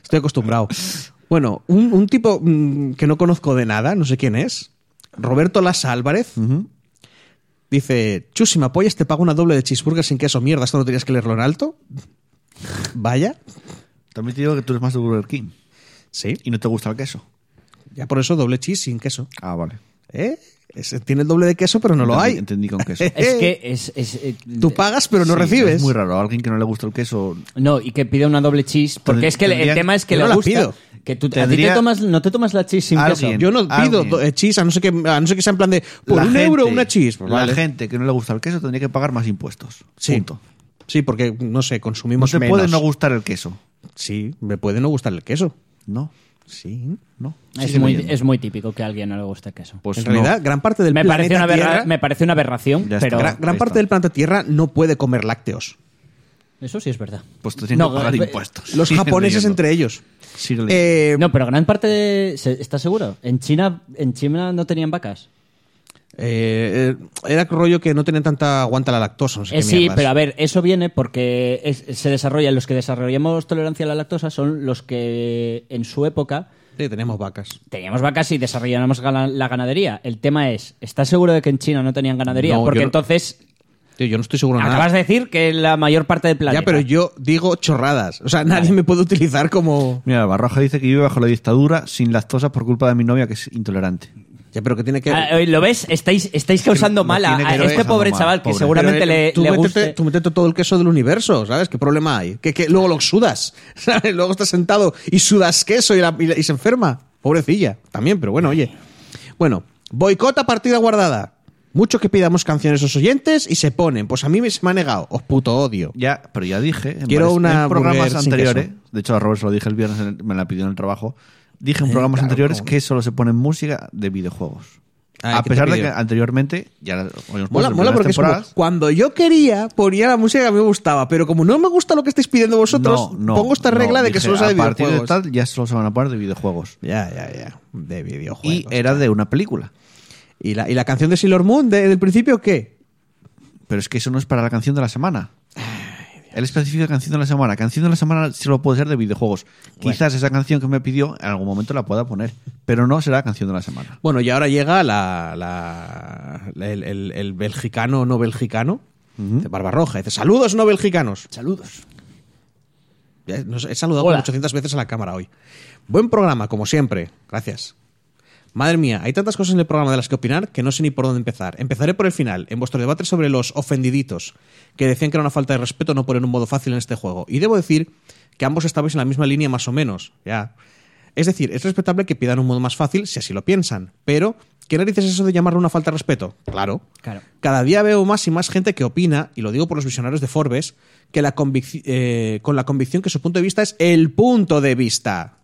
Speaker 3: Estoy acostumbrado. Bueno, un, un tipo mm, que no conozco de nada, no sé quién es, Roberto Las Álvarez. Dice, Chus, si me apoyas te pago una doble de cheeseburger sin queso. Mierda, esto no tenías que leerlo en alto. Vaya.
Speaker 1: También te digo que tú eres más de Burger King
Speaker 3: Sí.
Speaker 1: y no te gusta el queso.
Speaker 3: Ya por eso doble cheese sin queso.
Speaker 1: Ah, vale.
Speaker 3: ¿Eh? Es- tiene el doble de queso, pero no lo
Speaker 1: Entendí-
Speaker 3: hay.
Speaker 1: Entendí con queso.
Speaker 3: Eh,
Speaker 2: Es que es... es, eh,
Speaker 3: Tú pagas, pero no
Speaker 1: Sí,
Speaker 3: recibes.
Speaker 1: Es muy raro. Alguien que no le gusta el queso.
Speaker 2: No, y que pide una doble cheese, porque
Speaker 1: Tendría-
Speaker 2: es que el- el
Speaker 1: tendría-
Speaker 2: tema es que
Speaker 3: yo
Speaker 2: le
Speaker 3: no la
Speaker 2: gusta.
Speaker 3: pido.
Speaker 2: Que tú, a ti te
Speaker 1: Tendría-
Speaker 2: tomas, no te tomas la cheese sin
Speaker 1: Alguien.
Speaker 2: queso.
Speaker 3: Yo no pido
Speaker 1: Alguien.
Speaker 3: do- eh, cheese, a no, ser que, a no ser que sea en plan de por
Speaker 1: La
Speaker 3: un
Speaker 1: gente-
Speaker 3: euro una cheese. Pues vale.
Speaker 1: La gente que no le gusta el queso tendría que pagar más impuestos.
Speaker 3: Sí.
Speaker 1: Punto.
Speaker 3: Sí, porque, no sé,
Speaker 1: No
Speaker 3: consumimos
Speaker 1: te
Speaker 3: menos.
Speaker 1: puede no gustar el queso.
Speaker 3: Sí, me puede no gustar el queso.
Speaker 1: No,
Speaker 3: Sí.
Speaker 1: no.
Speaker 2: Es
Speaker 1: Sigue
Speaker 2: muy,
Speaker 1: leyendo.
Speaker 2: es muy típico que a alguien no le guste el queso.
Speaker 1: Pues
Speaker 3: en
Speaker 1: no.
Speaker 3: realidad, gran parte del
Speaker 2: me, parece
Speaker 3: planeta
Speaker 2: una aberra-
Speaker 3: Tierra...
Speaker 2: me parece una aberración,
Speaker 1: Ya está.
Speaker 2: pero...
Speaker 3: Gran, gran
Speaker 1: Ahí
Speaker 3: parte
Speaker 1: está.
Speaker 3: del planeta Tierra no puede comer lácteos.
Speaker 2: Eso sí es verdad.
Speaker 1: Pues tendrían que pagar
Speaker 2: eh,
Speaker 1: impuestos.
Speaker 3: Los
Speaker 1: Sigue
Speaker 3: japoneses
Speaker 1: leyendo.
Speaker 3: entre ellos.
Speaker 1: Sigue leyendo.
Speaker 3: Eh,
Speaker 2: No, pero gran parte de... ¿se- ¿Estás seguro? En China, en China no tenían vacas.
Speaker 3: eh, eh, era rollo que no tenían tanta aguanta la lactosa. No sé
Speaker 2: Eh,
Speaker 3: Pues qué
Speaker 2: sí,
Speaker 3: mierdas.
Speaker 2: pero a ver, eso viene porque es- se desarrolla, los que desarrollamos tolerancia a la lactosa son los que en su época
Speaker 3: Sí, tenemos vacas.
Speaker 2: teníamos vacas y desarrollamos gana- la ganadería. El tema es, ¿estás seguro de que en China no tenían ganadería?
Speaker 3: No, yo
Speaker 2: porque
Speaker 3: no-
Speaker 2: entonces
Speaker 3: Tío, yo no estoy seguro de nada.
Speaker 2: acabas de decir que la mayor parte del planeta.
Speaker 3: Ya, pero yo digo chorradas. O sea, nadie me puede utilizar como.
Speaker 1: Mira, Barroja dice que vive bajo la dictadura sin lactosa por culpa de mi novia que es intolerante.
Speaker 3: Ya, pero que tiene que.
Speaker 2: Ah, eh, ¿Lo ves? Estáis, estáis causando
Speaker 1: Lo
Speaker 2: mal a,
Speaker 1: tiene
Speaker 2: a
Speaker 1: que-
Speaker 2: este
Speaker 1: causando
Speaker 2: pobre
Speaker 1: mal,
Speaker 2: chaval que
Speaker 1: pobre.
Speaker 2: seguramente
Speaker 3: Pero, eh,
Speaker 2: le,
Speaker 3: tú
Speaker 2: le
Speaker 3: métete-
Speaker 2: guste.
Speaker 3: Tú métete todo el queso del universo, ¿sabes? ¿Qué problema hay? Que, que luego lo sudas. ¿sabes? Luego estás sentado y sudas queso y, la- y la- y se enferma. Pobrecilla. También, pero bueno, oye. Bueno, boicota partida guardada. Mucho que pidamos canciones a los oyentes y se ponen. Pues a mí me- se me ha negado. Os puto odio.
Speaker 1: Ya, pero ya dije en,
Speaker 3: Quiero
Speaker 1: varios-
Speaker 3: una
Speaker 1: en programas
Speaker 3: burger sin
Speaker 1: anteriores,
Speaker 3: queso.
Speaker 1: de hecho a Robert se lo dije el viernes, en el- me la pidió en el trabajo, dije en programas
Speaker 3: Eh, claro,
Speaker 1: anteriores
Speaker 3: cómo no.
Speaker 1: que solo se pone música de videojuegos.
Speaker 3: Ah,
Speaker 1: a
Speaker 3: ¿qué te
Speaker 1: pesar de que
Speaker 3: pidió?
Speaker 1: anteriormente, ya la- oímos
Speaker 3: Mola,
Speaker 1: en
Speaker 3: mola
Speaker 1: primeras
Speaker 3: porque es como,
Speaker 1: temporadas,
Speaker 3: cuando yo quería ponía la música que a mí me gustaba, pero como no me gusta lo que estáis pidiendo vosotros,
Speaker 1: no, no,
Speaker 3: pongo esta
Speaker 1: no,
Speaker 3: regla de que
Speaker 1: dije,
Speaker 3: solo sea de
Speaker 1: A partir de
Speaker 3: videojuegos.
Speaker 1: tal, ya solo se van a poner de videojuegos.
Speaker 3: Ya, ya, ya. De videojuegos.
Speaker 1: Y era de una película.
Speaker 3: ¿Y la, y la canción de Sailor Moon de- del principio qué?
Speaker 1: Pero es que eso no es para la canción de la semana. Él especifica canción de la semana. Canción de la semana solo puede ser de videojuegos. Quizás esa canción que me pidió en algún momento la pueda poner, pero no será canción de la semana.
Speaker 3: Bueno, y ahora llega la, la- la- el, el- el belgicano no belgicano de Barbarroja. Dice, saludos no belgicanos.
Speaker 2: Saludos.
Speaker 3: Ya nos- he saludado
Speaker 2: Hola.
Speaker 3: como 800 veces a la cámara hoy. Buen programa, como siempre. Gracias. Madre mía, hay tantas cosas en el programa de las que opinar que no sé ni por dónde empezar. Empezaré por el final, en vuestro debate sobre los ofendiditos, que decían que era una falta de respeto no poner un modo fácil en este juego. Y debo decir que ambos estabais en la misma línea más o menos, ya. Es decir, es respetable que pidan un modo más fácil si así lo piensan, pero ¿qué narices es eso de llamarlo una falta de respeto? Claro.
Speaker 2: Claro.
Speaker 3: Cada día veo más y más gente que opina, y lo digo por los visionarios de Forbes, que la convic- eh, con la convicción que su punto de vista es el punto de vista.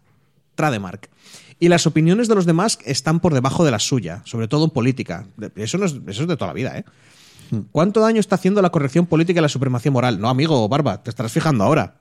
Speaker 3: Trademark. Y las opiniones de los demás están por debajo de la suya, sobre todo en política. De- Eso, no es, eso es de toda la vida, ¿eh?
Speaker 1: Hmm.
Speaker 3: ¿Cuánto daño está haciendo la corrección política y la supremacía moral? No, amigo, Barba, te estarás fijando ahora.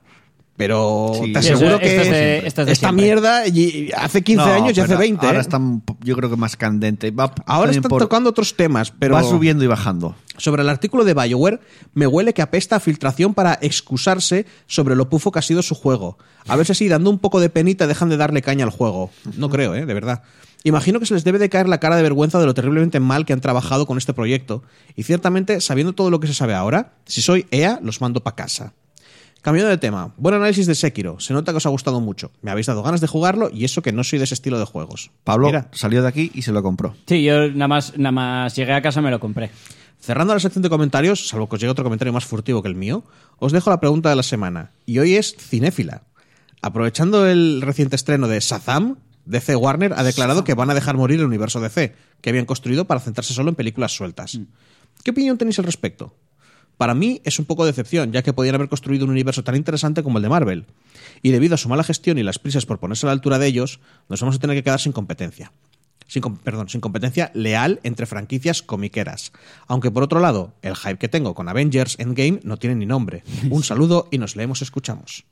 Speaker 3: Pero
Speaker 1: Sí,
Speaker 3: te
Speaker 1: eso-
Speaker 3: aseguro
Speaker 2: esto
Speaker 3: que
Speaker 2: es de- esto es de
Speaker 3: esta
Speaker 2: siempre.
Speaker 3: mierda y- y hace 15
Speaker 1: No,
Speaker 3: años y hace
Speaker 1: pero
Speaker 3: 20.
Speaker 1: Ahora
Speaker 3: ¿eh?
Speaker 1: están, yo creo que más candente. Va
Speaker 3: Ahora
Speaker 1: también
Speaker 3: están
Speaker 1: por-
Speaker 3: tocando otros temas, pero
Speaker 1: Va subiendo y bajando.
Speaker 3: Sobre el artículo de BioWare, me huele que apesta a filtración para excusarse sobre lo pufo que ha sido su juego. A ver si así, dando un poco de penita, dejan de darle caña al juego. No creo, ¿eh? De verdad. Imagino que se les debe de caer la cara de vergüenza de lo terriblemente mal que han trabajado con este proyecto. Y ciertamente, sabiendo todo lo que se sabe ahora, si soy EA, los mando pa' casa. Cambiando de tema, buen análisis de Sekiro. Se nota que os ha gustado mucho. Me habéis dado ganas de jugarlo y eso que no soy de ese estilo de juegos.
Speaker 1: Pablo
Speaker 3: Mira.
Speaker 1: salió de aquí y se lo compró.
Speaker 2: Sí, yo nada más, nada más llegué a casa me lo compré.
Speaker 3: Cerrando la sección de comentarios, salvo que os llegue otro comentario más furtivo que el mío, os dejo la pregunta de la semana. Y hoy es cinéfila. Aprovechando el reciente estreno de Shazam, DC Warner ha declarado que van a dejar morir el universo DC, que habían construido para centrarse solo en películas sueltas. ¿Qué opinión tenéis al respecto? Para mí es un poco de decepción, ya que podían haber construido un universo tan interesante como el de Marvel. Y debido a su mala gestión y las prisas por ponerse a la altura de ellos, nos vamos a tener que quedar sin competencia. Sin, com- perdón, sin competencia leal entre franquicias comiqueras. Aunque por otro lado, el hype que tengo con Avengers Endgame no tiene ni nombre. Un saludo y nos leemos, escuchamos.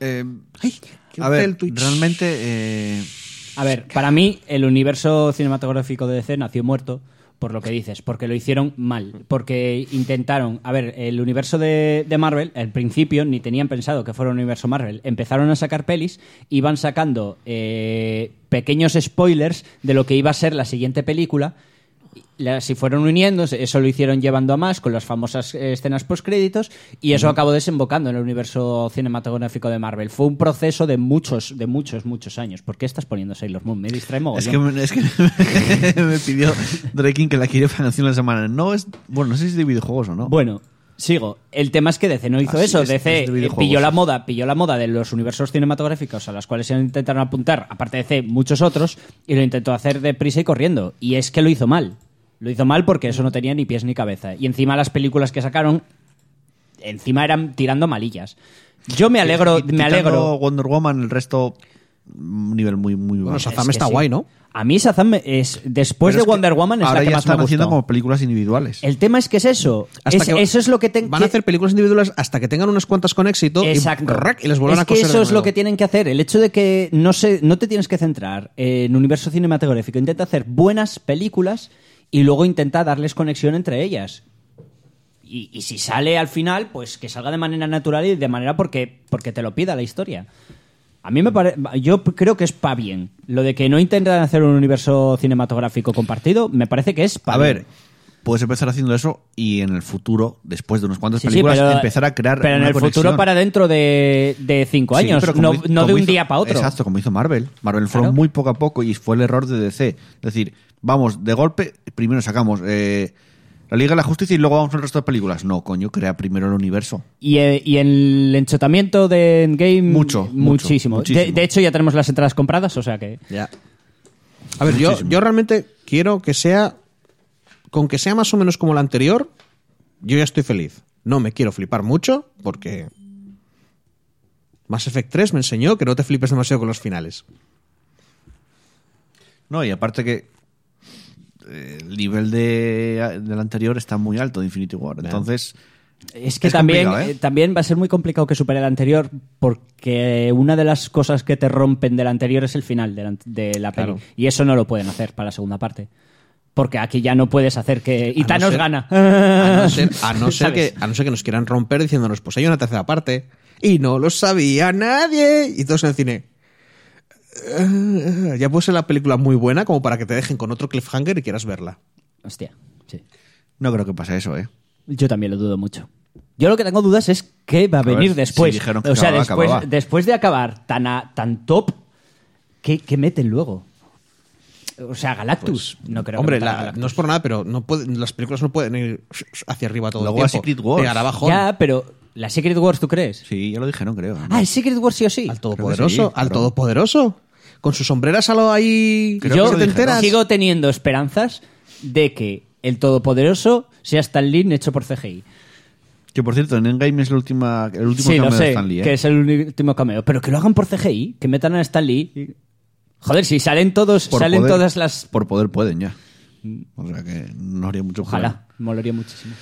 Speaker 3: Ay, qué
Speaker 1: a ver,
Speaker 3: hotel Twitch.
Speaker 1: realmente eh,
Speaker 2: A ver, para mí el universo cinematográfico de DC nació muerto por lo que dices, porque lo hicieron mal, porque intentaron, a ver, el universo de, de Marvel, al principio ni tenían pensado que fuera un universo Marvel, empezaron a sacar pelis, iban sacando eh, pequeños spoilers de lo que iba a ser la siguiente película, la- si fueron uniendo, eso lo hicieron llevando a más con las famosas eh, escenas postcréditos y eso acabó desembocando en el universo cinematográfico de Marvel. Fue un proceso de muchos, de muchos, muchos años. ¿Por qué estás poniendo Sailor Moon? Me distrae
Speaker 1: es
Speaker 3: Oh,
Speaker 2: mogollón.
Speaker 1: que, me, es que me pidió Draking que la quiere para canción de la semana. No es, bueno, no sé si es de videojuegos o no.
Speaker 2: Bueno, sigo. El tema es que DC no hizo
Speaker 1: Oh. Así
Speaker 2: eso.
Speaker 1: es,
Speaker 2: DC
Speaker 1: es de
Speaker 2: eh,
Speaker 1: videojuegos.
Speaker 2: pilló la moda, pilló la moda de los universos cinematográficos a los cuales se intentaron apuntar, aparte de DC, muchos otros, y lo intentó hacer deprisa y corriendo. Y es que lo hizo mal. Lo hizo mal porque eso no tenía ni pies ni cabeza. Y encima las películas que sacaron, encima eran tirando malillas. Yo me alegro,
Speaker 1: Quit-
Speaker 2: me
Speaker 1: quitando
Speaker 2: alegro.
Speaker 1: Wonder Woman, el resto un nivel muy muy bajo.
Speaker 3: Bueno, Shazam
Speaker 2: Es que
Speaker 3: está
Speaker 2: sí.
Speaker 3: guay, ¿no?
Speaker 2: A mí Shazam es después
Speaker 1: Pero es
Speaker 2: de
Speaker 1: que
Speaker 2: Wonder Woman es
Speaker 1: ahora
Speaker 2: la que
Speaker 1: ya
Speaker 2: más me
Speaker 1: están haciendo
Speaker 2: gustó.
Speaker 1: como películas individuales.
Speaker 2: El tema es que es eso.
Speaker 3: Hasta
Speaker 2: Es-
Speaker 3: que-
Speaker 2: eso es lo que te-
Speaker 3: van a
Speaker 2: que-
Speaker 3: hacer películas individuales hasta que tengan unas cuantas con éxito y-
Speaker 2: Exacto.
Speaker 3: rac, y, les vuelvan
Speaker 2: es
Speaker 3: a
Speaker 2: que
Speaker 3: coser de
Speaker 2: eso es
Speaker 3: nuevo.
Speaker 2: lo que tienen que hacer. El hecho de que no, se, no te tienes que centrar en universo cinematográfico. Intenta hacer buenas películas y luego intenta darles conexión entre ellas. Y, y si sale al final, pues que salga de manera natural y de manera porque, porque te lo pida la historia. A mí me parece. Yo p- creo que es pa' bien. Lo de que no intentan hacer un universo cinematográfico compartido, me parece que es pa'
Speaker 1: a
Speaker 2: bien.
Speaker 1: ver, puedes empezar haciendo eso y en el futuro, después de unas cuantas
Speaker 2: Sí, sí,
Speaker 1: películas,
Speaker 2: pero-
Speaker 1: empezar a crear.
Speaker 2: Pero en
Speaker 1: una
Speaker 2: el futuro
Speaker 1: conexión.
Speaker 2: para dentro de, de cinco
Speaker 1: Sí,
Speaker 2: años,
Speaker 1: pero como
Speaker 2: no,
Speaker 1: hi-
Speaker 2: no
Speaker 1: como
Speaker 2: de un
Speaker 1: hizo-
Speaker 2: día para otro.
Speaker 1: Exacto, como hizo Marvel. Marvel fueron
Speaker 2: Claro.
Speaker 1: muy poco a poco y fue el error de DC. Es decir, vamos, de golpe, primero sacamos eh, la Liga de la Justicia y luego vamos al resto de películas. No, coño, crea primero el universo.
Speaker 2: Y, eh, y el enchotamiento de Endgame.
Speaker 1: Mucho, mucho,
Speaker 2: Muchísimo.
Speaker 1: muchísimo.
Speaker 2: De, de hecho, ya tenemos las entradas compradas, o sea que.
Speaker 3: Ya. A ver, yo, yo realmente quiero que sea. Con que sea más o menos como la anterior, yo ya estoy feliz. No me quiero flipar mucho porque. Mass Effect 3 me enseñó que no te flipes demasiado con los finales.
Speaker 1: No, y aparte que eh, el nivel de, del anterior está muy alto de Infinity War. Entonces,
Speaker 2: Es que
Speaker 1: Es
Speaker 2: también,
Speaker 1: complicado, ¿eh?
Speaker 2: eh, también va a ser muy complicado que supere el anterior, porque una de las cosas que te rompen del anterior es el final de la, de la peli.
Speaker 3: Claro.
Speaker 2: Y eso no lo pueden hacer para la segunda parte. Porque aquí ya no puedes hacer que. Y
Speaker 3: no
Speaker 2: Thanos
Speaker 3: ser-
Speaker 2: gana.
Speaker 3: A no ser, a no ser
Speaker 2: ¿Sabes?
Speaker 3: que, a no ser que nos quieran romper diciéndonos, pues hay una tercera parte. Y no lo sabía nadie. Y todos en el cine. "Ah, Ya puede ser la película muy buena como para que te dejen con otro cliffhanger y quieras verla.
Speaker 2: Hostia, sí.
Speaker 1: No creo que pase eso, ¿eh?
Speaker 2: Yo también lo dudo mucho. Yo lo que tengo dudas es qué va a
Speaker 1: ver,
Speaker 2: venir
Speaker 1: si
Speaker 2: después.
Speaker 1: dijeron que
Speaker 2: o sea,
Speaker 1: acababa,
Speaker 2: después,
Speaker 1: acababa.
Speaker 2: después de acabar tan, a- tan top, ¿qué, qué meten luego? O sea,
Speaker 1: Pues,
Speaker 2: Galactus. no creo
Speaker 3: Pues, Hombre,
Speaker 2: que metan
Speaker 3: la-
Speaker 2: a Galactus.
Speaker 3: no es por nada, pero no puede- las películas no pueden ir hacia arriba todo
Speaker 1: Luego a
Speaker 3: el tiempo.
Speaker 1: Secret Wars.
Speaker 3: Pegar abajo.
Speaker 2: Ya, pero. ¿La Secret Wars tú crees?
Speaker 1: Sí, ya lo dijeron, creo. ¿no?
Speaker 2: Ah, ¿el Secret Wars sí o sí?
Speaker 3: Al
Speaker 1: Creo que sí,
Speaker 3: todopoderoso. al
Speaker 1: pero-
Speaker 3: todopoderoso. Con sus sombreras a lo ahí.
Speaker 1: Creo
Speaker 2: Yo
Speaker 1: que lo dijeron.
Speaker 2: sigo teniendo esperanzas de que el Todopoderoso sea Stan Lee hecho por CGI.
Speaker 1: Que por cierto, en Endgame es la última, el último
Speaker 2: Sí,
Speaker 1: cameo
Speaker 2: lo
Speaker 1: de
Speaker 2: sé,
Speaker 1: Stan Lee, ¿eh?
Speaker 2: que es el último cameo. Pero que lo hagan por CGI, que metan a Stan Lee. Joder, si salen todos,
Speaker 1: Por
Speaker 2: salen
Speaker 1: poder-
Speaker 2: todas las...
Speaker 1: Por poder pueden ya. O sea que no haría mucho problema.
Speaker 2: Ojalá, molaría muchísimo.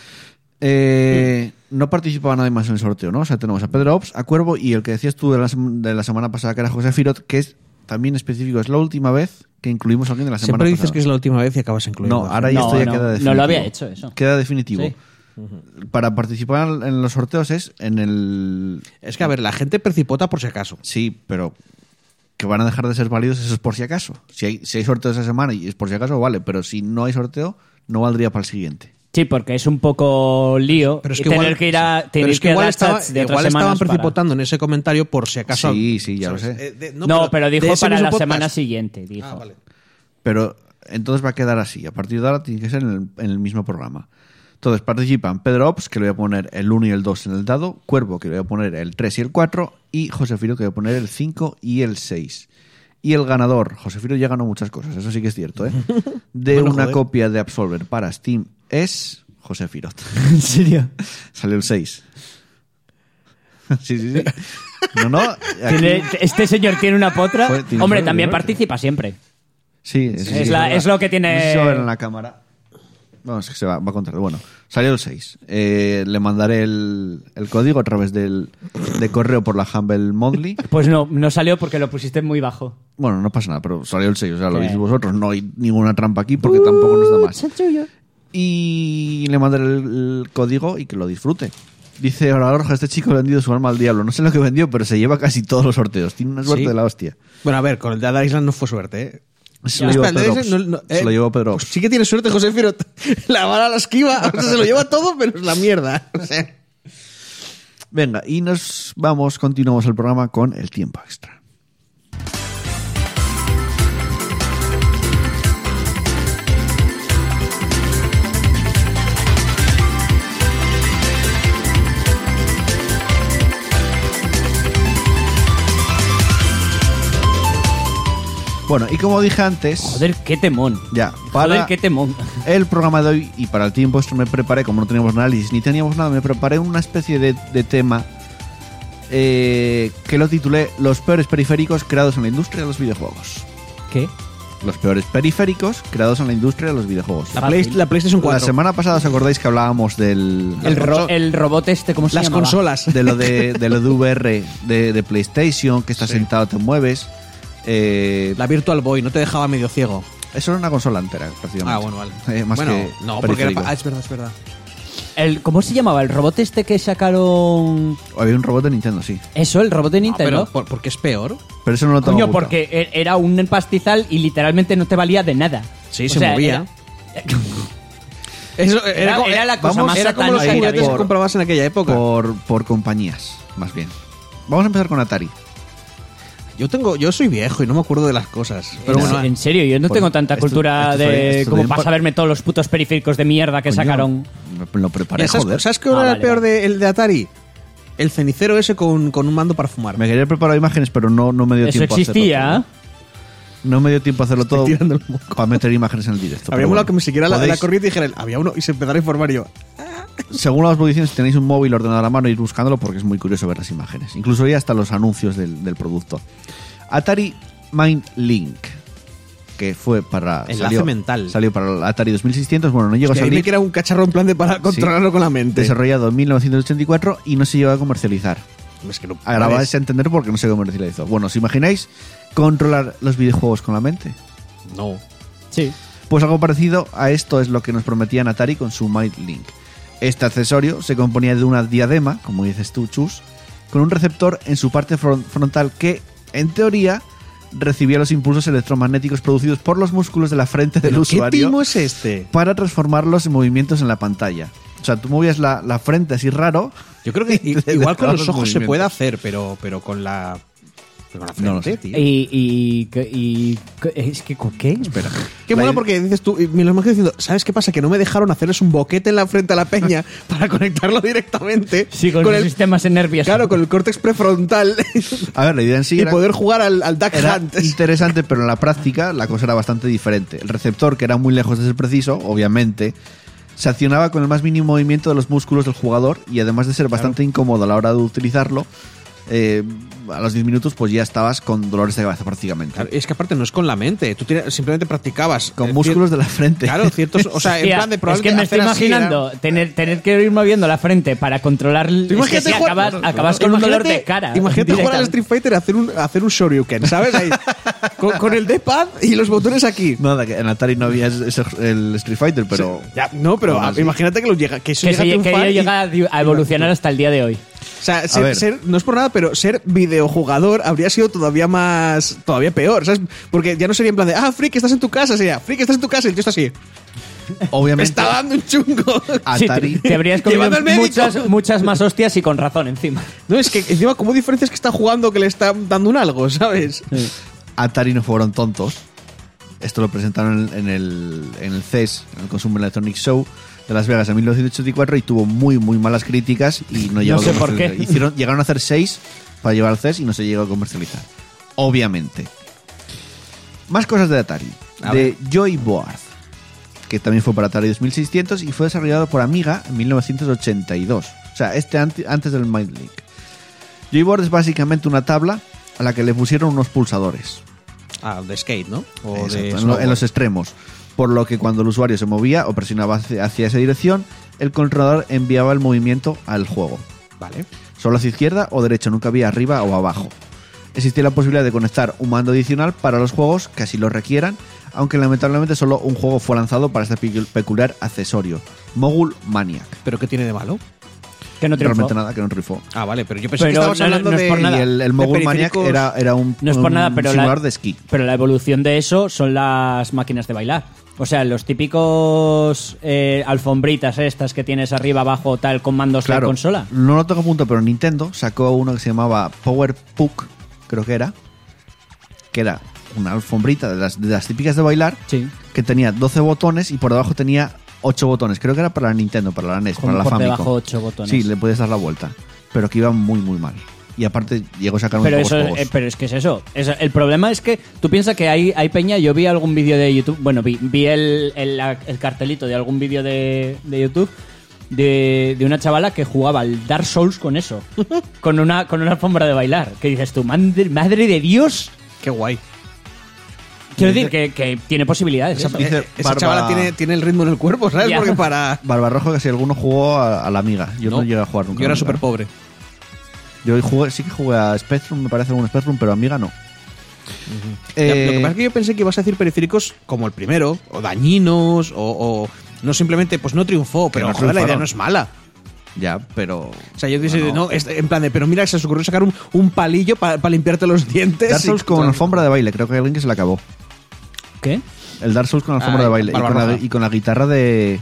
Speaker 1: Eh, no participaba nadie más en el sorteo, ¿no? O sea, tenemos a Pedro Ops, a Cuervo y el que decías tú de la, sem- de la semana pasada, que era José Firot, que es también específico. Es la última vez que incluimos a alguien de la semana
Speaker 3: Siempre dices que
Speaker 1: pasada.
Speaker 3: es la última vez y acabas eh, incluyendo.
Speaker 1: No, ahora ya
Speaker 2: No,
Speaker 1: esto ya
Speaker 2: no,
Speaker 1: queda
Speaker 2: no lo
Speaker 1: definitivo.
Speaker 2: había hecho eso.
Speaker 1: Queda definitivo.
Speaker 2: Sí.
Speaker 1: Para participar en los sorteos es en el...
Speaker 3: Es que, a ver, la gente precipota por si acaso.
Speaker 1: Sí, pero que van a dejar de ser válidos, eso es por si acaso. Si hay, si hay sorteo esa semana y es por si acaso, vale, pero si no hay sorteo, no valdría para el siguiente.
Speaker 2: Sí, porque es un poco lío
Speaker 3: Pero es que
Speaker 2: tener
Speaker 3: igual,
Speaker 2: que ir a,
Speaker 3: sí.
Speaker 2: tener
Speaker 3: Pero es que
Speaker 2: ir a
Speaker 3: igual
Speaker 2: las
Speaker 3: estaba-
Speaker 2: chats de otras
Speaker 3: igual estaban
Speaker 2: semanas para-
Speaker 3: precipotando en ese comentario por si acaso.
Speaker 1: Sí, sí, ya lo
Speaker 3: ¿sabes?
Speaker 1: sé.
Speaker 3: Eh, de-
Speaker 2: No,
Speaker 3: de
Speaker 2: pero dijo
Speaker 3: ese
Speaker 2: para
Speaker 3: mismo
Speaker 2: la
Speaker 3: podcast.
Speaker 2: semana siguiente, dijo.
Speaker 3: Ah, vale.
Speaker 1: Pero entonces va a quedar así. A partir de ahora tiene que ser en el, en el mismo programa. Entonces participan Pedro Ops, que le voy a poner el 1 y el 2 en el dado, Cuervo, que le voy a poner el 3 y el 4, y Josefiro, que le voy a poner el 5 y el 6. Y el ganador, Josefiro ya ganó muchas cosas, eso sí que es cierto, ¿eh? De
Speaker 3: Bueno,
Speaker 1: una
Speaker 3: joder.
Speaker 1: copia de Absolver para Steam es Josefiro.
Speaker 2: ¿En serio?
Speaker 1: Salió el 6. sí, sí, sí. No, no. aquí-
Speaker 2: Tiene- Este señor tiene una potra.
Speaker 1: Joder, tiene
Speaker 2: Hombre,
Speaker 1: suerte,
Speaker 2: también
Speaker 1: ¿no?
Speaker 2: participa siempre.
Speaker 1: Sí, sí, sí,
Speaker 2: es la-
Speaker 1: verdad.
Speaker 2: es lo que
Speaker 1: No
Speaker 2: tiene-
Speaker 1: sé si se va a ver en la cámara. Vamos, que se va, va a contar. Bueno, salió el 6. Eh, le mandaré el, el código a través del, de correo por la Humble Monthly.
Speaker 2: Pues no, no salió porque lo pusiste muy bajo.
Speaker 1: Bueno, no pasa nada, pero salió el 6. O sea, lo
Speaker 2: Sí.
Speaker 1: veis vosotros. No hay ninguna trampa aquí porque tampoco nos da más. Y le mandaré el, el código y que lo disfrute. Dice Oradorja, este chico ha vendido su alma al diablo. No sé lo que vendió, pero se lleva casi todos los sorteos. Tiene una suerte
Speaker 3: Sí.
Speaker 1: de la hostia.
Speaker 3: Bueno, a ver, con el de Ada Island no fue suerte, ¿eh?
Speaker 1: Se lo llevó
Speaker 3: Espera, el de
Speaker 1: Pedro
Speaker 3: Ada
Speaker 1: Ops.
Speaker 3: Island no- no,
Speaker 1: Se
Speaker 3: eh,
Speaker 1: lo llevó Pedro
Speaker 3: pues
Speaker 1: Ops.
Speaker 3: sí que tiene suerte, José Firot. La bala la esquiva. O sea, se lo lleva todo, pero es la mierda. O sea,
Speaker 1: Venga, y nos vamos, continuamos el programa con el tiempo extra. Bueno, y como dije antes,
Speaker 2: Joder, qué temón.
Speaker 1: ya,
Speaker 2: Joder,
Speaker 1: para
Speaker 2: qué temón.
Speaker 1: el programa de hoy y para el tiempo esto me preparé, como no teníamos análisis ni teníamos nada, me preparé una especie de, de tema eh, que lo titulé Los peores periféricos creados en la industria de los videojuegos.
Speaker 2: ¿Qué?
Speaker 1: Los peores periféricos creados en la industria de los videojuegos.
Speaker 3: la,
Speaker 2: Fácil.
Speaker 3: Play- la PlayStation 4.
Speaker 1: La semana pasada os acordáis que hablábamos del...
Speaker 2: El, ro-
Speaker 3: consola.
Speaker 2: el robot este, ¿cómo se
Speaker 3: las
Speaker 2: llamaba?
Speaker 3: consolas.
Speaker 1: de lo de, de lo de VR, de, de PlayStation, que estás sentado, te mueves. eh,
Speaker 3: La Virtual Boy no te dejaba medio ciego.
Speaker 1: Eso era una consola entera, prácticamente.
Speaker 3: Ah, bueno, vale.
Speaker 1: Eh, más
Speaker 3: bueno,
Speaker 1: que
Speaker 3: no, porque era
Speaker 1: periférico.
Speaker 3: pa- ah, es verdad, es verdad.
Speaker 2: El- ¿Cómo se llamaba? El robot este que sacaron...
Speaker 1: Había un robot de Nintendo, sí.
Speaker 2: Eso, el robot de
Speaker 3: No,
Speaker 2: Nintendo.
Speaker 3: Ah, pero pues por- porque es peor.
Speaker 1: Pero eso no lo tengo
Speaker 2: Coño,
Speaker 1: apuntado.
Speaker 2: porque e- era un pastizal y literalmente no te valía de nada.
Speaker 3: Sí, se movía. Eso era,
Speaker 2: Era-
Speaker 3: como-
Speaker 2: era la cosa más
Speaker 3: era como los
Speaker 2: satánica que
Speaker 3: juguetes que
Speaker 2: había.
Speaker 3: comprabas en aquella época.
Speaker 1: por, por compañías, más bien. Vamos a empezar con Atari.
Speaker 3: Yo tengo, yo soy viejo y no me acuerdo de las cosas. Pero
Speaker 2: En-
Speaker 3: bueno,
Speaker 2: en serio, yo no
Speaker 1: Bueno,
Speaker 2: tengo tanta
Speaker 1: estu-
Speaker 2: cultura
Speaker 1: estudié-
Speaker 2: de
Speaker 1: estudié
Speaker 2: como
Speaker 1: en par-
Speaker 2: para
Speaker 1: verme
Speaker 2: saberme todos los putos periféricos de mierda que sacaron.
Speaker 1: Me Lo preparé,
Speaker 3: ¿sabes,
Speaker 1: joder.
Speaker 3: ¿sabes qué era
Speaker 2: Ah,
Speaker 3: el
Speaker 2: vale,
Speaker 3: peor
Speaker 2: vale.
Speaker 3: de, el de Atari? El cenicero ese con, con un mando para fumar.
Speaker 1: Me quería preparar imágenes, pero no, no me dio
Speaker 2: Eso
Speaker 1: tiempo a hacerlo
Speaker 2: existía. ¿eh?
Speaker 1: todo. No me dio tiempo a hacerlo todo
Speaker 3: tirando el moco.
Speaker 1: para meter imágenes en el directo.
Speaker 3: Habría
Speaker 1: pero
Speaker 3: molado
Speaker 1: bueno.
Speaker 3: que me siguiera la, la
Speaker 1: Podéis,
Speaker 3: corriente y dijera, había uno y se empezara a informar yo.
Speaker 1: Según las posiciones, si tenéis un móvil ordenado a la mano, e ir buscándolo porque es muy curioso ver las imágenes. Incluso ya hasta los anuncios del, del producto. Atari Mind Link, que fue para.
Speaker 3: Enlace
Speaker 1: salió-
Speaker 3: mental.
Speaker 1: Salió para el Atari 2600. Bueno, no llegó a
Speaker 3: Que
Speaker 1: salir.
Speaker 3: que era un cacharro en plan de para controlarlo con la mente.
Speaker 1: Desarrollado en 1984 y no se llegó a comercializar.
Speaker 3: Es que no
Speaker 1: Agradabais a entender por qué no se comercializó. Bueno, ¿os imagináis controlar los videojuegos con la mente?
Speaker 3: No.
Speaker 2: Sí.
Speaker 1: Pues algo parecido a esto es lo que nos prometían Atari con su Might Link. Este accesorio se componía de una diadema, como dices tú, Chus, con un receptor en su parte fron- frontal que, en teoría, recibía los impulsos electromagnéticos producidos por los músculos de la frente del
Speaker 3: ¿Pero ¿Qué
Speaker 1: usuario
Speaker 3: timo es este?
Speaker 1: para transformar los movimientos en la pantalla. O sea, tú movías la, la frente así raro.
Speaker 3: Yo creo que i-
Speaker 1: Te
Speaker 3: igual con
Speaker 1: detectaba
Speaker 3: los ojos se
Speaker 1: movimientos.
Speaker 3: puede hacer, pero, pero con la. Con la frente,
Speaker 1: No lo sé.
Speaker 3: tío.
Speaker 2: Y, y, y- es que ¿con qué?
Speaker 1: Espera.
Speaker 3: Qué
Speaker 1: La
Speaker 3: mola
Speaker 1: i-
Speaker 3: porque dices tú, y me lo imagino diciendo, ¿sabes qué pasa? Que no me dejaron hacerles un boquete en la frente a la peña para conectarlo directamente.
Speaker 2: Sí, con, los
Speaker 3: el,
Speaker 2: sistemas en nervios.
Speaker 3: Claro, con el córtex prefrontal
Speaker 1: A ver, la idea en sí
Speaker 3: y
Speaker 1: era,
Speaker 3: poder jugar al, al Duck
Speaker 1: era
Speaker 3: Hunt.
Speaker 1: interesante, pero en la práctica la cosa era bastante diferente. El receptor, que era muy lejos de ser preciso, obviamente, se accionaba con el más mínimo movimiento de los músculos del jugador y además de ser bastante incómodo a la hora de utilizarlo, eh, a los 10 minutos pues ya estabas con dolores de cabeza prácticamente.
Speaker 3: Claro, es que aparte no es con la mente, tú tira- simplemente practicabas.
Speaker 1: con
Speaker 3: eh,
Speaker 1: músculos de la
Speaker 3: cier-
Speaker 1: frente.
Speaker 3: Claro, ciertos. O sea, en
Speaker 2: Hostia,
Speaker 3: plan de
Speaker 2: es que
Speaker 3: probablemente.
Speaker 2: me estoy
Speaker 3: hacer así era-
Speaker 2: imaginando tener, tener que ir moviendo la frente para controlar. es que
Speaker 3: imagínate
Speaker 2: sí,
Speaker 3: jugar-
Speaker 2: acabas, acabas con un
Speaker 3: Imagínate-
Speaker 2: dolor de cara.
Speaker 3: Imagínate jugar al
Speaker 2: directamente.
Speaker 3: Street Fighter y hacer un, hacer un Shoryuken, ¿sabes? Ahí, con, con el D-pad y los botones aquí.
Speaker 1: Nada, que en Atari no había ese- ese- el Street Fighter, pero...
Speaker 3: Ya, no, pero
Speaker 1: Aún
Speaker 3: a-
Speaker 1: así.
Speaker 3: imagínate que, lo llega, que eso
Speaker 2: Que
Speaker 3: llega
Speaker 2: se
Speaker 3: a
Speaker 2: que
Speaker 3: triunfar y-
Speaker 2: llega a di- a evolucionar hasta el día de hoy.
Speaker 3: O sea, ser,
Speaker 1: ver.
Speaker 3: ser- no es por nada, pero ser videojugador habría sido todavía más. todavía peor, ¿sabes? Porque ya no sería en plan de, ah, Frick, estás en tu casa, sería, Frick, estás en tu casa, y el tío está así. Me
Speaker 1: Obviamente,
Speaker 3: está dando un chungo.
Speaker 2: Sí,
Speaker 1: Atari...
Speaker 2: te, te habrías comido
Speaker 3: Llevando al médico.
Speaker 2: muchas, muchas más hostias y con razón encima.
Speaker 3: No, es que encima, ¿cómo diferencias que está jugando que le está dando un algo, ¿sabes?
Speaker 1: Atari no fueron tontos. Esto lo presentaron en en el, en el CES, en el Consumer Electronics Show de Las Vegas en 1984 y tuvo muy, muy malas críticas y no llegó
Speaker 2: sé
Speaker 1: a
Speaker 2: por
Speaker 1: comercializar.
Speaker 2: qué.
Speaker 1: Hicieron, llegaron a hacer seis para llevar al CES y no se llegó a comercializar. Obviamente. Más cosas de Atari.
Speaker 3: A
Speaker 1: de Joy Board, que también fue para Atari 2600 y fue desarrollado por Amiga en 1982. O sea, este ante- antes del Mind Link. Joyboard es básicamente una tabla a la que le pusieron unos pulsadores.
Speaker 3: Ah, de skate, ¿no?
Speaker 1: Exacto, en, lo- en los extremos. Por lo que cuando el usuario se movía o presionaba hacia, hacia esa dirección, el controlador enviaba el movimiento al juego.
Speaker 3: Vale.
Speaker 1: Solo hacia izquierda o derecha, nunca había arriba o abajo. Existía la posibilidad de conectar un mando adicional para los juegos que así lo requieran, aunque lamentablemente solo un juego fue lanzado para este pe- peculiar accesorio, Mogul Maniac.
Speaker 3: ¿Pero qué tiene de malo?
Speaker 2: Que no triunfó.
Speaker 1: Realmente nada que no rifó.
Speaker 3: Ah, vale, pero yo pensé
Speaker 2: Pero
Speaker 3: que estabas
Speaker 2: no-
Speaker 3: hablando
Speaker 2: no es
Speaker 3: de.
Speaker 2: por nada.
Speaker 1: Y el, el
Speaker 3: de
Speaker 1: Mogul Maniac
Speaker 3: periféricos.
Speaker 1: era, era un,
Speaker 2: No es por nada,
Speaker 1: un
Speaker 2: pero la,
Speaker 1: simulador de esquí.
Speaker 2: pero la evolución de eso son las máquinas de bailar. O sea, los típicos eh, alfombritas estas que tienes arriba, abajo, tal, con mandos de
Speaker 1: Claro,
Speaker 2: consola.
Speaker 1: No lo tengo a punto, pero Nintendo sacó uno que se llamaba Power Puck, creo que era, que era una alfombrita de las, de las típicas de bailar,
Speaker 2: Sí.
Speaker 1: que tenía 12 botones y por debajo tenía 8 botones. Creo que era para la Nintendo, para la NES,
Speaker 2: Como
Speaker 1: para la
Speaker 2: por
Speaker 1: Famicom.
Speaker 2: debajo 8 botones.
Speaker 1: Sí, le podías dar la vuelta, pero que iba muy, muy mal. Y aparte llegó a sacar
Speaker 2: Pero,
Speaker 1: unos
Speaker 2: eso,
Speaker 1: pocos
Speaker 2: eh,
Speaker 1: juegos.
Speaker 2: pero es que es eso. Es- el problema es que tú piensas que hay, hay peña. Yo vi algún vídeo de YouTube. Bueno, vi, vi el, el- el cartelito de algún vídeo de, de YouTube de, de una chavala que jugaba al Dark Souls con eso. con, una, con una alfombra de bailar. Que dices tú, madre, madre de Dios.
Speaker 3: Qué guay.
Speaker 2: Quiero decir que, que tiene posibilidades. eso.
Speaker 1: Dice
Speaker 3: Eh, Esa
Speaker 1: Barba-
Speaker 3: chavala tiene, tiene el ritmo en el cuerpo, ¿sabes?
Speaker 2: Ya.
Speaker 3: Porque para.
Speaker 1: Barbarrojo, que si alguno jugó a, a la amiga. Yo no, llegué a jugar nunca.
Speaker 3: Yo era
Speaker 1: nunca.
Speaker 3: súper pobre.
Speaker 1: Yo jugué- sí que jugué a Spectrum, me parece algún Spectrum, pero amiga no.
Speaker 3: Lo que
Speaker 1: Eh,
Speaker 3: pasa es que yo pensé que ibas a decir periféricos como el primero, o dañinos, o, o- no simplemente, pues no triunfó, pero
Speaker 1: no
Speaker 3: joder, la idea
Speaker 1: triunfaron.
Speaker 3: no es mala.
Speaker 1: Ya, pero.
Speaker 3: O sea, yo dije,
Speaker 1: Bueno.
Speaker 3: no, es- en plan de, pero mira, se os ocurrió sacar un, un palillo para limpiarte los dientes.
Speaker 1: Dark Souls
Speaker 3: y-
Speaker 1: con alfombra de baile, creo que alguien que se le acabó.
Speaker 2: ¿Qué?
Speaker 1: El Dark Souls con alfombra
Speaker 3: Ah,
Speaker 1: de baile y con, la,
Speaker 3: Barbarroja.
Speaker 1: y con la guitarra de,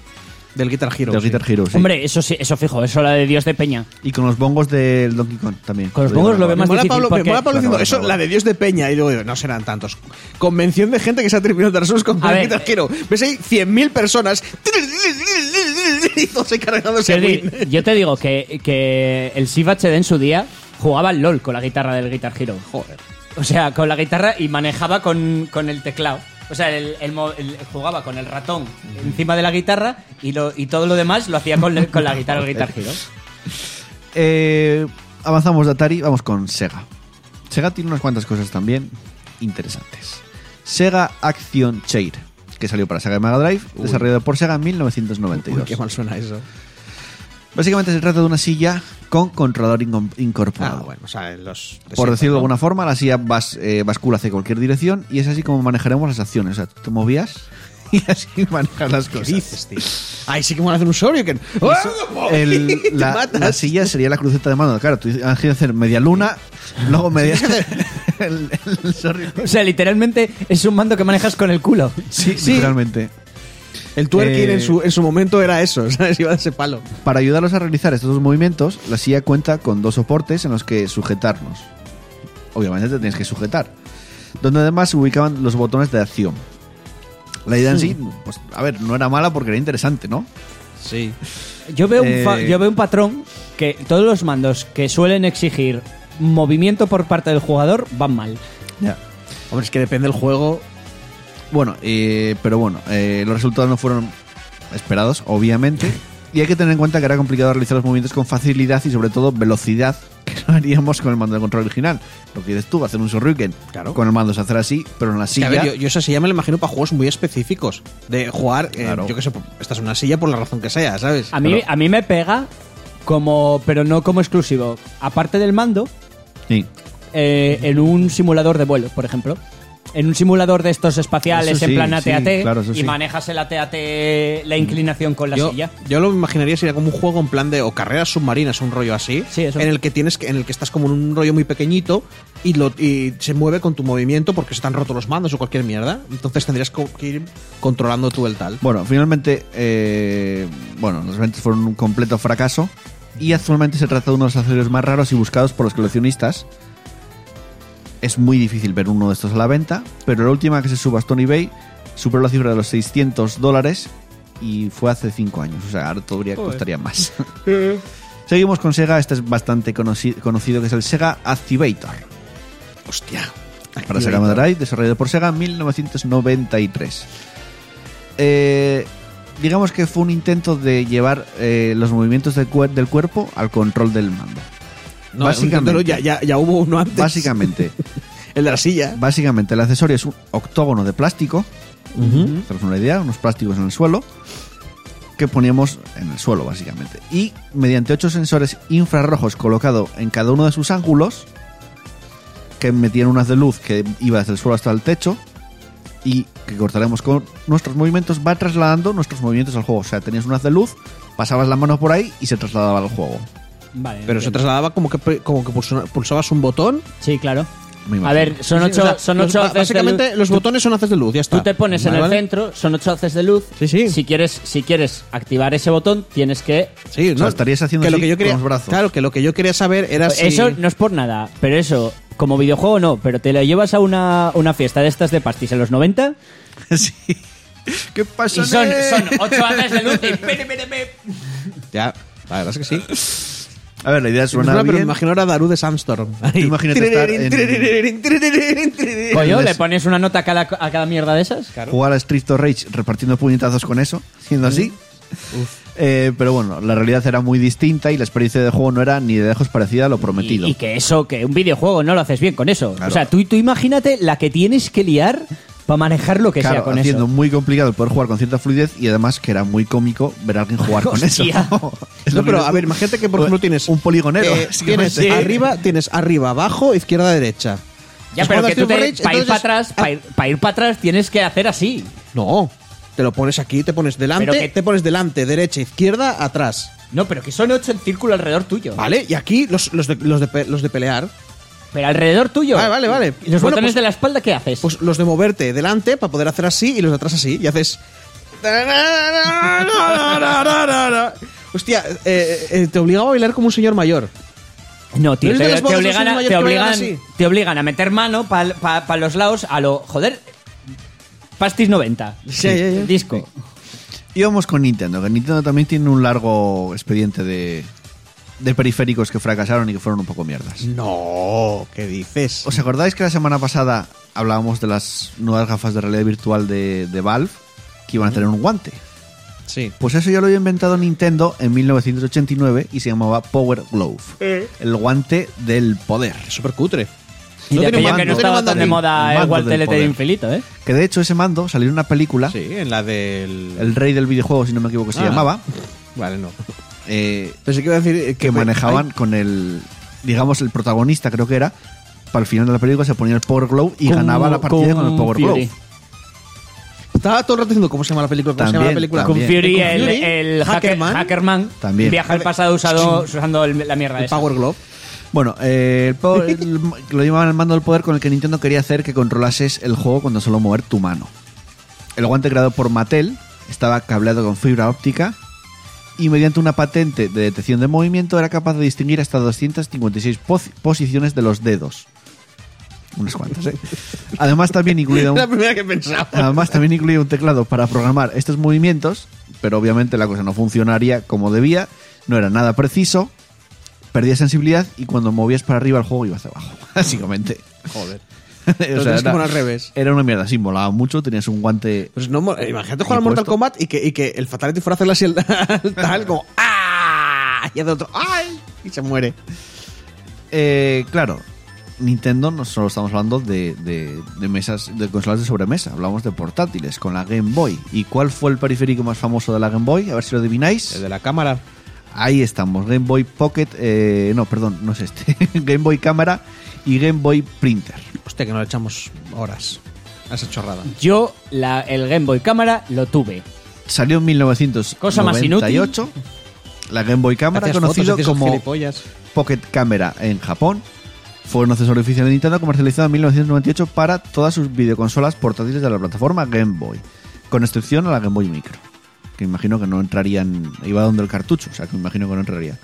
Speaker 3: del Guitar Hero.
Speaker 1: del
Speaker 3: sí.
Speaker 1: Guitar Hero. Pues sí.
Speaker 2: Hombre, eso sí, eso fijo, eso la de Dios de Peña.
Speaker 1: Y con los bongos del Donkey Kong también.
Speaker 2: Con los bongos lo
Speaker 3: Me
Speaker 2: vemos- más
Speaker 3: mola
Speaker 2: difícil
Speaker 3: Pablo, me
Speaker 2: porque-
Speaker 3: mola Pablo diciendo,
Speaker 1: Claro,
Speaker 3: eso,
Speaker 1: claro.
Speaker 3: la de Dios de Peña. Y luego digo, no serán tantos. Convención de gente que se ha atribuido Dark Souls con
Speaker 2: A
Speaker 3: el
Speaker 2: ver,
Speaker 3: Guitar
Speaker 2: eh,
Speaker 3: Hero. Ves ahí 100.000 personas. Y todos ahí cargándose. a
Speaker 2: Quiero
Speaker 3: Win.
Speaker 2: decir, yo te digo que, que el Steve HD en su día jugaba al LOL con la guitarra del Guitar Hero.
Speaker 3: Joder.
Speaker 2: O sea, con la guitarra y manejaba con, con el teclado. O sea, el, el mo- el- jugaba con el ratón encima de la guitarra y, lo, y todo lo demás lo hacía con, con la guitarra del Guitar Hero.
Speaker 1: Eh, avanzamos de Atari, vamos con Sega. Sega tiene unas cuantas cosas también interesantes. Sega Action Chair, que salió para Sega Mega Drive, desarrollado por Sega en 1992.
Speaker 3: Uy, qué mal suena eso.
Speaker 1: Básicamente se trata de una silla con controlador incom- incorporado.
Speaker 3: Ah, bueno, o sea, en los.
Speaker 1: Por
Speaker 3: siempre,
Speaker 1: decirlo de
Speaker 3: ¿no?
Speaker 1: alguna forma, la silla vas, eh, bascula hacia cualquier dirección y es así como manejaremos las acciones. O sea, tú te movías y así manejas las
Speaker 3: ¿Qué
Speaker 1: cosas.
Speaker 3: dices, tío? Ay, este sí que me van a hacer un sobrio. Que... ¡Ah!
Speaker 1: El-
Speaker 3: Te
Speaker 1: la,
Speaker 3: matas.
Speaker 1: la silla sería la cruceta de mano. Claro, tú has que hacer media luna, luego media. el, el sorry.
Speaker 2: O sea, literalmente es un mando que manejas con el culo.
Speaker 1: Sí, literalmente.
Speaker 3: El twerking
Speaker 1: Eh,
Speaker 3: en, su, en su momento era eso, ¿sabes? Iba de ese palo.
Speaker 1: Para ayudarlos a realizar estos dos movimientos, la silla cuenta con dos soportes en los que sujetarnos. Obviamente te tienes que sujetar. Donde además se ubicaban los botones de acción. La idea en sí, pues, a ver, no era mala porque era interesante, ¿no?
Speaker 3: Sí.
Speaker 2: Yo veo, un fa-
Speaker 1: Eh,
Speaker 2: yo veo un patrón que todos los mandos que suelen exigir movimiento por parte del jugador van mal.
Speaker 1: Ya.
Speaker 3: Hombre, es que depende del juego.
Speaker 1: Bueno, eh, pero bueno, eh, los resultados no fueron esperados, obviamente. Y hay que tener en cuenta que era complicado realizar los movimientos con facilidad y sobre todo velocidad, que no haríamos con el mando de control original. Lo que dices tú, hacer un shuriken
Speaker 3: Claro.
Speaker 1: con el mando es hacer así, pero en la
Speaker 3: Es que,
Speaker 1: silla...
Speaker 3: a ver, yo, yo esa silla me la imagino para juegos muy específicos. De jugar, eh,
Speaker 1: Claro.
Speaker 3: yo qué sé, por- esta es una silla por la razón que sea, ¿sabes?
Speaker 2: A mí, a mí me pega como, pero no como exclusivo. Aparte del mando,
Speaker 1: Sí.
Speaker 2: eh, en un simulador de vuelo, por ejemplo. En un simulador de estos espaciales
Speaker 1: Eso
Speaker 2: en
Speaker 1: sí,
Speaker 2: plan
Speaker 1: sí,
Speaker 2: ATAT
Speaker 1: claro, eso
Speaker 2: y
Speaker 1: sí.
Speaker 2: manejas el ATAT la inclinación con la
Speaker 3: yo,
Speaker 2: silla.
Speaker 3: yo lo imaginaría sería como un juego en plan de o carreras submarinas un rollo así
Speaker 2: Sí, eso.
Speaker 3: en el que tienes que- en el que estás como en un rollo muy pequeñito y lo y se mueve con tu movimiento porque se están rotos los mandos o cualquier mierda entonces tendrías co- que ir controlando tú el tal
Speaker 1: Bueno, finalmente, eh, bueno, los eventos fueron un completo fracaso y actualmente se trata de uno de los accesorios más raros y buscados por los coleccionistas. Es muy difícil ver uno de estos a la venta, pero la última que se subastó en eBay superó la cifra de los 600 dólares y fue hace 5 años, o sea, ahora todavía costaría más. Seguimos con Sega, este es bastante conoci- conocido, que es el Sega Activator.
Speaker 3: hostia
Speaker 1: para Sega Mega Drive, desarrollado por Sega en 1993. Eh, digamos que fue un intento de llevar eh, los movimientos del, cuer- del cuerpo al control del mando.
Speaker 3: no,
Speaker 1: Básicamente.
Speaker 3: básicamente ya, ya, ya hubo uno antes
Speaker 1: Básicamente,
Speaker 3: el de la silla
Speaker 1: básicamente el accesorio es un octógono de plástico, haceros una idea, unos plásticos en el suelo que poníamos en el suelo básicamente. Y mediante ocho sensores infrarrojos colocados en cada uno de sus ángulos, que metían unas de luz que iba desde el suelo hasta el techo y que cortaremos con nuestros movimientos, va trasladando nuestros movimientos al juego. O sea, tenías unas de luz, pasabas la mano por ahí y se trasladaba al juego.
Speaker 2: Vale,
Speaker 3: pero se
Speaker 2: entiendo.
Speaker 3: trasladaba como que pre- como que pulsona- pulsabas un botón
Speaker 2: Sí, claro.
Speaker 1: Me imagino.
Speaker 2: A ver, son
Speaker 3: Sí,
Speaker 2: ocho,
Speaker 3: o sea,
Speaker 2: son
Speaker 3: los-
Speaker 2: ocho
Speaker 3: ba-
Speaker 2: haces de
Speaker 3: básicamente
Speaker 2: luz.
Speaker 3: los botones son haces de luz ya está
Speaker 2: Tú te pones en
Speaker 3: Vale,
Speaker 2: el
Speaker 3: vale.
Speaker 2: centro, son ocho haces de luz.
Speaker 3: Sí, sí.
Speaker 2: Si quieres, si quieres activar ese botón, tienes que.
Speaker 3: Sí,
Speaker 1: sea, estarías haciendo
Speaker 3: que lo
Speaker 1: así
Speaker 3: que yo
Speaker 1: con
Speaker 3: quería,
Speaker 1: los brazos.
Speaker 3: Claro, que lo que yo quería saber era si...
Speaker 2: Pues Eso no es por nada, pero eso, como videojuego no, pero te lo llevas a una, una fiesta de estas de pastis en los 90
Speaker 1: Sí. ¿Qué
Speaker 2: y
Speaker 1: pasa?
Speaker 2: son, son ocho haces de luz y pere, pere, pere.
Speaker 3: Ya, la verdad es que sí.
Speaker 1: A ver, la idea suena
Speaker 3: Pero me
Speaker 1: bien.
Speaker 3: imagino ahora Daru de Sandstorm. Ahí.
Speaker 1: Imagínate estar
Speaker 2: Coño,
Speaker 1: Les-
Speaker 2: ¿le pones una nota a cada, a cada mierda de esas?
Speaker 1: jugar a Street of Rage repartiendo puñetazos con eso, siendo así. Eh, pero bueno, la realidad era muy distinta y la experiencia de juego no era ni de lejos parecida a lo prometido.
Speaker 2: Y, y que eso, que un videojuego no lo haces bien con eso.
Speaker 1: Claro.
Speaker 2: O sea, tú, tú imagínate la que tienes que liar para manejar lo que sea
Speaker 1: claro,
Speaker 2: con
Speaker 1: haciendo
Speaker 2: eso.
Speaker 1: muy complicado el poder jugar con cierta fluidez y además que era muy cómico ver a alguien jugar con eso.
Speaker 2: Hostia.
Speaker 1: Es
Speaker 3: No,
Speaker 1: lo que
Speaker 3: pero
Speaker 1: dices
Speaker 3: a
Speaker 1: tú.
Speaker 3: ver, imagínate que por
Speaker 1: O-
Speaker 3: ejemplo tienes...
Speaker 1: Un poligonero.
Speaker 3: eh, tienes,
Speaker 1: básicamente.
Speaker 3: arriba, tienes arriba, abajo, izquierda, derecha.
Speaker 2: Ya,
Speaker 3: Entonces,
Speaker 2: pero
Speaker 3: cuando
Speaker 2: que tú
Speaker 3: haces
Speaker 2: te,
Speaker 3: Rage,
Speaker 2: para ir
Speaker 3: entonces-
Speaker 2: para atrás,
Speaker 3: Ah,
Speaker 2: para ir, pa' ir pa' atrás tienes que hacer así.
Speaker 3: No, te lo pones aquí, te pones
Speaker 2: Pero
Speaker 3: delante,
Speaker 2: que-
Speaker 3: te pones delante, derecha, izquierda, atrás.
Speaker 2: No, pero que son ocho en círculo alrededor tuyo.
Speaker 3: ¿Vale? Y aquí los, los, de, los, de, pe- los de pelear,
Speaker 2: Pero alrededor tuyo.
Speaker 3: Vale, vale, vale.
Speaker 2: ¿Y los
Speaker 3: Bueno,
Speaker 2: botones
Speaker 3: pues-
Speaker 2: de la espalda qué haces?
Speaker 3: pues los de moverte delante para poder hacer así y los de atrás así. Y haces... Hostia, eh, eh, te obligaba a bailar como un señor mayor.
Speaker 2: no, tío,
Speaker 3: ¿no es
Speaker 2: te,
Speaker 3: de los
Speaker 2: te
Speaker 3: botones
Speaker 2: obligan,
Speaker 3: esos
Speaker 2: a,
Speaker 3: mayores
Speaker 2: te,
Speaker 3: que bailan
Speaker 2: obligan,
Speaker 3: así?
Speaker 2: te obligan a meter mano para los lados a lo... Joder, Pastis 90.
Speaker 3: Sí, ya, ya.
Speaker 2: Disco.
Speaker 1: Y vamos con Nintendo, que Nintendo también tiene un largo expediente de, de periféricos que fracasaron y que fueron un poco mierdas.
Speaker 3: No, ¿qué dices?
Speaker 1: ¿Os acordáis que la semana pasada hablábamos de las nuevas gafas de realidad virtual de, de Valve que iban a tener un guante?
Speaker 3: Sí.
Speaker 1: Pues eso ya lo había inventado Nintendo en 1989 y se llamaba Power Glove,
Speaker 3: Eh.
Speaker 1: el guante del poder.
Speaker 3: Súper cutre.
Speaker 2: Y de
Speaker 3: tiene
Speaker 2: aquello
Speaker 1: mando,
Speaker 2: que no
Speaker 1: no tiene
Speaker 2: estaba
Speaker 1: mando
Speaker 2: tan de
Speaker 1: ni-
Speaker 2: moda el
Speaker 1: mando del
Speaker 2: guantelete de
Speaker 1: poder.
Speaker 2: infinito, ¿eh?
Speaker 1: Que de hecho ese mando salió en una película,
Speaker 3: Sí, en la del...
Speaker 1: El Rey del Videojuego, si no me equivoco, se
Speaker 3: Ah.
Speaker 1: llamaba,
Speaker 3: Vale, no.
Speaker 1: eh,
Speaker 3: Pensé que iba a decir eh,
Speaker 1: que
Speaker 3: me-
Speaker 1: manejaban
Speaker 3: Ay,
Speaker 1: con el, digamos, el protagonista creo que era, para el final de la película se ponía el Power Glove y
Speaker 2: Con-
Speaker 1: ganaba la partida con el Power
Speaker 2: Fury.
Speaker 1: Glove.
Speaker 3: estaba todo el rato diciendo cómo se llama la película, cómo se llama la
Speaker 1: También,
Speaker 3: película.
Speaker 2: Con
Speaker 1: también.
Speaker 2: Fury,
Speaker 3: Con
Speaker 2: el,
Speaker 3: Fury,
Speaker 2: el hacker-
Speaker 3: Hackerman,
Speaker 2: Hackerman,
Speaker 1: También.
Speaker 2: viaja al pasado usado, usando el- la mierda
Speaker 3: el
Speaker 2: esa.
Speaker 3: Power Glove.
Speaker 1: Bueno, eh, el po- el- lo llamaban el mando del poder con el que Nintendo quería hacer que controlases el juego cuando solo mover tu mano. El guante creado por Mattel estaba cableado con fibra óptica y mediante una patente de detección de movimiento era capaz de distinguir hasta 256 poz- posiciones de los dedos. Unas cuantas, ¿eh? Además también incluida un,
Speaker 3: La primera que pensaba.
Speaker 1: Además, también incluía un teclado para programar estos movimientos, pero obviamente la cosa no funcionaría como debía, no era nada preciso, perdía sensibilidad y cuando movías para arriba el juego iba hacia abajo, básicamente.
Speaker 3: Joder.
Speaker 1: O
Speaker 3: tienes que poner al revés.
Speaker 1: Era una mierda, sí, molaba mucho, tenías un guante...
Speaker 3: Pues no, mo- imagínate jugar
Speaker 1: Y
Speaker 3: al Mortal
Speaker 1: puesto.
Speaker 3: Kombat y que, y que el Fatality fuera a hacerle así el al tal, como ¡Ah! Y hace otro ¡Ay! Y se muere.
Speaker 1: Eh, claro, Nintendo no solo estamos hablando de, de- de mesas, de consolas de sobremesa, hablamos de portátiles, con la Game Boy. ¿Y cuál fue el periférico más famoso de la Game Boy? A ver si lo adivináis.
Speaker 3: de la cámara.
Speaker 1: Ahí estamos, Game Boy Pocket, eh, no, perdón, no es este, Game Boy Cámara y Game Boy Printer.
Speaker 3: Hostia, que nos echamos horas a esa chorrada.
Speaker 2: Yo la- el Game Boy Cámara lo tuve.
Speaker 1: Salió en 1998.
Speaker 2: Cosa más inútil.
Speaker 1: La Game Boy Cámara,
Speaker 3: Hacías
Speaker 1: conocido
Speaker 3: fotos, hacías
Speaker 1: como
Speaker 3: gilipollas.
Speaker 1: Pocket Camera en Japón, fue un accesorio oficial de Nintendo comercializado en 1998 para todas sus videoconsolas portátiles de la plataforma Game Boy, con excepción a la Game Boy Micro, que imagino que no entrarían, iba donde el cartucho, o sea que imagino que no entraría.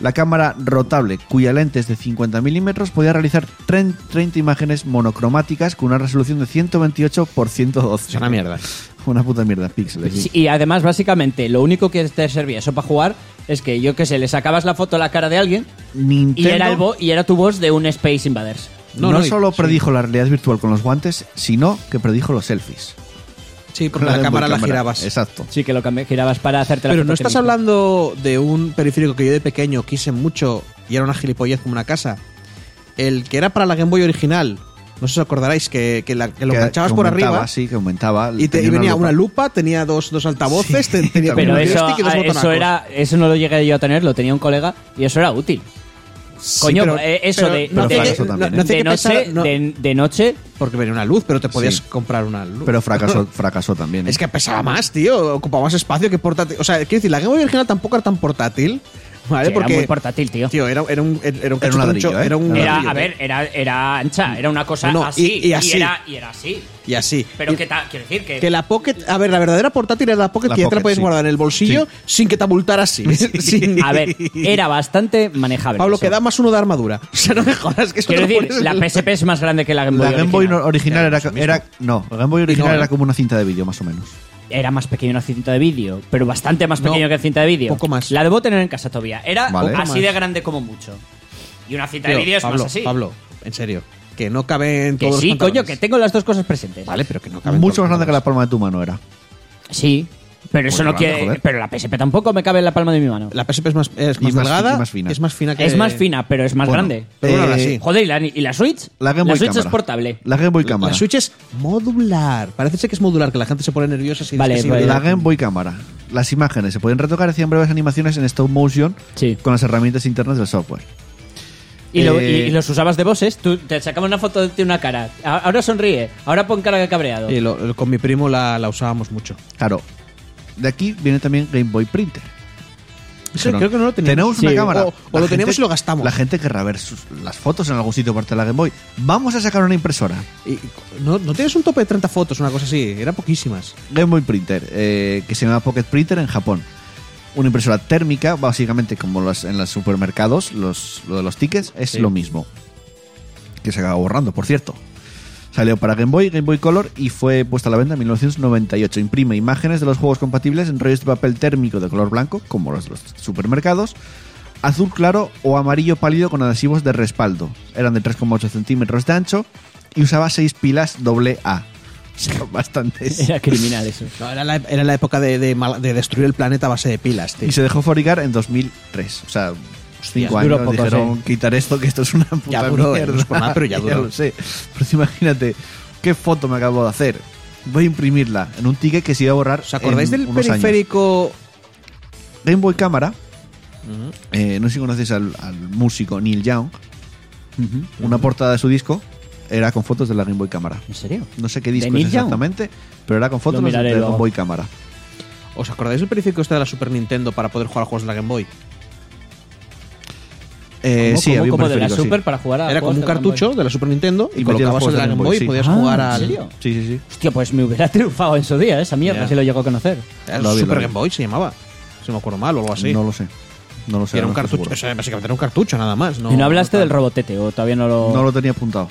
Speaker 1: La cámara rotable, cuya lente es de 50 milímetros, podía realizar 30 30 imágenes monocromáticas con una resolución de 128 por 112.
Speaker 3: Es una mierda.
Speaker 1: Una puta mierda, píxeles. sí.
Speaker 2: Sí, y además, básicamente, lo único que te servía eso para jugar es que, yo qué sé, le sacabas la foto a la cara de alguien y
Speaker 1: Nintendo-
Speaker 2: era, el vo- y era tu voz de un Space Invaders.
Speaker 3: No,
Speaker 1: No,
Speaker 3: no, y-
Speaker 1: solo
Speaker 3: sí.
Speaker 1: predijo la realidad virtual con los guantes, sino que predijo los selfies.
Speaker 3: Sí, porque la,
Speaker 1: Game Boy
Speaker 3: cámara la girabas.
Speaker 1: Exacto.
Speaker 2: Sí, que lo cambi- girabas para hacerte la
Speaker 3: Pero
Speaker 2: foto
Speaker 3: no
Speaker 2: a ti
Speaker 3: estás
Speaker 2: mismo.
Speaker 3: hablando de un periférico que yo de pequeño quise mucho y era una gilipollez como una casa. El que era para la Game Boy original. No sé si os acordaréis que, que la- que lo
Speaker 1: Que-
Speaker 3: enganchabas
Speaker 1: que
Speaker 3: por
Speaker 1: aumentaba,
Speaker 3: arriba.
Speaker 1: Sí, que aumentaba.
Speaker 3: Y, te- y
Speaker 1: tenía
Speaker 3: venía una lupa, tenía dos, dos altavoces,
Speaker 1: Sí,
Speaker 3: te- tenía
Speaker 1: también.
Speaker 2: Pero
Speaker 3: un
Speaker 2: eso, ah,
Speaker 3: joystick y dos
Speaker 2: eso
Speaker 3: botonacos.
Speaker 2: era, eso no lo llegué yo a tener, lo tenía un colega y eso era útil.
Speaker 3: Sí,
Speaker 2: Coño,
Speaker 3: pero-
Speaker 2: eh, eso
Speaker 3: pero-
Speaker 2: de,
Speaker 1: pero
Speaker 2: de-
Speaker 1: fracaso también,
Speaker 2: de
Speaker 1: ¿eh?
Speaker 3: hacía que
Speaker 2: noche,
Speaker 3: pensara- no-
Speaker 2: de, de noche,
Speaker 3: Porque venía una luz, pero te podías
Speaker 1: Sí.
Speaker 3: comprar una luz.
Speaker 1: Pero fracasó, fracasó también. ¿eh?
Speaker 3: es que pesaba más, tío. Ocupaba más espacio que portátil. O sea, quiero decir, la Game Boy original tampoco era tan portátil. ¿vale?
Speaker 2: sí,
Speaker 3: Porque,
Speaker 2: era muy portátil, tío.
Speaker 3: Tío, era, era un, era un
Speaker 1: Era un ladrillo,
Speaker 3: cachuchoncho,
Speaker 1: ¿eh?
Speaker 3: era un
Speaker 2: era,
Speaker 3: ladrillo,
Speaker 2: a ver, era, era ancha, era una cosa
Speaker 3: No, no,
Speaker 2: así,
Speaker 3: y- y así.
Speaker 2: era, y era así.
Speaker 3: Y así.
Speaker 2: Pero
Speaker 3: Y-
Speaker 2: que ta- quiero decir que,
Speaker 3: Que la Pocket, a ver, la verdadera portátil era la Pocket
Speaker 1: La
Speaker 3: que ya te la
Speaker 1: Pocket,
Speaker 3: podías
Speaker 1: sí.
Speaker 3: guardar en el bolsillo
Speaker 1: Sí.
Speaker 3: sin que te abultara así. Sin-
Speaker 2: a ver, era bastante manejable.
Speaker 3: Pablo,
Speaker 2: eso.
Speaker 3: que da más uno de armadura. O sea, no me jodas, que eso
Speaker 2: Quiero
Speaker 3: te lo
Speaker 2: decir,
Speaker 3: pones
Speaker 2: la
Speaker 3: en el-
Speaker 2: PSP es más grande que la Game Boy.
Speaker 1: la Game Boy no- original
Speaker 3: Ya,
Speaker 1: era,
Speaker 3: es lo mismo.
Speaker 1: era. No, la Game Boy original
Speaker 3: no,
Speaker 1: era
Speaker 3: eh.
Speaker 1: como una cinta de vídeo, más o menos.
Speaker 2: Era más pequeño una cinta de vídeo, pero bastante más
Speaker 3: No,
Speaker 2: pequeño que la cinta de vídeo.
Speaker 3: poco más.
Speaker 2: La debo tener en casa todavía. Era
Speaker 1: Vale.
Speaker 2: así
Speaker 3: Poco
Speaker 2: de
Speaker 3: más.
Speaker 2: grande como mucho. Y una cinta
Speaker 3: Tío,
Speaker 2: de vídeo es
Speaker 3: Pablo,
Speaker 2: más así.
Speaker 3: Pablo, en serio. Que no cabe en
Speaker 2: que
Speaker 3: todos los
Speaker 2: sí, coño,
Speaker 3: pantalones.
Speaker 2: que tengo las dos cosas presentes.
Speaker 3: Vale, pero que no cabe en
Speaker 1: Mucho más
Speaker 3: todos los
Speaker 1: grande que la palma de tu mano era.
Speaker 2: Sí, pero eso
Speaker 1: Pues
Speaker 2: no
Speaker 1: vale,
Speaker 2: quiere.
Speaker 1: joder.
Speaker 2: Pero la PSP tampoco me cabe en la palma de mi mano.
Speaker 3: La PSP es más, es
Speaker 1: Y
Speaker 3: más
Speaker 1: más fi-
Speaker 3: delgada.
Speaker 1: y más fina.
Speaker 3: Es más fina que.
Speaker 2: Es más fina, pero es más
Speaker 1: Bueno,
Speaker 2: grande.
Speaker 3: Pero bueno,
Speaker 1: Eh,
Speaker 3: ahora sí.
Speaker 2: Joder, ¿y la, y la Switch?
Speaker 1: La Game Boy
Speaker 2: Switch
Speaker 1: Cámara.
Speaker 2: es portable.
Speaker 1: La Game Boy
Speaker 3: La
Speaker 1: Cámara.
Speaker 3: Switch es modular. Parece ser que es modular, que la gente se pone nerviosa. Si dices
Speaker 2: Vale,
Speaker 3: que sí,
Speaker 2: vale.
Speaker 1: La Game Boy Cámara. Las imágenes se pueden retocar, hacían breves animaciones en stop motion
Speaker 2: Sí.
Speaker 1: con las herramientas internas del software.
Speaker 2: Y, lo-
Speaker 1: Eh,
Speaker 2: y- y los usabas de bosses, tú te sacabas una foto de ti una cara. A- Ahora sonríe, ahora pon cara de cabreado.
Speaker 3: Y lo- lo- con mi primo la, la usábamos mucho.
Speaker 1: Claro. De aquí viene también Game Boy Printer.
Speaker 3: Sí,
Speaker 1: Pero
Speaker 3: creo que no lo teníamos.
Speaker 1: Tenemos una
Speaker 3: Sí,
Speaker 1: cámara.
Speaker 3: O, o
Speaker 1: La
Speaker 3: lo
Speaker 1: gente-
Speaker 3: teníamos y lo gastamos.
Speaker 1: La gente querrá ver sus- las fotos en algún sitio aparte de la Game Boy. Vamos a sacar una impresora.
Speaker 3: Y- no, no tienes un tope de 30 fotos, una cosa así. Eran poquísimas.
Speaker 1: Game Boy Printer, eh, que se llama Pocket Printer en Japón. Una impresora térmica, básicamente como las, en los supermercados, los, lo de los tickets, es
Speaker 2: Sí.
Speaker 1: lo mismo. Que se acaba borrando, por cierto. Salió para Game Boy, Game Boy Color y fue puesta a la venta en 1998. Imprime imágenes de los juegos compatibles en rollos de papel térmico de color blanco, como los de los supermercados, azul claro o amarillo pálido con adhesivos de respaldo. Eran de 3,8 centímetros de ancho y usaba 6 pilas doble A. O sea, bastantes.
Speaker 2: Era criminal eso.
Speaker 3: No, era, la, era la época de, de mal- de destruir el planeta a base de pilas, tío.
Speaker 1: Y se dejó fabricar en 2003. O sea, cinco
Speaker 2: duró
Speaker 1: años
Speaker 2: poco,
Speaker 1: dijeron quitar esto, que esto es una puta
Speaker 3: Ya duró, eh,
Speaker 1: mierda.
Speaker 3: no es por nada, pero ya duró.
Speaker 1: lo sé. Pero imagínate, ¿qué foto me acabo de hacer? Voy a imprimirla en un ticket que se iba a borrar.
Speaker 3: ¿Os acordáis
Speaker 1: en
Speaker 3: del
Speaker 1: unos años.
Speaker 3: periférico?
Speaker 1: Game Boy Cámara. eh, no sé si conocéis al, al músico Neil Young. Una portada de su disco era con fotos de la Game Boy Cámara.
Speaker 2: ¿En serio?
Speaker 1: No sé qué
Speaker 2: ¿De
Speaker 1: disco es
Speaker 2: Ninja?
Speaker 1: exactamente, pero era con fotos de la
Speaker 2: miraré
Speaker 1: Game
Speaker 2: luego.
Speaker 1: Boy Cámara.
Speaker 3: ¿Os acordáis del periférico este de la Super Nintendo para poder jugar a juegos de la Game Boy?
Speaker 1: Eh,
Speaker 2: ¿Cómo,
Speaker 1: sí, había
Speaker 2: cómo,
Speaker 1: un
Speaker 2: cómo de la
Speaker 1: periférico, sí.
Speaker 2: Super para jugar a
Speaker 3: Era
Speaker 2: juegos
Speaker 3: como un
Speaker 2: de Game Boy?
Speaker 3: cartucho de la Super Nintendo y,
Speaker 1: Y metías
Speaker 3: colocabas
Speaker 1: juegos
Speaker 3: el de la Game Boy y podías
Speaker 2: sí.
Speaker 3: jugar
Speaker 2: Ah, ¿en
Speaker 3: al.
Speaker 2: serio?
Speaker 1: Sí, sí, sí.
Speaker 2: Hostia, pues me hubiera triunfado en su día esa mierda
Speaker 3: Ya.
Speaker 2: si lo llego a conocer.
Speaker 3: Era
Speaker 1: Lo vi,
Speaker 3: Super
Speaker 1: lo vi.
Speaker 3: Game Boy se llamaba. Si no me acuerdo mal o algo así.
Speaker 1: No lo sé. No lo
Speaker 3: Y
Speaker 1: sé.
Speaker 3: Ah, era un
Speaker 1: no estoy seguro.
Speaker 3: cartucho. o sea, básicamente era un cartucho nada más. No,
Speaker 2: y no hablaste
Speaker 3: no
Speaker 2: del robotete, o todavía no lo.
Speaker 1: No lo tenía apuntado.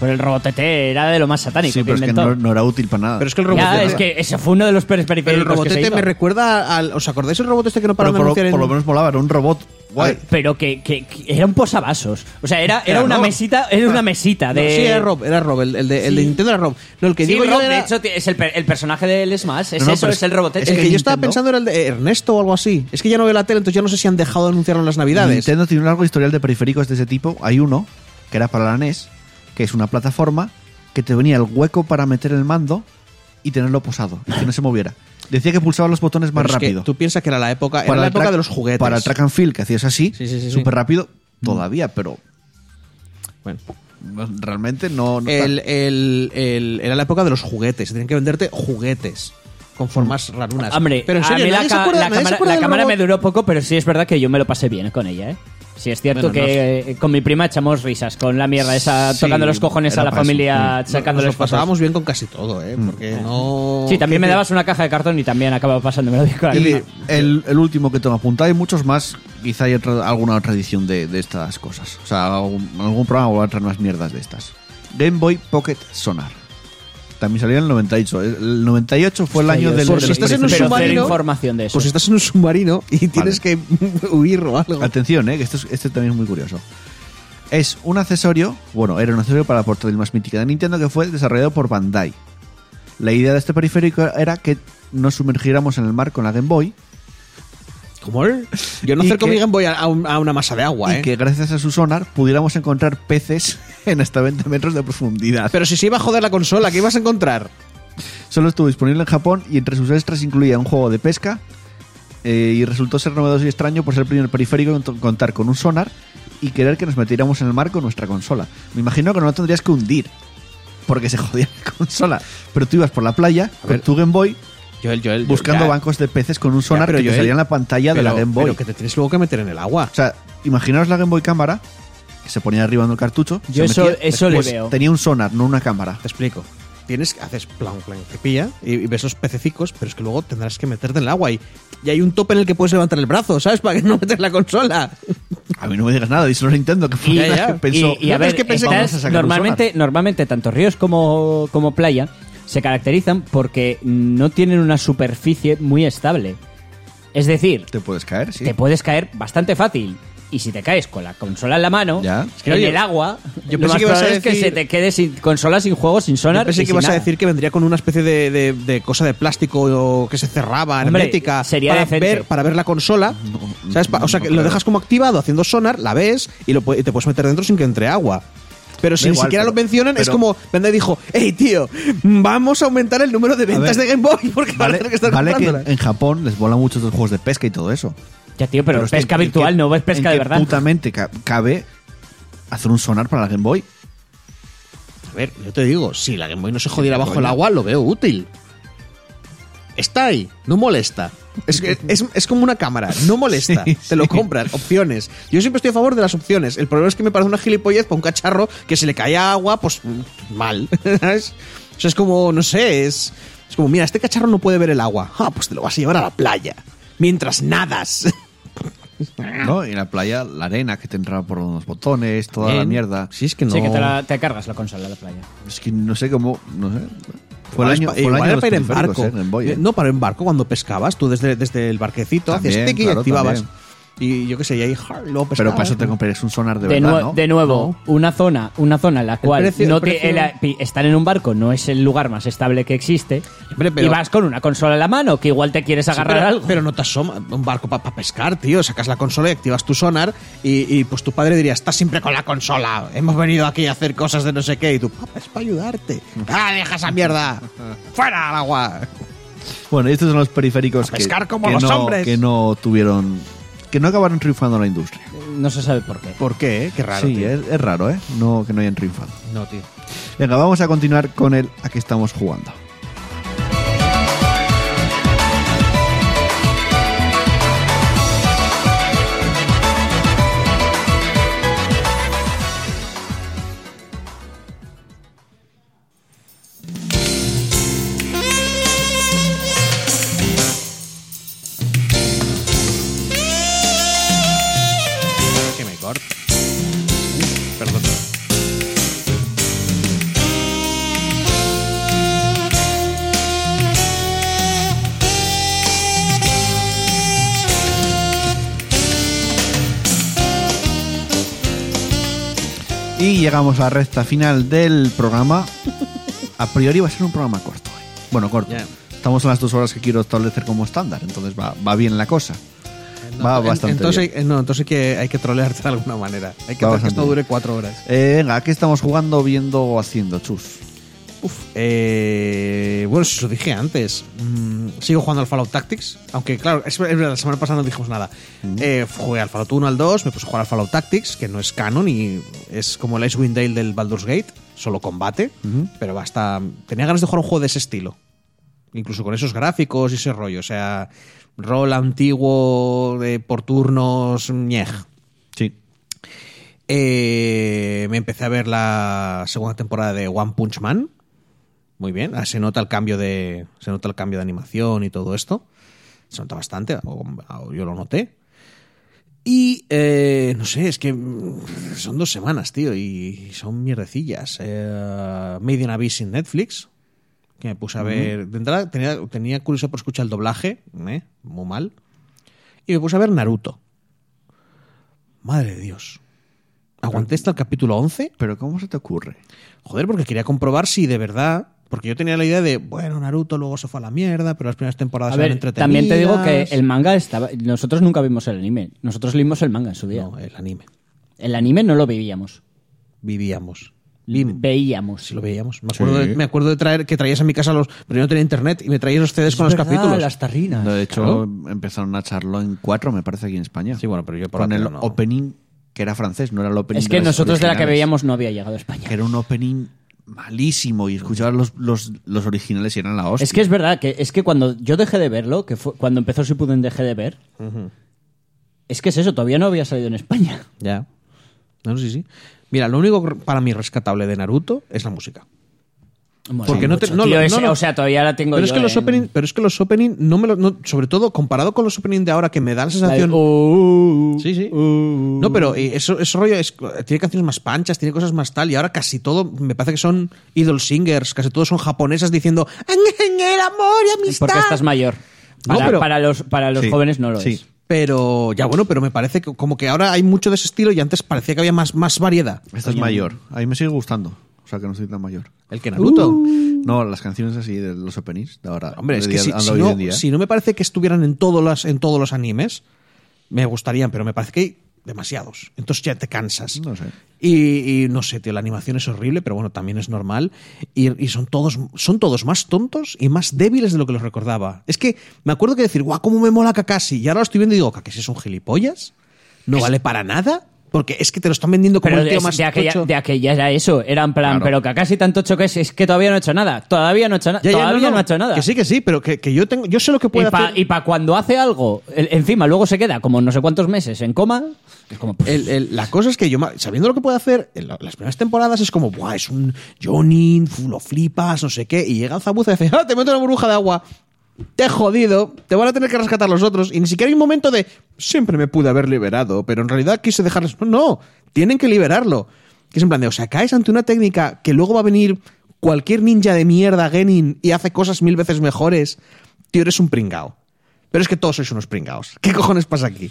Speaker 2: Pero el robotete era de lo más satánico
Speaker 1: Sí,
Speaker 2: que
Speaker 1: pero es que
Speaker 2: inventó.
Speaker 1: no, no era útil para nada.
Speaker 3: Pero es que el robotete.
Speaker 2: ya, es que ese fue uno de los per-
Speaker 3: Pero
Speaker 2: periféricos
Speaker 3: el
Speaker 2: que se
Speaker 3: robotete
Speaker 2: este hizo.
Speaker 3: me recuerda al. ¿Os acordáis el robot este que no
Speaker 1: Pero
Speaker 3: paró de
Speaker 1: por, lo-
Speaker 3: anunciar en-
Speaker 1: por lo menos molaba, era un robot. Guay.
Speaker 2: Pero que, que- que era un posavasos. O sea, era, era
Speaker 3: Era
Speaker 2: una
Speaker 3: Rob.
Speaker 2: mesita, era una mesita
Speaker 3: Ah, No,
Speaker 2: de.
Speaker 3: sí, era Rob, era Rob, el, el de, el de
Speaker 2: Sí.
Speaker 3: Nintendo era Rob. No, el que
Speaker 2: Sí,
Speaker 3: digo yo
Speaker 2: Rob,
Speaker 3: era-
Speaker 2: de hecho, ti- es el, per- el personaje del Smash. Es
Speaker 1: No, no,
Speaker 2: eso,
Speaker 1: pero
Speaker 2: es, el robotete.
Speaker 3: el que yo estaba
Speaker 2: Nintendo.
Speaker 3: pensando era el de eh, Ernesto o algo así. Es que ya no veo la tele, entonces ya no sé si han dejado de anunciarlo en las navidades.
Speaker 1: Nintendo tiene un largo historial de periféricos de ese tipo. Hay uno, que era para la NES, que es una plataforma que te venía el hueco para meter el mando y tenerlo posado, y que no se moviera. Decía que pulsaba los botones más
Speaker 3: Pero es que
Speaker 1: rápido.
Speaker 3: tú piensas que era la época, era
Speaker 1: el
Speaker 3: la época
Speaker 1: track-
Speaker 3: de los juguetes.
Speaker 1: Para el track and field, que hacías así,
Speaker 3: Sí, sí, Mm. sí, sí.
Speaker 1: súper rápido, todavía, pero
Speaker 3: Bueno.
Speaker 1: realmente no... no
Speaker 3: El- el- el- era la época de los juguetes. Tenían que venderte juguetes con formas rarunas.
Speaker 2: Mm. Hombre,
Speaker 3: pero en serio,
Speaker 2: a mí la,
Speaker 3: nadie se
Speaker 2: ca-
Speaker 3: acuerda-
Speaker 2: la
Speaker 3: nadie se
Speaker 2: cámara,
Speaker 3: acuerda
Speaker 2: la
Speaker 3: del
Speaker 2: cámara me
Speaker 3: robot.
Speaker 2: duró poco, pero sí es verdad que yo me lo pasé bien con ella, ¿eh? Sí, es cierto
Speaker 3: Bueno,
Speaker 2: que
Speaker 3: nos-
Speaker 2: eh, con mi prima echamos risas con la mierda esa,
Speaker 3: Sí,
Speaker 2: tocando los cojones
Speaker 1: era
Speaker 2: a la
Speaker 1: para eso.
Speaker 2: familia, sacando
Speaker 3: Nos lo
Speaker 2: los Mm.
Speaker 3: pasábamos bien con casi todo, ¿eh? Porque no.
Speaker 2: Sí, también me
Speaker 3: Gente-
Speaker 2: dabas una caja de cartón y también acababa pasándomelo bien con la
Speaker 1: Y
Speaker 2: misma.
Speaker 1: el, el último que tengo apuntado, hay muchos más. Quizá hay otra- alguna otra edición de, de estas cosas. O sea, algún, algún programa va a traer más mierdas de estas. Game Boy Pocket Sonar. También salió en el 98. El 98 fue el
Speaker 2: Hostia,
Speaker 1: año
Speaker 2: yo
Speaker 1: del.
Speaker 2: solo
Speaker 1: del-
Speaker 3: si estás en un
Speaker 2: pero cero
Speaker 3: submarino-
Speaker 2: información de eso.
Speaker 3: Pues estás en un submarino y tienes que huir o algo.
Speaker 1: Atención, eh, que esto es- este también es muy curioso. Es un accesorio, bueno, era un accesorio para la portátil más mítica de Nintendo que fue desarrollado por Bandai. La idea de este periférico era que nos sumergiéramos en el mar con la Game Boy
Speaker 3: ¿Cómo? Yo no
Speaker 1: Y
Speaker 3: acerco
Speaker 1: que-
Speaker 3: mi Game Boy a, a un- a una masa de agua,
Speaker 1: y
Speaker 3: ¿eh?
Speaker 1: que gracias a su sonar pudiéramos encontrar peces en hasta 20 metros de profundidad.
Speaker 3: Pero si se iba a joder la consola, ¿qué ibas a encontrar?
Speaker 1: Solo estuvo disponible en Japón y entre sus extras incluía un juego de pesca eh, y resultó ser novedoso y extraño por ser el primer periférico en to- contar con un sonar y querer que nos metiéramos en el mar con nuestra consola. Me imagino que no lo tendrías que hundir porque se jodía la consola, pero tú ibas por la playa con
Speaker 3: ver.
Speaker 1: tu Game Boy
Speaker 3: Joel, Joel.
Speaker 1: buscando bancos de peces con un sonar
Speaker 3: pero
Speaker 1: que te
Speaker 3: Joel,
Speaker 1: salía en la pantalla de la Game Boy.
Speaker 3: Pero que te tienes luego que meter en el agua.
Speaker 1: O sea, imaginaos la Game Boy cámara que se ponía arriba en el cartucho.
Speaker 2: Yo
Speaker 1: se
Speaker 2: eso-
Speaker 1: metía,
Speaker 2: eso le
Speaker 1: pues
Speaker 2: veo.
Speaker 1: Tenía un sonar, no una cámara.
Speaker 3: Te explico. Tienes, haces plan, plan, te pilla y, y ves los pececicos, pero es que luego tendrás que meterte en el agua y, y hay un tope en el que puedes levantar el brazo, ¿sabes? Para que no metes la consola.
Speaker 1: A mí no me digas nada, díselo a Nintendo que fue
Speaker 3: Ya,
Speaker 1: la
Speaker 3: ya.
Speaker 1: que pensó.
Speaker 2: y, y
Speaker 3: Yo
Speaker 2: a
Speaker 3: es
Speaker 2: ver,
Speaker 3: que pensé que
Speaker 2: estas
Speaker 1: vamos a sacar un
Speaker 2: normalmente, normalmente tanto ríos como, como playa se caracterizan porque no tienen una superficie muy estable. Es decir,
Speaker 1: Te puedes caer, sí.
Speaker 2: te puedes caer bastante fácil. Y si te caes con la consola en la mano,
Speaker 1: Ya.
Speaker 2: en el agua,
Speaker 3: yo pensé
Speaker 2: lo más
Speaker 3: que ibas a
Speaker 2: probable es que
Speaker 3: decir-
Speaker 2: se te quede sin consola, sin juego, sin sonar.
Speaker 3: Yo pensé
Speaker 2: y
Speaker 3: que
Speaker 2: sin
Speaker 3: ibas a
Speaker 2: nada.
Speaker 3: decir que vendría con una especie de, de- de cosa de plástico o que se cerraba,
Speaker 2: Hombre,
Speaker 3: hermética,
Speaker 2: sería
Speaker 3: para,
Speaker 2: decente.
Speaker 3: ver, para ver la consola.
Speaker 1: No,
Speaker 3: ¿sabes? Pa-
Speaker 1: no
Speaker 3: o sea, que
Speaker 1: creo.
Speaker 3: lo dejas como activado haciendo sonar, la ves y, lo, pu- y te puedes meter dentro sin que entre agua. Pero si
Speaker 1: Da
Speaker 3: ni
Speaker 1: igual,
Speaker 3: siquiera
Speaker 1: pero-
Speaker 3: lo mencionan, es
Speaker 1: pero-
Speaker 3: como Bandai dijo, hey tío, vamos a aumentar el número de ventas
Speaker 1: ver,
Speaker 3: de Game Boy porque van a
Speaker 1: Vale,
Speaker 3: tener que estar
Speaker 1: vale que
Speaker 3: comprándolas".
Speaker 1: en Japón les mola mucho los juegos de pesca y todo eso.
Speaker 2: Ya, tío, pero,
Speaker 1: hostia,
Speaker 2: pesca
Speaker 1: ¿en qué-
Speaker 2: virtual, no ves pesca
Speaker 1: en
Speaker 2: de
Speaker 1: qué
Speaker 2: verdad.
Speaker 1: Putamente ca- cabe hacer un sonar para la Game Boy.
Speaker 3: A ver, yo te digo, si la Game Boy no se
Speaker 1: Sí,
Speaker 3: jodiera bajo
Speaker 1: coño.
Speaker 3: el agua, lo veo útil. Está ahí, no molesta. Es, que- es, es como una cámara, no molesta.
Speaker 1: Sí,
Speaker 3: te lo compras, opciones. Yo siempre estoy a favor de las opciones. El problema es que me parece una gilipollez para un cacharro que si le cae agua, pues mm, mal. ¿sabes? O sea, es como, no sé, es, es como, mira, este cacharro no puede ver el agua. Ah, pues te lo vas a llevar a la playa. Mientras nadas.
Speaker 1: ¿no? Y en la playa, la arena que te entraba por los botones, toda la
Speaker 3: Bien.
Speaker 1: mierda.
Speaker 3: Si es que no.
Speaker 2: Sí, que te, la- te cargas la consola en la playa.
Speaker 1: Es que no sé cómo. No sé. Fue el
Speaker 3: Igual
Speaker 1: año,
Speaker 3: es pa-
Speaker 1: fue el
Speaker 3: igual
Speaker 1: año
Speaker 3: era
Speaker 1: de los
Speaker 3: para ir en
Speaker 1: periféricos,
Speaker 3: barco.
Speaker 1: eh, Game Boy, eh.
Speaker 3: No, para en barco cuando pescabas, tú desde, desde el barquecito
Speaker 1: También,
Speaker 3: hacías tic y
Speaker 1: claro,
Speaker 3: activabas.
Speaker 1: también.
Speaker 3: Y yo qué sé, y ahí jar, luego
Speaker 1: Pero
Speaker 3: pescabas,
Speaker 1: para eso te
Speaker 3: ¿no?
Speaker 1: comprarías un sonar de,
Speaker 2: De,
Speaker 1: verdad,
Speaker 2: nue-
Speaker 1: ¿no?
Speaker 2: de nuevo, una zona una zona en la cual
Speaker 3: precio- el
Speaker 2: no te-
Speaker 3: precio-
Speaker 2: el a- pi- estar en un barco no es el lugar más estable que existe
Speaker 3: Hombre, pero-
Speaker 2: y vas con una consola en la mano que igual te quieres
Speaker 3: Sí,
Speaker 2: agarrar
Speaker 3: pero,
Speaker 2: algo.
Speaker 3: pero no te asoma un barco para pescar, tío. Sacas la consola y activas tu sonar. Y, y, pues tu padre diría: Estás siempre con la consola. Hemos venido aquí a hacer cosas de no sé qué. Y tú, papá, es para ayudarte. ¡Ah, deja esa mierda! ¡Fuera al agua!
Speaker 1: Bueno, estos son los periféricos
Speaker 3: pescar
Speaker 1: que,
Speaker 3: como
Speaker 1: que
Speaker 3: los
Speaker 1: no,
Speaker 3: hombres.
Speaker 1: que no tuvieron. que no acabaron triunfando en la industria.
Speaker 2: No se sabe por qué.
Speaker 3: ¿Por qué? eh? Qué raro.
Speaker 1: sí,
Speaker 3: tío.
Speaker 1: es, es raro, ¿eh? No, que no hayan triunfado.
Speaker 3: No, tío.
Speaker 1: Venga, vamos a continuar con el a qué estamos jugando.
Speaker 3: Que me corta. Perdón.
Speaker 1: Y llegamos a la recta final del programa. A priori va a ser un programa corto. ¿eh? Bueno, corto.
Speaker 3: Ya.
Speaker 1: Estamos en las dos horas que quiero establecer como estándar, entonces va, va bien la cosa. va
Speaker 3: En-
Speaker 1: bastante
Speaker 3: entonces,
Speaker 1: bien.
Speaker 3: eh, No, entonces hay que, hay que trolearte de alguna manera. Hay que
Speaker 1: Va
Speaker 3: hacer que
Speaker 1: bastante
Speaker 3: esto dure cuatro horas.
Speaker 1: Eh, venga, ¿a qué estamos jugando, viendo o haciendo, chus?
Speaker 3: Uf, eh, bueno, si os lo dije antes, mm, sigo jugando al Fallout Tactics, aunque claro, es, es verdad, la semana pasada no dijimos nada. Eh, jugué al Fallout 1, al 2, me puse a jugar al Fallout Tactics, que no es canon y es como el Icewind Dale del Baldur's Gate, solo combate, pero basta... Tenía ganas de jugar un juego de ese estilo, incluso con esos gráficos y ese rollo, o sea, rol antiguo de por turnos, ñej.
Speaker 1: Sí.
Speaker 3: Eh, me empecé a ver la segunda temporada de One Punch Man. Muy bien. Ah, se nota el cambio de. Se nota el cambio de animación y todo esto. Se nota bastante. o- o Yo lo noté. Y eh, no sé, es que mm, son dos semanas, tío, y son mierdecillas. Eh, Made in Abyss en Netflix, que me puse a ver. De entrada tenía, tenía curiosidad por escuchar el doblaje, ¿eh? muy mal. Y me puse a ver Naruto. Madre de Dios. Aguanté hasta el capítulo 11
Speaker 1: Pero ¿cómo se te ocurre?
Speaker 3: Joder, porque quería comprobar si de verdad. Porque yo tenía la idea de, bueno, Naruto luego se fue a la mierda, pero las primeras temporadas
Speaker 2: A
Speaker 3: eran
Speaker 2: ver,
Speaker 3: entretenidas.
Speaker 2: también te digo que el manga estaba. Nosotros nunca vimos el anime. Nosotros leímos el manga en su día.
Speaker 3: No, el anime.
Speaker 2: El anime no lo veíamos.
Speaker 3: Vivíamos. Vim.
Speaker 2: Veíamos.
Speaker 3: Si lo veíamos. Me acuerdo,
Speaker 1: Sí.
Speaker 3: de, me acuerdo de traer que traías a mi casa los. Pero yo no tenía internet y me traías los CDs con los capítulos.
Speaker 2: Las tarrinas.
Speaker 1: De hecho, empezaron a charlo en cuatro, me parece, aquí en España.
Speaker 3: Sí, bueno, pero yo por
Speaker 1: Con
Speaker 3: la
Speaker 1: el
Speaker 3: tele no.
Speaker 1: opening que era francés, no era el opening.
Speaker 2: es que
Speaker 1: los
Speaker 2: nosotros de la que
Speaker 1: originales.
Speaker 2: veíamos no había llegado a España.
Speaker 1: Que era un opening malísimo y escuchabas los, los, los originales y eran la hostia.
Speaker 2: Es que es verdad que es que cuando yo dejé de verlo, que fue cuando empezó si Puden dejé de ver, es que es eso, todavía no había salido en España.
Speaker 3: Ya. No, no, sí, sí. Mira, lo único para mí rescatable de Naruto es la música.
Speaker 2: Mola
Speaker 3: Porque no te-
Speaker 2: mucho,
Speaker 3: no
Speaker 2: tío,
Speaker 3: lo-
Speaker 2: ese-
Speaker 3: no lo-
Speaker 2: o sea, todavía la tengo
Speaker 3: Pero es,
Speaker 2: yo ¿eh?
Speaker 3: que los
Speaker 2: en-
Speaker 3: opening, pero es que los opening no me lo, no- sobre todo comparado con los opening de ahora que me da la
Speaker 2: la de-
Speaker 3: sensación
Speaker 2: Oh,
Speaker 3: Sí, sí.
Speaker 2: oh.
Speaker 3: No, pero eh, eso, eso rollo es, tiene canciones más panchas, tiene cosas más tal, y ahora casi todo, me parece que son idol singers, casi todos son japonesas diciendo "En el amor y amistad.
Speaker 2: Porque estás mayor.
Speaker 3: No,
Speaker 2: Para,
Speaker 3: pero-
Speaker 2: para los, para los
Speaker 1: Sí,
Speaker 2: jóvenes no lo
Speaker 1: sí.
Speaker 2: es.
Speaker 3: Pero ya bueno, pero me parece que como que ahora hay mucho de ese estilo y antes parecía que había más, más variedad.
Speaker 1: Esta es mayor. A mí me sigue gustando. O sea, que no soy tan mayor.
Speaker 3: El que Naruto.
Speaker 2: Uh.
Speaker 1: No, las canciones así de los openings de ahora.
Speaker 3: Hombre, es
Speaker 1: de
Speaker 3: que
Speaker 1: día-
Speaker 3: si,
Speaker 1: ando
Speaker 3: si
Speaker 1: hoy en
Speaker 3: no,
Speaker 1: día.
Speaker 3: si no me parece que estuvieran en todos los, en todos los animes, me gustarían, pero me parece que hay demasiados. Entonces ya te cansas.
Speaker 1: No sé.
Speaker 3: Y, y no sé, tío, la animación es horrible, pero bueno, también es normal. Y, y son, todos, son todos más tontos y más débiles de lo que los recordaba. Es que me acuerdo que decir, guau, cómo me mola Kakashi. Y ahora lo estoy viendo y digo, Kakashi es un gilipollas, no vale para nada. Porque es que te lo están vendiendo como
Speaker 2: Pero
Speaker 3: el tío
Speaker 2: es-
Speaker 3: más
Speaker 2: de, aquella,
Speaker 3: tocho.
Speaker 2: de aquella era eso, era en plan,
Speaker 1: Claro.
Speaker 2: pero que casi tanto choque es, es que todavía no he hecho nada, todavía no he hecho nada,
Speaker 3: Ya, ya,
Speaker 2: todavía no, ha hecho nada.
Speaker 3: Que sí, que sí, pero que, que yo tengo, yo sé lo que
Speaker 2: y
Speaker 3: puedo
Speaker 2: para
Speaker 3: hacer.
Speaker 2: cuando hace algo, el- encima luego se queda como no sé cuántos meses en coma, es como... pff,
Speaker 3: El- el- la cosa es que yo, ma- sabiendo lo que puede hacer, en la- las primeras temporadas es como, Buah, es un Jonin, fu- lo flipas, no sé qué, y llega el Zabuza y dice, "Ah, te meto una burbuja de agua, te he jodido, te van a tener que rescatar los otros, y ni siquiera hay un momento de, siempre me pude haber liberado, pero en realidad quise dejarles, no, no, tienen que liberarlo. Que es en plan de, o sea, caes ante una técnica que luego va a venir cualquier ninja de mierda, Genin, y hace cosas mil veces mejores, tío, eres un pringao. Pero es que todos sois unos pringaos. ¿Qué cojones pasa aquí?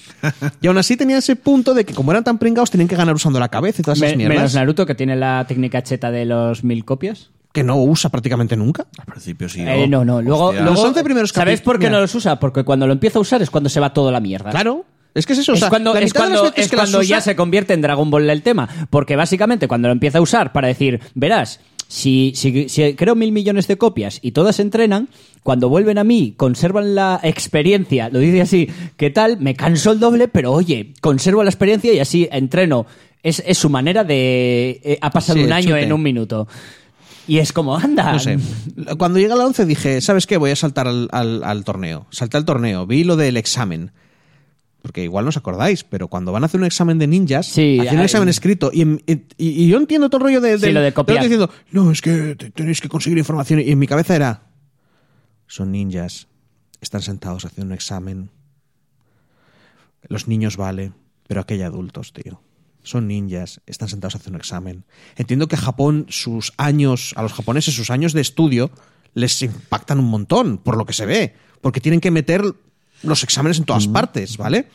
Speaker 3: Y aún así tenía ese punto de que como eran tan pringaos tenían que ganar usando la cabeza y todas esas
Speaker 2: me- menos
Speaker 3: mierdas
Speaker 2: Naruto que tiene la técnica cheta de los mil copias.
Speaker 3: que no usa prácticamente nunca.
Speaker 1: Al principio sí.
Speaker 2: Eh, no, no, luego...
Speaker 1: Hostia.
Speaker 2: luego-
Speaker 3: Los 11 primeros
Speaker 2: ¿Sabéis
Speaker 3: capi-
Speaker 2: por qué
Speaker 3: Mira.
Speaker 2: no los usa? Porque cuando lo empieza a usar es cuando se va toda la mierda.
Speaker 3: Claro. Es que es eso. o
Speaker 2: es
Speaker 3: sea,
Speaker 2: cuando,
Speaker 3: la
Speaker 2: es
Speaker 3: mitad de las
Speaker 2: cuando,
Speaker 3: veces
Speaker 2: es
Speaker 3: que las
Speaker 2: cuando ya
Speaker 3: usa-
Speaker 2: se convierte en Dragon Ball el tema. Porque básicamente cuando lo empieza a usar para decir, verás, Si, si- si creo mil millones de copias y todas entrenan, cuando vuelven a mí, conservan la experiencia. Lo dice así, ¿qué tal? Me canso el doble, pero oye, conservo la experiencia y así entreno. Es, es su manera de... eh, ha pasado
Speaker 3: Sí,
Speaker 2: un año
Speaker 3: chute.
Speaker 2: en un minuto. Y es como, anda.
Speaker 3: No sé. Cuando llegué a la 11 dije, ¿sabes qué? Voy a saltar al, al- al torneo. Salté al torneo, vi lo del examen. Porque igual no os acordáis, pero cuando van a hacer un examen de ninjas,
Speaker 2: Sí,
Speaker 3: hacen un
Speaker 2: hay-
Speaker 3: examen escrito. Y, en- y- y yo entiendo todo el rollo de,
Speaker 2: Sí, lo de
Speaker 3: del otro
Speaker 2: copiar.
Speaker 3: diciendo, no, es que te- tenéis que conseguir información. Y en mi cabeza era, son ninjas, están sentados haciendo un examen. Los niños vale, pero aquí hay adultos, tío. Son ninjas, están sentados haciendo un examen. Entiendo que a Japón sus años, a los japoneses sus años de estudio les impactan un montón, por lo que se ve, porque tienen que meter los exámenes en todas partes, ¿vale?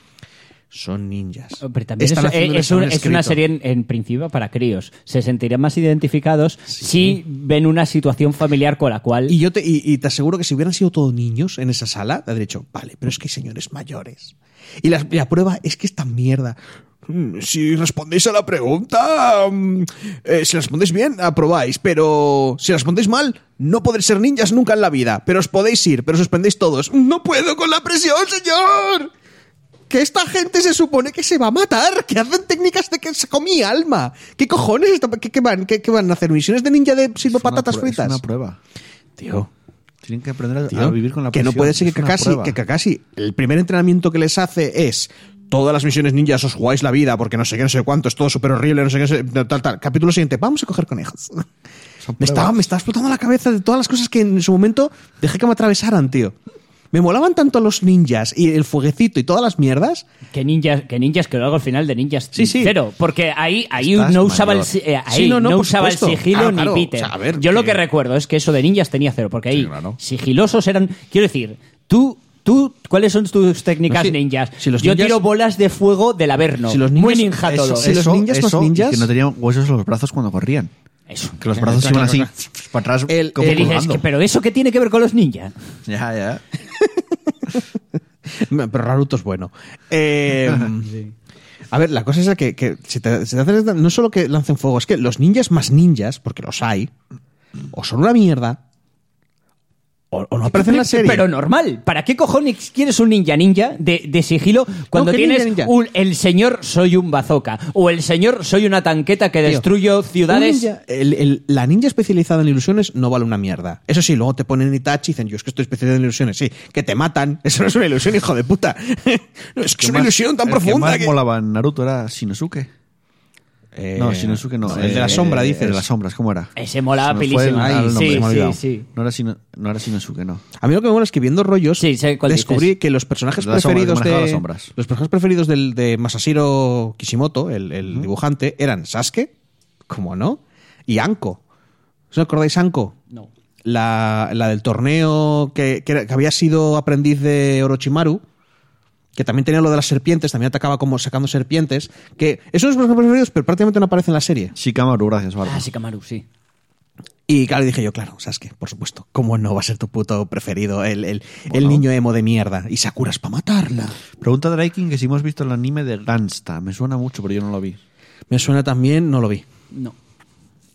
Speaker 3: Son ninjas.
Speaker 2: Pero también
Speaker 3: Están
Speaker 2: es,
Speaker 3: haciendo un
Speaker 2: es un-
Speaker 3: examen
Speaker 2: es una
Speaker 3: escrito.
Speaker 2: serie en, en principio para críos. Se sentirían más identificados si ven una situación familiar con la cual...
Speaker 3: Y yo te, y, y te aseguro que si hubieran sido todos niños en esa sala, te habrían dicho, vale, pero es que hay señores mayores. Y la, y la prueba es que es tan mierda. Mm, Si respondéis a la pregunta, mm, eh, si respondéis bien, aprobáis, pero si respondéis mal, no podréis ser ninjas nunca en la vida, pero os podéis ir, pero suspendéis todos. No puedo con la presión, señor. Que esta gente se supone que se va a matar, que hacen técnicas de que se comí alma. ¿Qué cojones? esto- ¿Qué, qué van, qué, qué van a hacer? ¿Misiones de ninja de sirvo
Speaker 1: Es una
Speaker 3: patatas
Speaker 1: prue-
Speaker 3: fritas?
Speaker 1: Es una prueba.
Speaker 3: Tío,
Speaker 1: Tienen que aprender a,
Speaker 3: Tío,
Speaker 1: a vivir con la
Speaker 3: que no
Speaker 1: presión,
Speaker 3: puede ser que
Speaker 1: es una
Speaker 3: Kakashi,
Speaker 1: prueba.
Speaker 3: que Kakashi, el primer entrenamiento que les hace es todas las misiones ninjas os jugáis la vida porque no sé qué, no sé cuánto, es todo súper horrible, no sé qué, no sé- tal, tal. Capítulo siguiente, vamos a coger conejos.
Speaker 1: Son
Speaker 3: Me
Speaker 1: pruebas.
Speaker 3: estaba, me estaba explotando la cabeza de todas las cosas que en su momento dejé que me atravesaran, tío. Me molaban tanto los ninjas y el fueguecito y todas las mierdas.
Speaker 2: Que ninjas, que ninjas, que luego al final de ninjas
Speaker 3: Sí, sí.
Speaker 2: cero. Porque ahí, ahí
Speaker 1: Estás
Speaker 2: no usaba el,
Speaker 1: mayor.
Speaker 2: si- eh, ahí
Speaker 3: Sí, no, no,
Speaker 2: no
Speaker 3: por
Speaker 2: usaba el
Speaker 3: supuesto.
Speaker 2: sigilo
Speaker 3: Claro,
Speaker 2: ni
Speaker 3: claro.
Speaker 2: Peter.
Speaker 3: O sea, a ver,
Speaker 2: Yo lo
Speaker 3: que-
Speaker 2: que recuerdo es que eso de ninjas tenía cero, porque ahí
Speaker 1: Sí, claro.
Speaker 2: sigilosos eran. Quiero decir, tú. Tú, ¿cuáles son tus técnicas
Speaker 3: No, sí.
Speaker 2: ninjas?
Speaker 3: Si los
Speaker 2: Yo
Speaker 3: ninjas-
Speaker 2: tiro bolas de fuego del Averno.
Speaker 3: Si los
Speaker 2: Muy
Speaker 3: ninjas-
Speaker 2: ninja
Speaker 3: eso-
Speaker 2: todo.
Speaker 3: si los ninjas, los
Speaker 1: eso, y
Speaker 3: ninjas-
Speaker 1: que no tenían huesos en los brazos cuando corrían.
Speaker 2: Eso.
Speaker 1: Que los brazos iban así, para atrás,
Speaker 3: El-
Speaker 1: como
Speaker 2: Que dices,
Speaker 1: colgando.
Speaker 2: que- pero eso qué tiene que ver con los ninjas.
Speaker 1: Ya, ya.
Speaker 3: Pero Naruto es bueno. Eh, A ver, la cosa es que, que si te, si te haces- no solo que lancen fuego, es que los ninjas más ninjas, porque los hay, o son una mierda, o, o no aparecen en la serie.
Speaker 2: Pero normal. ¿Para qué cojones quieres un ninja ninja de, de sigilo cuando
Speaker 3: ¿qué
Speaker 2: tienes
Speaker 3: ninja ninja?
Speaker 2: un- el señor soy un bazooka o el señor soy una tanqueta que destruyo ciudades?
Speaker 3: Un ninja- el- el- la ninja especializada en ilusiones no vale una mierda. Eso sí, luego te ponen Itachi y dicen, yo es que estoy especializado en ilusiones. Sí, que te matan. Eso no es una ilusión, hijo de puta. No, es que es una
Speaker 1: más-
Speaker 3: ilusión tan
Speaker 1: el
Speaker 3: profunda.
Speaker 1: que más
Speaker 3: que-
Speaker 1: molaba en Naruto era Shinosuke.
Speaker 3: Eh,
Speaker 1: no, Shinosuke no.
Speaker 3: el de la
Speaker 1: eh,
Speaker 3: sombra,
Speaker 1: eh,
Speaker 3: dices.
Speaker 1: El de las sombras, ¿cómo era?
Speaker 2: Ese molaba
Speaker 1: Se me fue
Speaker 2: pilísimo.
Speaker 1: el-
Speaker 2: Ay,
Speaker 1: el nombre,
Speaker 2: sí,
Speaker 1: se me ha
Speaker 2: sí,
Speaker 1: olvidado.
Speaker 2: sí.
Speaker 1: No era, Shino- no era Shinosuke, no.
Speaker 3: A mí lo que me mola es que viendo rollos
Speaker 2: Sí, sé cuál
Speaker 3: descubrí
Speaker 2: dices.
Speaker 3: que los personajes
Speaker 1: Las sombras,
Speaker 3: preferidos
Speaker 1: que manejaba
Speaker 3: de
Speaker 1: las sombras.
Speaker 3: los personajes preferidos del, de Masashiro Kishimoto, el, el dibujante, eran Sasuke, como no, y Anko. ¿Os acordáis Anko?
Speaker 2: No.
Speaker 3: La, la del torneo que, que era- que había sido aprendiz de Orochimaru, que también tenía lo de las serpientes, también atacaba como sacando serpientes, que esos son los personajes preferidos, pero prácticamente no aparece en la serie.
Speaker 1: Shikamaru, gracias, Barba.
Speaker 2: Ah, sí, Kamaru, sí.
Speaker 3: Y claro, dije yo, claro, Sasuke, por supuesto, ¿cómo no va a ser tu puto preferido el, el, el
Speaker 1: Bueno.
Speaker 3: niño emo de mierda? Y Sakura es para matarla.
Speaker 1: Pregunta a Draiking que si hemos visto el anime de Gansta. Me suena mucho, pero yo no lo vi.
Speaker 3: Me suena también, no lo vi.
Speaker 2: No.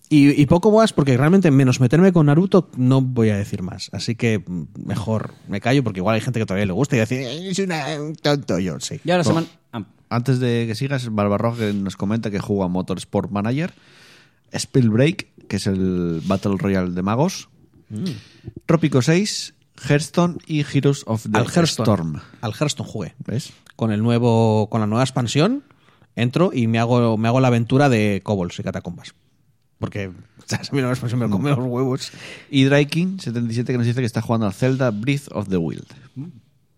Speaker 3: Y, y poco más, porque realmente menos meterme con Naruto no voy a decir más. Así que mm, mejor me callo, porque igual hay gente que todavía le gusta y decir, "Eh, es una, un tonto, yo sí.
Speaker 2: Y ahora
Speaker 1: No.
Speaker 2: se van. ah,
Speaker 1: Antes de que sigas, Barbarroja que nos comenta que juega Motorsport Manager, Spill Break, que es el Battle Royale de magos,
Speaker 3: Mm.
Speaker 1: Trópico 6, Hearthstone y Heroes of the
Speaker 3: Al Hearthstone.
Speaker 1: Storm.
Speaker 3: Al Hearthstone jugué.
Speaker 1: ¿Ves?
Speaker 3: Con, el nuevo, con la nueva expansión, entro y me hago, me hago la aventura de Kobolds y Catacombas. Porque, ¿sabes? A mí la nueva expansión me come los huevos.
Speaker 1: Y Draiking77 que nos dice que está jugando al Zelda Breath of the Wild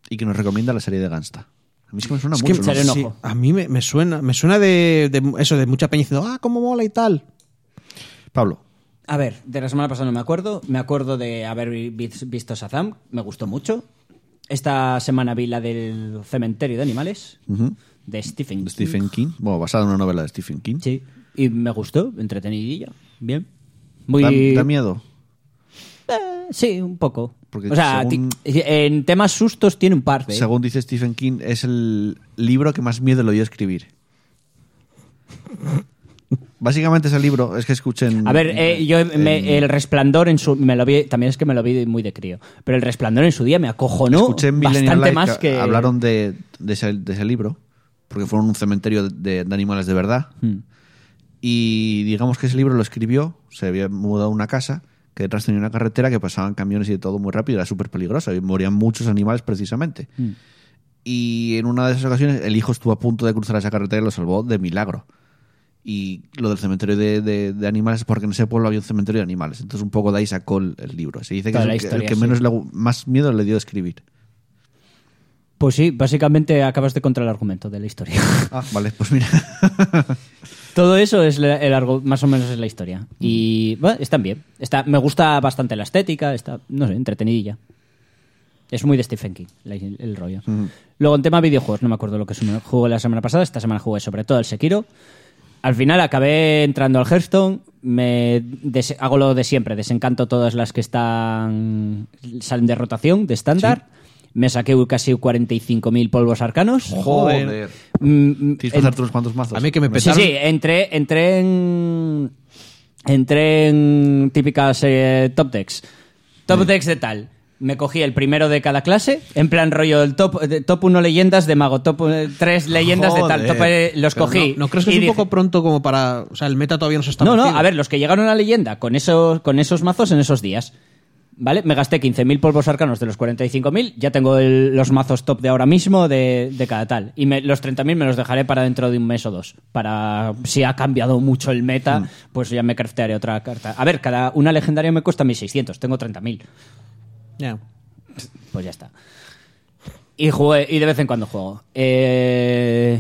Speaker 1: y que nos recomienda la serie de Gansta. A mí es que me suena
Speaker 3: Es que
Speaker 1: mucho.
Speaker 2: me sale
Speaker 1: ¿no?
Speaker 2: un
Speaker 3: sí,
Speaker 2: ojo.
Speaker 3: a mí me, me suena, me suena de, de eso, de mucha peña diciendo, ah, cómo mola y tal.
Speaker 1: Pablo,
Speaker 2: A ver, de la semana pasada no me acuerdo. Me acuerdo de haber vi- visto Shazam. Me gustó mucho. Esta semana vi la del cementerio de animales de Stephen
Speaker 1: de
Speaker 2: King.
Speaker 1: Stephen King. Bueno, basada en una novela de Stephen King.
Speaker 2: Sí, y me gustó, entretenidilla, bien. Muy...
Speaker 1: Da, da miedo.
Speaker 2: Eh, sí, un poco.
Speaker 1: Porque
Speaker 2: o sea,
Speaker 1: según-
Speaker 2: ti- eh, en temas sustos tiene un par de... ¿eh?
Speaker 1: Según dice Stephen King, es el libro que más miedo le dio escribir. Básicamente ese libro es que escuchen.
Speaker 2: A ver, eh, yo me- el resplandor en su. Me lo vi, también es que me lo vi muy de crío. Pero el resplandor en su día me acojonó
Speaker 1: escuché en Millennial
Speaker 2: bastante
Speaker 1: Live
Speaker 2: más que.
Speaker 1: hablaron de, de ese, de ese libro porque fueron un cementerio de, de animales de verdad
Speaker 2: Hmm.
Speaker 1: y digamos que ese libro lo escribió se había mudado a una casa que detrás tenía una carretera que pasaban camiones y de todo muy rápido era súper peligroso y morían muchos animales precisamente y en una de esas ocasiones el hijo estuvo a punto de cruzar esa carretera y lo salvó de milagro y lo del cementerio de, de- de animales es porque en ese pueblo había un cementerio de animales entonces un poco de ahí sacó el, el libro se dice que
Speaker 2: Toda
Speaker 1: es
Speaker 2: la
Speaker 1: el que- el
Speaker 2: historia,
Speaker 1: que
Speaker 2: sí.
Speaker 1: menos le gu- más miedo le dio de escribir
Speaker 2: Pues sí, básicamente acabas de contra el argumento de la historia.
Speaker 1: Ah, vale, pues mira.
Speaker 2: Todo eso es la- el argu- más o menos es la historia. Y
Speaker 1: Mm.
Speaker 2: bueno, están bien. Está, me gusta bastante la estética, está, no sé, entretenidilla. Es muy de Stephen King la- el rollo.
Speaker 1: Mm.
Speaker 2: Luego, en tema videojuegos, no me acuerdo lo que suma- jugué la semana pasada. Esta semana jugué sobre todo al Sekiro. Al final acabé entrando al Hearthstone. Me des- hago lo de siempre, desencanto todas las que están salen de rotación, de estándar. Me saqué casi 45.000 polvos arcanos.
Speaker 1: Joder.
Speaker 2: Mm, mm,
Speaker 1: Tienes que pasarte unos cuantos mazos.
Speaker 3: A mí que me
Speaker 2: Sí,
Speaker 3: pesaron.
Speaker 2: sí, entré, entré en. Entré en típicas eh, top decks. Top decks de tal. Me cogí el primero de cada clase, en plan rollo el top, de- top 1 leyendas de mago, top 3 leyendas de tal,
Speaker 1: Joder.
Speaker 2: top, eh, los
Speaker 1: Pero
Speaker 2: cogí.
Speaker 3: ¿No crees que
Speaker 2: y
Speaker 3: es un
Speaker 2: dije-
Speaker 3: poco pronto como para. O sea, el meta todavía no se está
Speaker 2: No, no,
Speaker 3: metido?
Speaker 2: a ver, los que llegaron a leyenda con esos, con esos mazos en esos días. ¿Vale? Me gasté 15.000 polvos arcanos de los 45.000. Ya tengo el- los mazos top de ahora mismo de, de cada tal. Y me- los 30.000 me los dejaré para dentro de un mes o dos. Para si ha cambiado mucho el
Speaker 3: Hmm.
Speaker 2: meta, pues ya me craftearé otra carta. A ver, cada una legendaria me cuesta 1.600. Tengo 30.000.
Speaker 3: Ya.
Speaker 2: Pues ya está. Y, jugué, y de vez en cuando juego. Eh,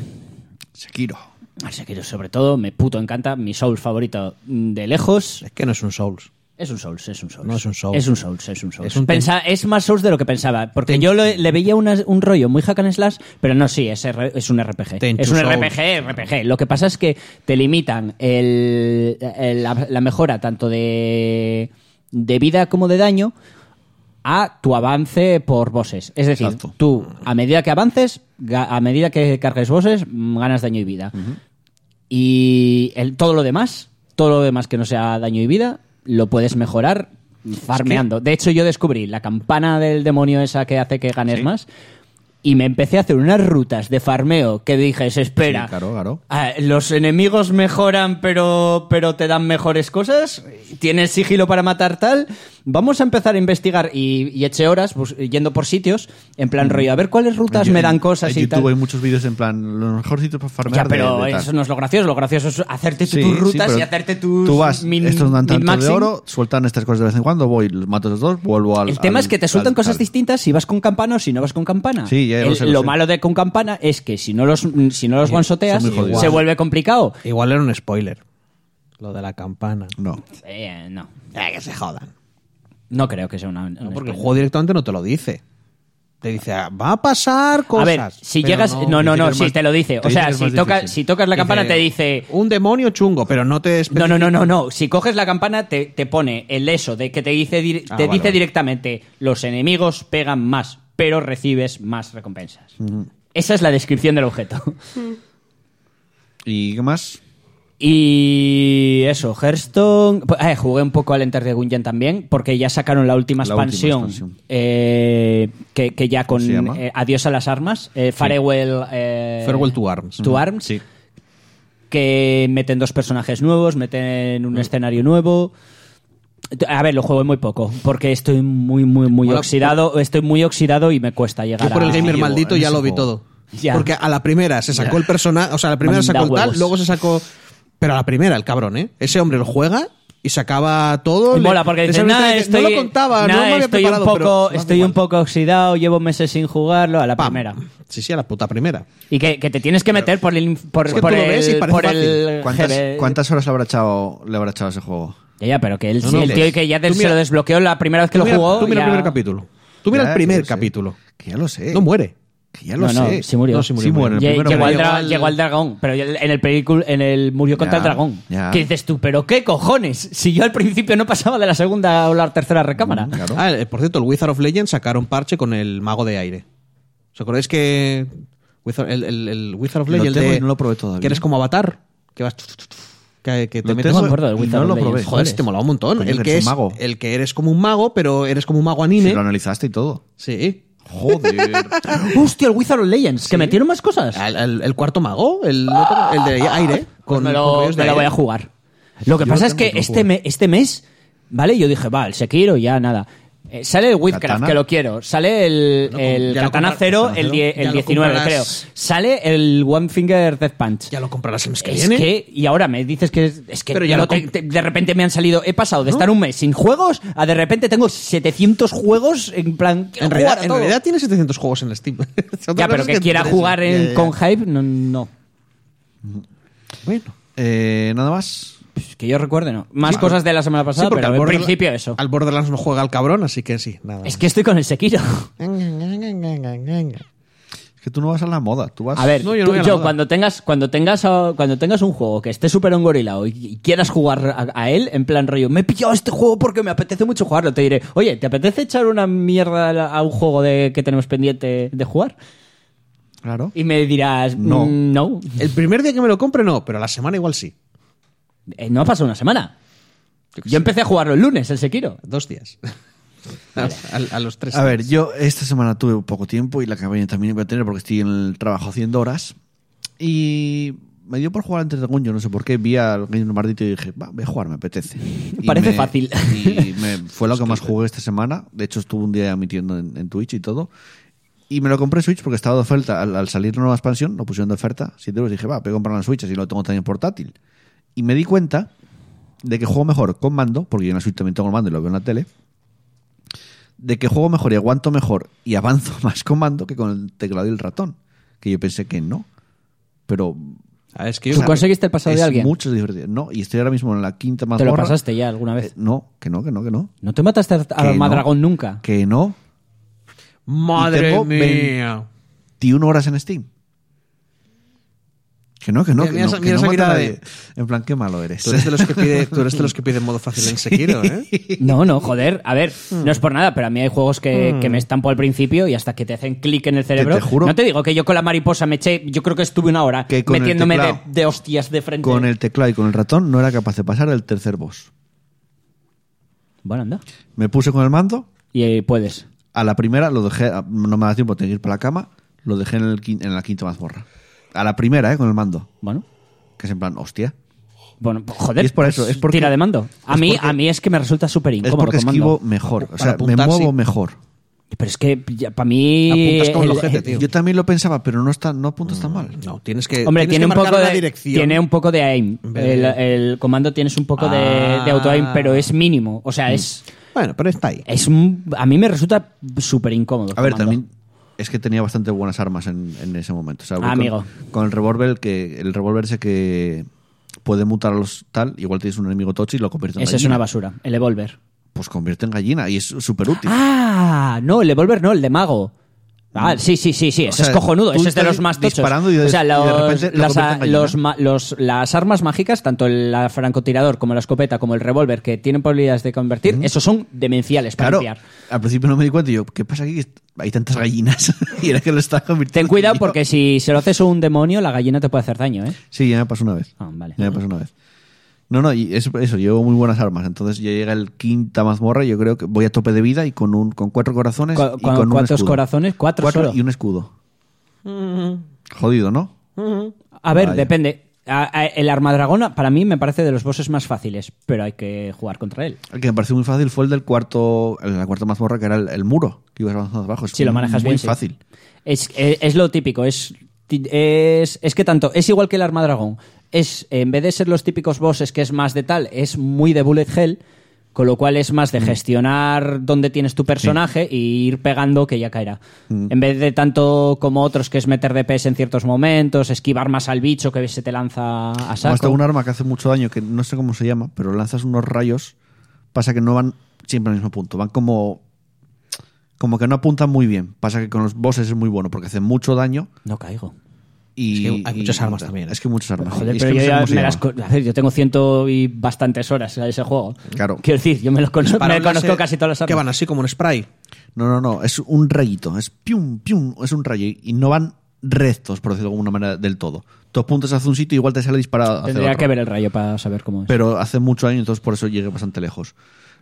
Speaker 1: Sekiro.
Speaker 2: al Sekiro, sobre todo, me puto encanta. Mi soul favorito mm, de lejos.
Speaker 3: Es que no es un Souls.
Speaker 2: Es un Souls, es un Souls.
Speaker 3: No es un Souls.
Speaker 2: Es un Souls, es un Souls.
Speaker 3: Es un ten-
Speaker 2: Pensa- es más Souls de lo que pensaba. Porque
Speaker 3: Ten-
Speaker 2: yo le, le veía una- un rollo muy hack and slash, pero no, sí, es, R- es un RPG.
Speaker 3: Ten
Speaker 2: es
Speaker 3: to
Speaker 2: un
Speaker 3: Souls.
Speaker 2: RPG, RPG. Lo que pasa es que te limitan el- el- la, la mejora tanto de, de vida como de daño a tu avance por bosses. Es decir,
Speaker 1: Exacto.
Speaker 2: tú, a medida que avances, ga- a medida que cargues bosses, mm, ganas daño y vida. Y el, todo lo demás, todo lo demás que no sea daño y vida, lo puedes mejorar farmeando. De hecho, yo descubrí la campana del demonio esa que hace que ganes
Speaker 1: Sí.
Speaker 2: más. Y me empecé a hacer unas rutas de farmeo que dije, "Se espera,
Speaker 1: Sí, claro, claro.
Speaker 2: ah, los enemigos mejoran pero, pero te dan mejores cosas, tienes sigilo para matar tal, vamos a empezar a investigar y, y eché horas bus- yendo por sitios, en plan rollo, a ver cuáles rutas
Speaker 1: En-
Speaker 2: me dan cosas
Speaker 1: en
Speaker 2: y
Speaker 1: YouTube
Speaker 2: tal.
Speaker 1: hay muchos vídeos en plan, los mejores sitios para farmear.
Speaker 2: Ya, pero
Speaker 1: de- de tal.
Speaker 2: eso no es lo gracioso. Lo gracioso es hacerte tú
Speaker 1: Sí,
Speaker 2: tus
Speaker 1: sí,
Speaker 2: rutas
Speaker 1: pero
Speaker 2: y hacerte tus.
Speaker 1: Tú vas,
Speaker 2: min-
Speaker 1: estos dan tanto de
Speaker 2: min-maxing.
Speaker 1: oro, sueltan estas cosas de vez en cuando, voy, los mato a los dos, vuelvo al.
Speaker 2: El tema
Speaker 1: al-
Speaker 2: es que te sueltan
Speaker 1: al-
Speaker 2: cosas
Speaker 1: al-
Speaker 2: distintas si vas con campana o si no vas con campana.
Speaker 1: Sí, ya lo
Speaker 2: El-
Speaker 1: sé, lo sé.
Speaker 2: malo de con campana es que si no los, si no los guansoteas,
Speaker 1: son muy jodidos.
Speaker 2: se vuelve complicado.
Speaker 3: Igual era un spoiler. Lo de la campana.
Speaker 1: No.
Speaker 2: Eh, no.
Speaker 3: Eh, que se jodan.
Speaker 2: No creo que sea una. un
Speaker 3: No, porque el
Speaker 2: spoiler.
Speaker 3: juego directamente no te lo dice. Te dice, ah, va a pasar
Speaker 2: A
Speaker 3: cosas.
Speaker 2: ver, si
Speaker 3: pero
Speaker 2: llegas. No, no,
Speaker 1: dice
Speaker 2: no,
Speaker 1: que es
Speaker 2: sí,
Speaker 1: más-
Speaker 2: te lo dice.
Speaker 1: te
Speaker 2: O
Speaker 1: dice
Speaker 2: sea,
Speaker 1: que es
Speaker 2: si,
Speaker 1: más
Speaker 2: toca,
Speaker 1: difícil.
Speaker 2: si tocas la campana, te dice.
Speaker 3: Un demonio chungo, pero no te.
Speaker 2: No,
Speaker 3: especifica-
Speaker 2: no, no, no, no. Si coges la campana, te, te pone el eso de que te dice, dir-
Speaker 3: Ah,
Speaker 2: te
Speaker 3: vale,
Speaker 2: dice
Speaker 3: vale.
Speaker 2: directamente: los enemigos pegan más, pero recibes más recompensas. Esa es la descripción del objeto.
Speaker 1: ¿Y qué más?
Speaker 2: Y eso, Hearthstone. pues, eh, jugué un poco al Enter the Gungeon también, porque ya sacaron la última
Speaker 1: La última
Speaker 2: expansión.
Speaker 1: expansión.
Speaker 2: eh, que, que ya con
Speaker 1: se llama?
Speaker 2: eh, Adiós a las armas. eh, Farewell. eh,
Speaker 3: Farewell to Arms.
Speaker 2: To Arms. Que meten dos personajes nuevos, meten
Speaker 1: Mm.
Speaker 2: un escenario nuevo. A ver, lo juego muy poco, porque estoy muy, muy, muy
Speaker 3: Mola,
Speaker 2: oxidado. Estoy muy oxidado y me cuesta llegar
Speaker 3: Yo por
Speaker 2: a.
Speaker 3: el gamer
Speaker 1: Sí,
Speaker 3: maldito
Speaker 1: en
Speaker 3: ya
Speaker 1: ese
Speaker 3: lo vi
Speaker 1: juego.
Speaker 3: todo.
Speaker 2: Ya.
Speaker 3: Porque a la primera se sacó el personaje. O sea, a la primera
Speaker 2: Manda
Speaker 3: sacó el tal,
Speaker 2: huevos.
Speaker 3: luego se sacó. Pero a la primera, el cabrón, ¿eh? Ese hombre lo juega y se acaba todo.
Speaker 2: Y
Speaker 3: le-
Speaker 2: mola porque
Speaker 3: le
Speaker 2: dices,
Speaker 3: sale una
Speaker 2: "Nah,
Speaker 3: vez que
Speaker 2: estoy,
Speaker 3: no lo contaba, no
Speaker 2: nah,
Speaker 3: me había
Speaker 2: estoy
Speaker 3: preparado.
Speaker 2: un
Speaker 3: pero
Speaker 2: poco,
Speaker 3: me da
Speaker 2: estoy
Speaker 3: igual".
Speaker 2: un poco oxidado, llevo meses sin jugarlo a la
Speaker 3: Pam.
Speaker 2: primera.
Speaker 3: Sí, sí, a la puta primera.
Speaker 2: Y que, que te tienes que meter por el inf- por,
Speaker 3: Es que
Speaker 2: por
Speaker 3: tú lo
Speaker 2: el,
Speaker 3: ves y parece
Speaker 2: por
Speaker 3: fácil.
Speaker 2: el
Speaker 1: ¿Cuántas,
Speaker 2: GB.
Speaker 1: cuántas horas le habrá echado, le habrá echado ese juego?
Speaker 2: Ya, ya, pero que él,
Speaker 3: No,
Speaker 2: sí,
Speaker 3: no,
Speaker 2: el
Speaker 3: ves.
Speaker 2: tío que ya de-
Speaker 3: Tú
Speaker 2: se
Speaker 3: mira-
Speaker 2: lo desbloqueó la primera vez que
Speaker 3: tú
Speaker 2: lo
Speaker 3: mira,
Speaker 2: jugó.
Speaker 3: tú mira
Speaker 2: ya-
Speaker 3: el primer capítulo. Tú mira
Speaker 1: Ya,
Speaker 3: el
Speaker 1: que
Speaker 3: primer
Speaker 1: lo sé.
Speaker 3: capítulo.
Speaker 1: Que ya lo sé.
Speaker 3: No muere.
Speaker 1: Que ya lo
Speaker 2: No,
Speaker 1: sé.
Speaker 2: no, sí murió.
Speaker 3: No, sí murió,
Speaker 1: Sí
Speaker 3: murió.
Speaker 1: muere, el
Speaker 2: Lle-
Speaker 1: primero
Speaker 2: llegó,
Speaker 1: muere.
Speaker 2: al dra-
Speaker 3: Llegó al-
Speaker 2: llegó al dragón, pero el- en el película, en el murió contra
Speaker 1: Ya,
Speaker 2: el dragón.
Speaker 1: ya.
Speaker 2: Que dices tú, pero qué cojones, si yo al principio no pasaba de la segunda o la tercera recámara.
Speaker 1: Claro.
Speaker 3: Ah, eh, por cierto, el Wizard of Legends sacaron parche con el mago de aire. ¿Os acordáis que Wizard- el, el- el Wizard of
Speaker 1: Lo
Speaker 3: Legends
Speaker 1: tengo
Speaker 3: de-
Speaker 1: y no lo probé todavía.
Speaker 3: que eres como avatar? Que vas... Que que, que te
Speaker 1: Lo
Speaker 3: metes.
Speaker 1: tengo-
Speaker 2: me acuerdo del Wizard
Speaker 1: no lo
Speaker 2: of Legends.
Speaker 1: probé.
Speaker 3: Joder, este mola un montón.
Speaker 1: Coño,
Speaker 3: El
Speaker 1: eres
Speaker 3: que,
Speaker 1: un
Speaker 3: es,
Speaker 1: mago.
Speaker 3: el que eres como un mago, pero eres como un mago
Speaker 2: ¿eh?
Speaker 1: Si lo
Speaker 3: anime.
Speaker 1: analizaste y todo.
Speaker 3: Sí.
Speaker 1: Joder.
Speaker 2: Hostia, el Wizard of Legends, que metieron más cosas.
Speaker 3: Al- al- el cuarto mago, el, otro- el de aire. Con,
Speaker 2: Ah, pues me
Speaker 3: con
Speaker 2: lo,
Speaker 3: rollos de
Speaker 2: me lo
Speaker 3: aire.
Speaker 2: voy a jugar. Lo que
Speaker 1: Yo
Speaker 2: pasa
Speaker 1: lo
Speaker 2: es que
Speaker 1: tengo que
Speaker 2: este, me- este mes, ¿vale? Yo dije, va, el Sekiro ya nada. Eh, sale el Witchcraft,
Speaker 1: Katana.
Speaker 2: que lo quiero. Sale el,
Speaker 3: Bueno,
Speaker 2: el
Speaker 3: ya lo
Speaker 2: Katana
Speaker 3: comprar-
Speaker 2: Zero,
Speaker 3: Katana
Speaker 2: el,
Speaker 3: Zero.
Speaker 2: die-
Speaker 3: Ya
Speaker 2: el
Speaker 3: lo
Speaker 2: 19, creo.
Speaker 3: comprarás.
Speaker 2: Sale el One Finger Death Punch.
Speaker 3: Ya lo comprarás el mes que
Speaker 2: es
Speaker 3: viene.
Speaker 2: que, y ahora me dices que es, es que
Speaker 3: Pero ya
Speaker 2: no
Speaker 3: lo
Speaker 2: te-
Speaker 3: comp-
Speaker 2: te- de repente me han salido, he pasado de estar un mes sin juegos a de repente tengo 700 juegos en plan. quiero
Speaker 3: En
Speaker 2: jugar
Speaker 3: realidad,
Speaker 2: a
Speaker 3: en
Speaker 2: todo.
Speaker 3: realidad tiene 700 juegos en Steam. Otra
Speaker 2: ya,
Speaker 3: cosa
Speaker 2: pero
Speaker 3: es
Speaker 2: que,
Speaker 3: te
Speaker 2: quiera
Speaker 3: interese.
Speaker 2: jugar en-
Speaker 3: Ya, ya,
Speaker 2: con
Speaker 3: ya.
Speaker 2: Hype, no. no.
Speaker 3: Bueno.
Speaker 1: Eh, Nada más.
Speaker 2: Pues que yo recuerde, no. Más cosas de la semana pasada,
Speaker 3: porque
Speaker 2: pero
Speaker 3: al
Speaker 2: en
Speaker 3: Borderla-
Speaker 2: principio eso.
Speaker 3: Al Borderlands no juega el cabrón, así que sí, nada.
Speaker 2: Es que estoy con el Sekiro.
Speaker 1: Es que tú no vas a la moda. Tú vas.
Speaker 2: A ver,
Speaker 3: No, yo no
Speaker 2: tú-
Speaker 3: voy a la
Speaker 2: yo,
Speaker 3: moda.
Speaker 2: cuando tengas cuando tengas a- cuando tengas un juego que esté súper engorilado y, y quieras jugar a, a él en plan rollo, me he pillado este juego porque me apetece mucho jugarlo, te diré, "Oye, ¿te apetece echar una mierda a la- a un juego de que tenemos pendiente de jugar?"
Speaker 1: Claro.
Speaker 2: Y me dirás,
Speaker 1: No.
Speaker 2: "Mm, no,
Speaker 3: El primer día que me lo compre, no, pero a la semana igual sí.
Speaker 2: Eh, no ha pasado una semana."
Speaker 3: Yo qué
Speaker 2: Yo
Speaker 3: sé,
Speaker 2: empecé a jugarlo el lunes, el Sekiro.
Speaker 3: Dos días. A, a- a los tres.
Speaker 1: A ver,
Speaker 3: días.
Speaker 1: yo esta semana tuve poco tiempo y la que viene también voy a tener porque estoy en el trabajo haciendo horas. Y me dio por jugar antes de Gungeon, no sé por qué. Vi al Game Mardito y dije, va, voy a jugar, me apetece. Y
Speaker 2: Parece
Speaker 1: me-
Speaker 2: fácil.
Speaker 1: Y me, fue lo que más jugué esta semana. De hecho, estuve un día emitiendo en, en Twitch y todo. Y me lo compré en Switch porque estaba de oferta. Al, al salir la nueva expansión, lo pusieron de oferta. 7 euros. Dije, va, voy a comprar en Switch, así lo tengo también portátil. Y me di cuenta de que juego mejor con mando, porque yo en la Switch también tengo el mando y lo veo en la tele de que juego mejor y aguanto mejor y avanzo más con mando que con el teclado y el ratón. Que yo pensé que no. Pero.
Speaker 3: A ver, es que yo.
Speaker 2: ¿Tú conseguiste el pasado
Speaker 1: es
Speaker 2: de alguien?
Speaker 1: Mucho divertido. No, y estoy ahora mismo en la quinta más Eh,
Speaker 2: Te lo pasaste ya alguna vez.
Speaker 1: no, que no, que no, que no.
Speaker 2: No te mataste a-
Speaker 1: Que
Speaker 2: al
Speaker 1: no.
Speaker 2: Madragón nunca.
Speaker 1: Que no. Y
Speaker 3: Madre
Speaker 1: tengo
Speaker 3: mía.
Speaker 1: 21 horas en Steam. Que no, que no, que
Speaker 3: Mira, mira
Speaker 1: no.
Speaker 3: esa-
Speaker 1: que
Speaker 3: mira
Speaker 1: no
Speaker 3: esa
Speaker 1: mata a
Speaker 3: mirada
Speaker 1: nadie.
Speaker 3: de-
Speaker 1: En plan, qué malo eres.
Speaker 3: Tú
Speaker 2: Pues,
Speaker 3: eres de los que pide, tú eres de los que pide modo fácil en Sekiro, ¿eh?
Speaker 2: No, no, joder. A ver, no es por nada, pero a mí hay juegos que, que me estampo al principio y hasta que te hacen clic en el cerebro.
Speaker 1: Hmm. te juro-
Speaker 2: No te digo que yo con la mariposa me eché, yo creo que estuve una hora
Speaker 1: Que con el
Speaker 2: metiéndome de,
Speaker 1: teclado.
Speaker 2: de hostias de frente.
Speaker 1: con el teclado y con el ratón no era capaz de pasar el tercer boss.
Speaker 2: Bueno, anda.
Speaker 1: Me puse con el mando,
Speaker 2: Y eh, puedes.
Speaker 1: A la primera lo dejé, no me da tiempo, tenía que ir para la cama, lo dejé en, el quin- en la quinta mazmorra. A la primera, ¿eh? Con el mando.
Speaker 2: Bueno.
Speaker 1: Que es en plan, hostia.
Speaker 2: Bueno,
Speaker 1: Y
Speaker 2: joder.
Speaker 1: es por eso, es porque-
Speaker 2: Tira de mando. A
Speaker 1: es
Speaker 2: mí,
Speaker 1: porque-
Speaker 2: a mí es que me resulta súper
Speaker 1: Es
Speaker 2: incómodo.
Speaker 1: porque
Speaker 2: con mando.
Speaker 1: esquivo mejor. O
Speaker 3: Para
Speaker 1: sea, me
Speaker 3: apuntar,
Speaker 1: muevo
Speaker 3: sí.
Speaker 1: mejor.
Speaker 2: Pero es que para mí.
Speaker 3: Apuntas con el ojete, tío.
Speaker 1: Eh, Yo también lo pensaba, pero no está, no apuntas
Speaker 2: Mm,
Speaker 1: tan mal.
Speaker 3: No, tienes que.
Speaker 2: Hombre,
Speaker 3: tienes que
Speaker 2: tiene un, poco
Speaker 3: marcar una
Speaker 2: de,
Speaker 3: dirección.
Speaker 2: tiene un poco de aim.
Speaker 3: En vez
Speaker 2: El,
Speaker 3: de-
Speaker 2: el comando tienes un poco de,
Speaker 3: Ah.
Speaker 2: de auto-aim, pero es mínimo. O sea,
Speaker 1: Mm.
Speaker 2: es,
Speaker 3: Bueno, pero está ahí.
Speaker 2: es un- a mí me resulta súper incómodo.
Speaker 1: A ver,
Speaker 2: comando.
Speaker 1: también es que tenía bastante buenas armas en, en ese momento. O sea, voy
Speaker 2: Ah,
Speaker 1: con,
Speaker 2: amigo.
Speaker 1: Con el revólver, que el revólver ese que puede mutar a los tal, igual tienes un enemigo tocho y lo convierte en
Speaker 2: Esa es
Speaker 1: gallina.
Speaker 2: una basura, el Evolver.
Speaker 1: Pues convierte en gallina y es súper útil.
Speaker 2: Ah, no, el Evolver no, el de Mago. Ah, sí, sí, sí, sí, ese
Speaker 1: Mm. sea,
Speaker 2: es
Speaker 1: tú
Speaker 2: cojonudo, ese es de
Speaker 1: estás
Speaker 2: los más tochos.
Speaker 1: disparando y de-
Speaker 2: o sea,
Speaker 1: y de
Speaker 2: los-
Speaker 1: repente lo
Speaker 2: las,
Speaker 1: convierten en
Speaker 2: los
Speaker 1: gallina.
Speaker 2: ma- los- las armas mágicas, tanto el la francotirador como la escopeta como el revólver, que tienen probabilidades de convertir, esos son demenciales para
Speaker 1: Claro,
Speaker 2: limpiar.
Speaker 1: al principio no me di cuenta y yo, ¿qué pasa aquí? Hay tantas gallinas y era que lo estaba convirtiendo.
Speaker 2: Ten cuidado
Speaker 1: yo.
Speaker 2: porque si se lo haces a un demonio, la gallina te puede hacer daño, ¿eh?
Speaker 1: Sí, ya me pasó una vez.
Speaker 2: Ah, vale.
Speaker 1: Ya me pasó una vez. No, no, y eso, eso, llevo muy buenas armas. Entonces ya llega el quinta mazmorra y yo creo que voy a tope de vida y con un con cuatro corazones.
Speaker 2: Cu-
Speaker 1: y
Speaker 2: con
Speaker 1: un
Speaker 2: cuántos
Speaker 1: escudo.
Speaker 2: corazones? Cuatro solo.
Speaker 1: y un escudo. Jodido, ¿no?
Speaker 2: A ver,
Speaker 1: Vaya.
Speaker 2: depende. A- a- el armadragón para mí me parece de los bosses más fáciles, pero hay que jugar contra él.
Speaker 1: El que me pareció muy fácil fue el del cuarto, el de la cuarta mazmorra, que era el, el muro, que ibas avanzando abajo. Es
Speaker 2: Si lo manejas
Speaker 1: muy
Speaker 2: bien. sí.
Speaker 1: fácil.
Speaker 2: Es, es, es lo típico, es, ti- es, es que tanto, es igual que el Armadragón. Es, en vez de ser los típicos bosses que es más de tal, es muy de bullet hell, con lo cual es
Speaker 1: Mm.
Speaker 2: más de gestionar dónde tienes tu personaje e ir pegando que ya caerá.
Speaker 1: Mm.
Speaker 2: En vez de tanto como otros que es meter DPS en ciertos momentos, esquivar más al bicho que se te lanza a saco.
Speaker 1: Además, tengo un arma que hace mucho daño, que no sé cómo se llama, pero lanzas unos rayos. Pasa que no van siempre al mismo punto, van como. Como que no apuntan muy bien. Pasa que con los bosses es muy bueno porque hacen mucho daño
Speaker 2: No caigo.
Speaker 1: y.
Speaker 3: Es que hay
Speaker 1: y-
Speaker 3: muchas armas también, ¿eh?
Speaker 1: Es que hay muchas armas.
Speaker 2: Joder,
Speaker 1: Y es
Speaker 2: pero
Speaker 1: que no
Speaker 2: yo
Speaker 1: sé
Speaker 2: ya
Speaker 1: cómo se
Speaker 2: me las
Speaker 1: llama.
Speaker 2: co- a ver, yo tengo ciento y bastantes horas a ese juego.
Speaker 1: Claro.
Speaker 2: Quiero decir, yo me, los conozco, me
Speaker 3: Disparar
Speaker 2: conozco
Speaker 3: láser
Speaker 2: casi todas las
Speaker 3: Que
Speaker 2: armas.
Speaker 3: van así como un spray.
Speaker 1: No, no, no. Es un rayito. Es pium, pium. Es un rayo y no van rectos, por decirlo de alguna manera, del todo. Tú apuntas hacia un sitio y igual te sale disparado hacia
Speaker 2: Tendría
Speaker 1: otro.
Speaker 2: que ver el rayo para saber cómo es.
Speaker 1: Pero hace muchos años, entonces por eso llegué bastante lejos.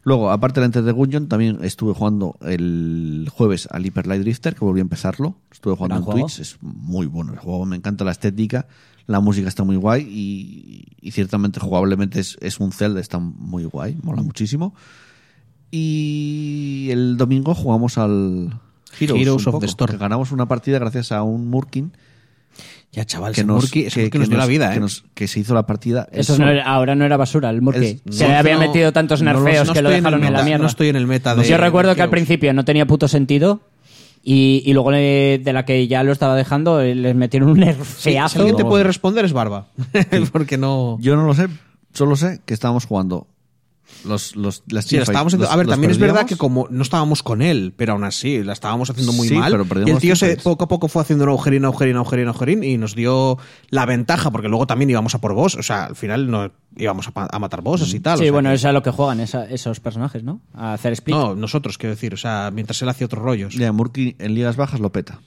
Speaker 1: Luego, aparte del Enter the Gungeon, también estuve jugando el jueves al Hyper Light Drifter, que volví a empezarlo. Estuve jugando
Speaker 2: Gran
Speaker 1: en
Speaker 2: juego.
Speaker 1: Twitch, es muy bueno el juego, me encanta la estética, la música está muy guay y, y ciertamente jugablemente es, es un Zelda, está muy guay, mola muchísimo. Y el domingo jugamos al Heroes,
Speaker 3: Heroes
Speaker 1: un
Speaker 3: of
Speaker 1: poco,
Speaker 3: the Storm.
Speaker 1: que ganamos una partida gracias a un Murkin
Speaker 3: Ya, chaval,
Speaker 1: que
Speaker 3: ese
Speaker 1: nos,
Speaker 3: Murky- ese Murky nos dio la vida,
Speaker 1: que
Speaker 3: ¿eh?
Speaker 1: nos- que se hizo la partida. él
Speaker 2: Eso
Speaker 1: solo.
Speaker 2: no era- ahora no era basura, el Murky.
Speaker 1: Es-
Speaker 2: Se
Speaker 3: no,
Speaker 2: le había
Speaker 3: no,
Speaker 2: metido tantos
Speaker 3: no lo-
Speaker 2: nerfeos
Speaker 3: no
Speaker 2: que lo
Speaker 3: estoy en el
Speaker 2: dejaron en la
Speaker 3: meta,
Speaker 2: mierda.
Speaker 3: no estoy en el meta de-
Speaker 2: Yo recuerdo que al
Speaker 3: Heroes.
Speaker 2: principio no tenía puto sentido. Y, y luego le- de la que ya lo estaba dejando, eh, les metieron un
Speaker 3: Sí, si
Speaker 2: nerfeazo.
Speaker 3: alguien te puede responder es Barba. Porque no.
Speaker 1: Yo no lo sé, solo sé que estábamos jugando los, los, las
Speaker 3: Sí, la
Speaker 1: teamfights,
Speaker 3: estábamos haciendo-
Speaker 1: los-
Speaker 3: a ver,
Speaker 1: los
Speaker 3: también es
Speaker 1: perdíamos.
Speaker 3: verdad que como no estábamos con él, pero aún así la estábamos haciendo muy
Speaker 1: Sí,
Speaker 3: mal.
Speaker 1: pero perdimos
Speaker 3: y el tío
Speaker 1: los
Speaker 3: se,
Speaker 1: tiempos.
Speaker 3: poco a poco fue haciendo un agujerín, agujerín, agujerín, agujerín y nos dio la ventaja porque luego también íbamos a por boss. O sea, al final no íbamos a, pa- a matar bosses y tal. o
Speaker 2: Sí,
Speaker 3: sea
Speaker 2: bueno,
Speaker 3: que-
Speaker 2: es a lo que juegan esa- esos personajes, ¿no? A hacer split.
Speaker 3: No, nosotros, quiero decir. O sea, mientras él hacía otros rollos. Ah,
Speaker 1: Ya, Murky en ligas bajas lo peta.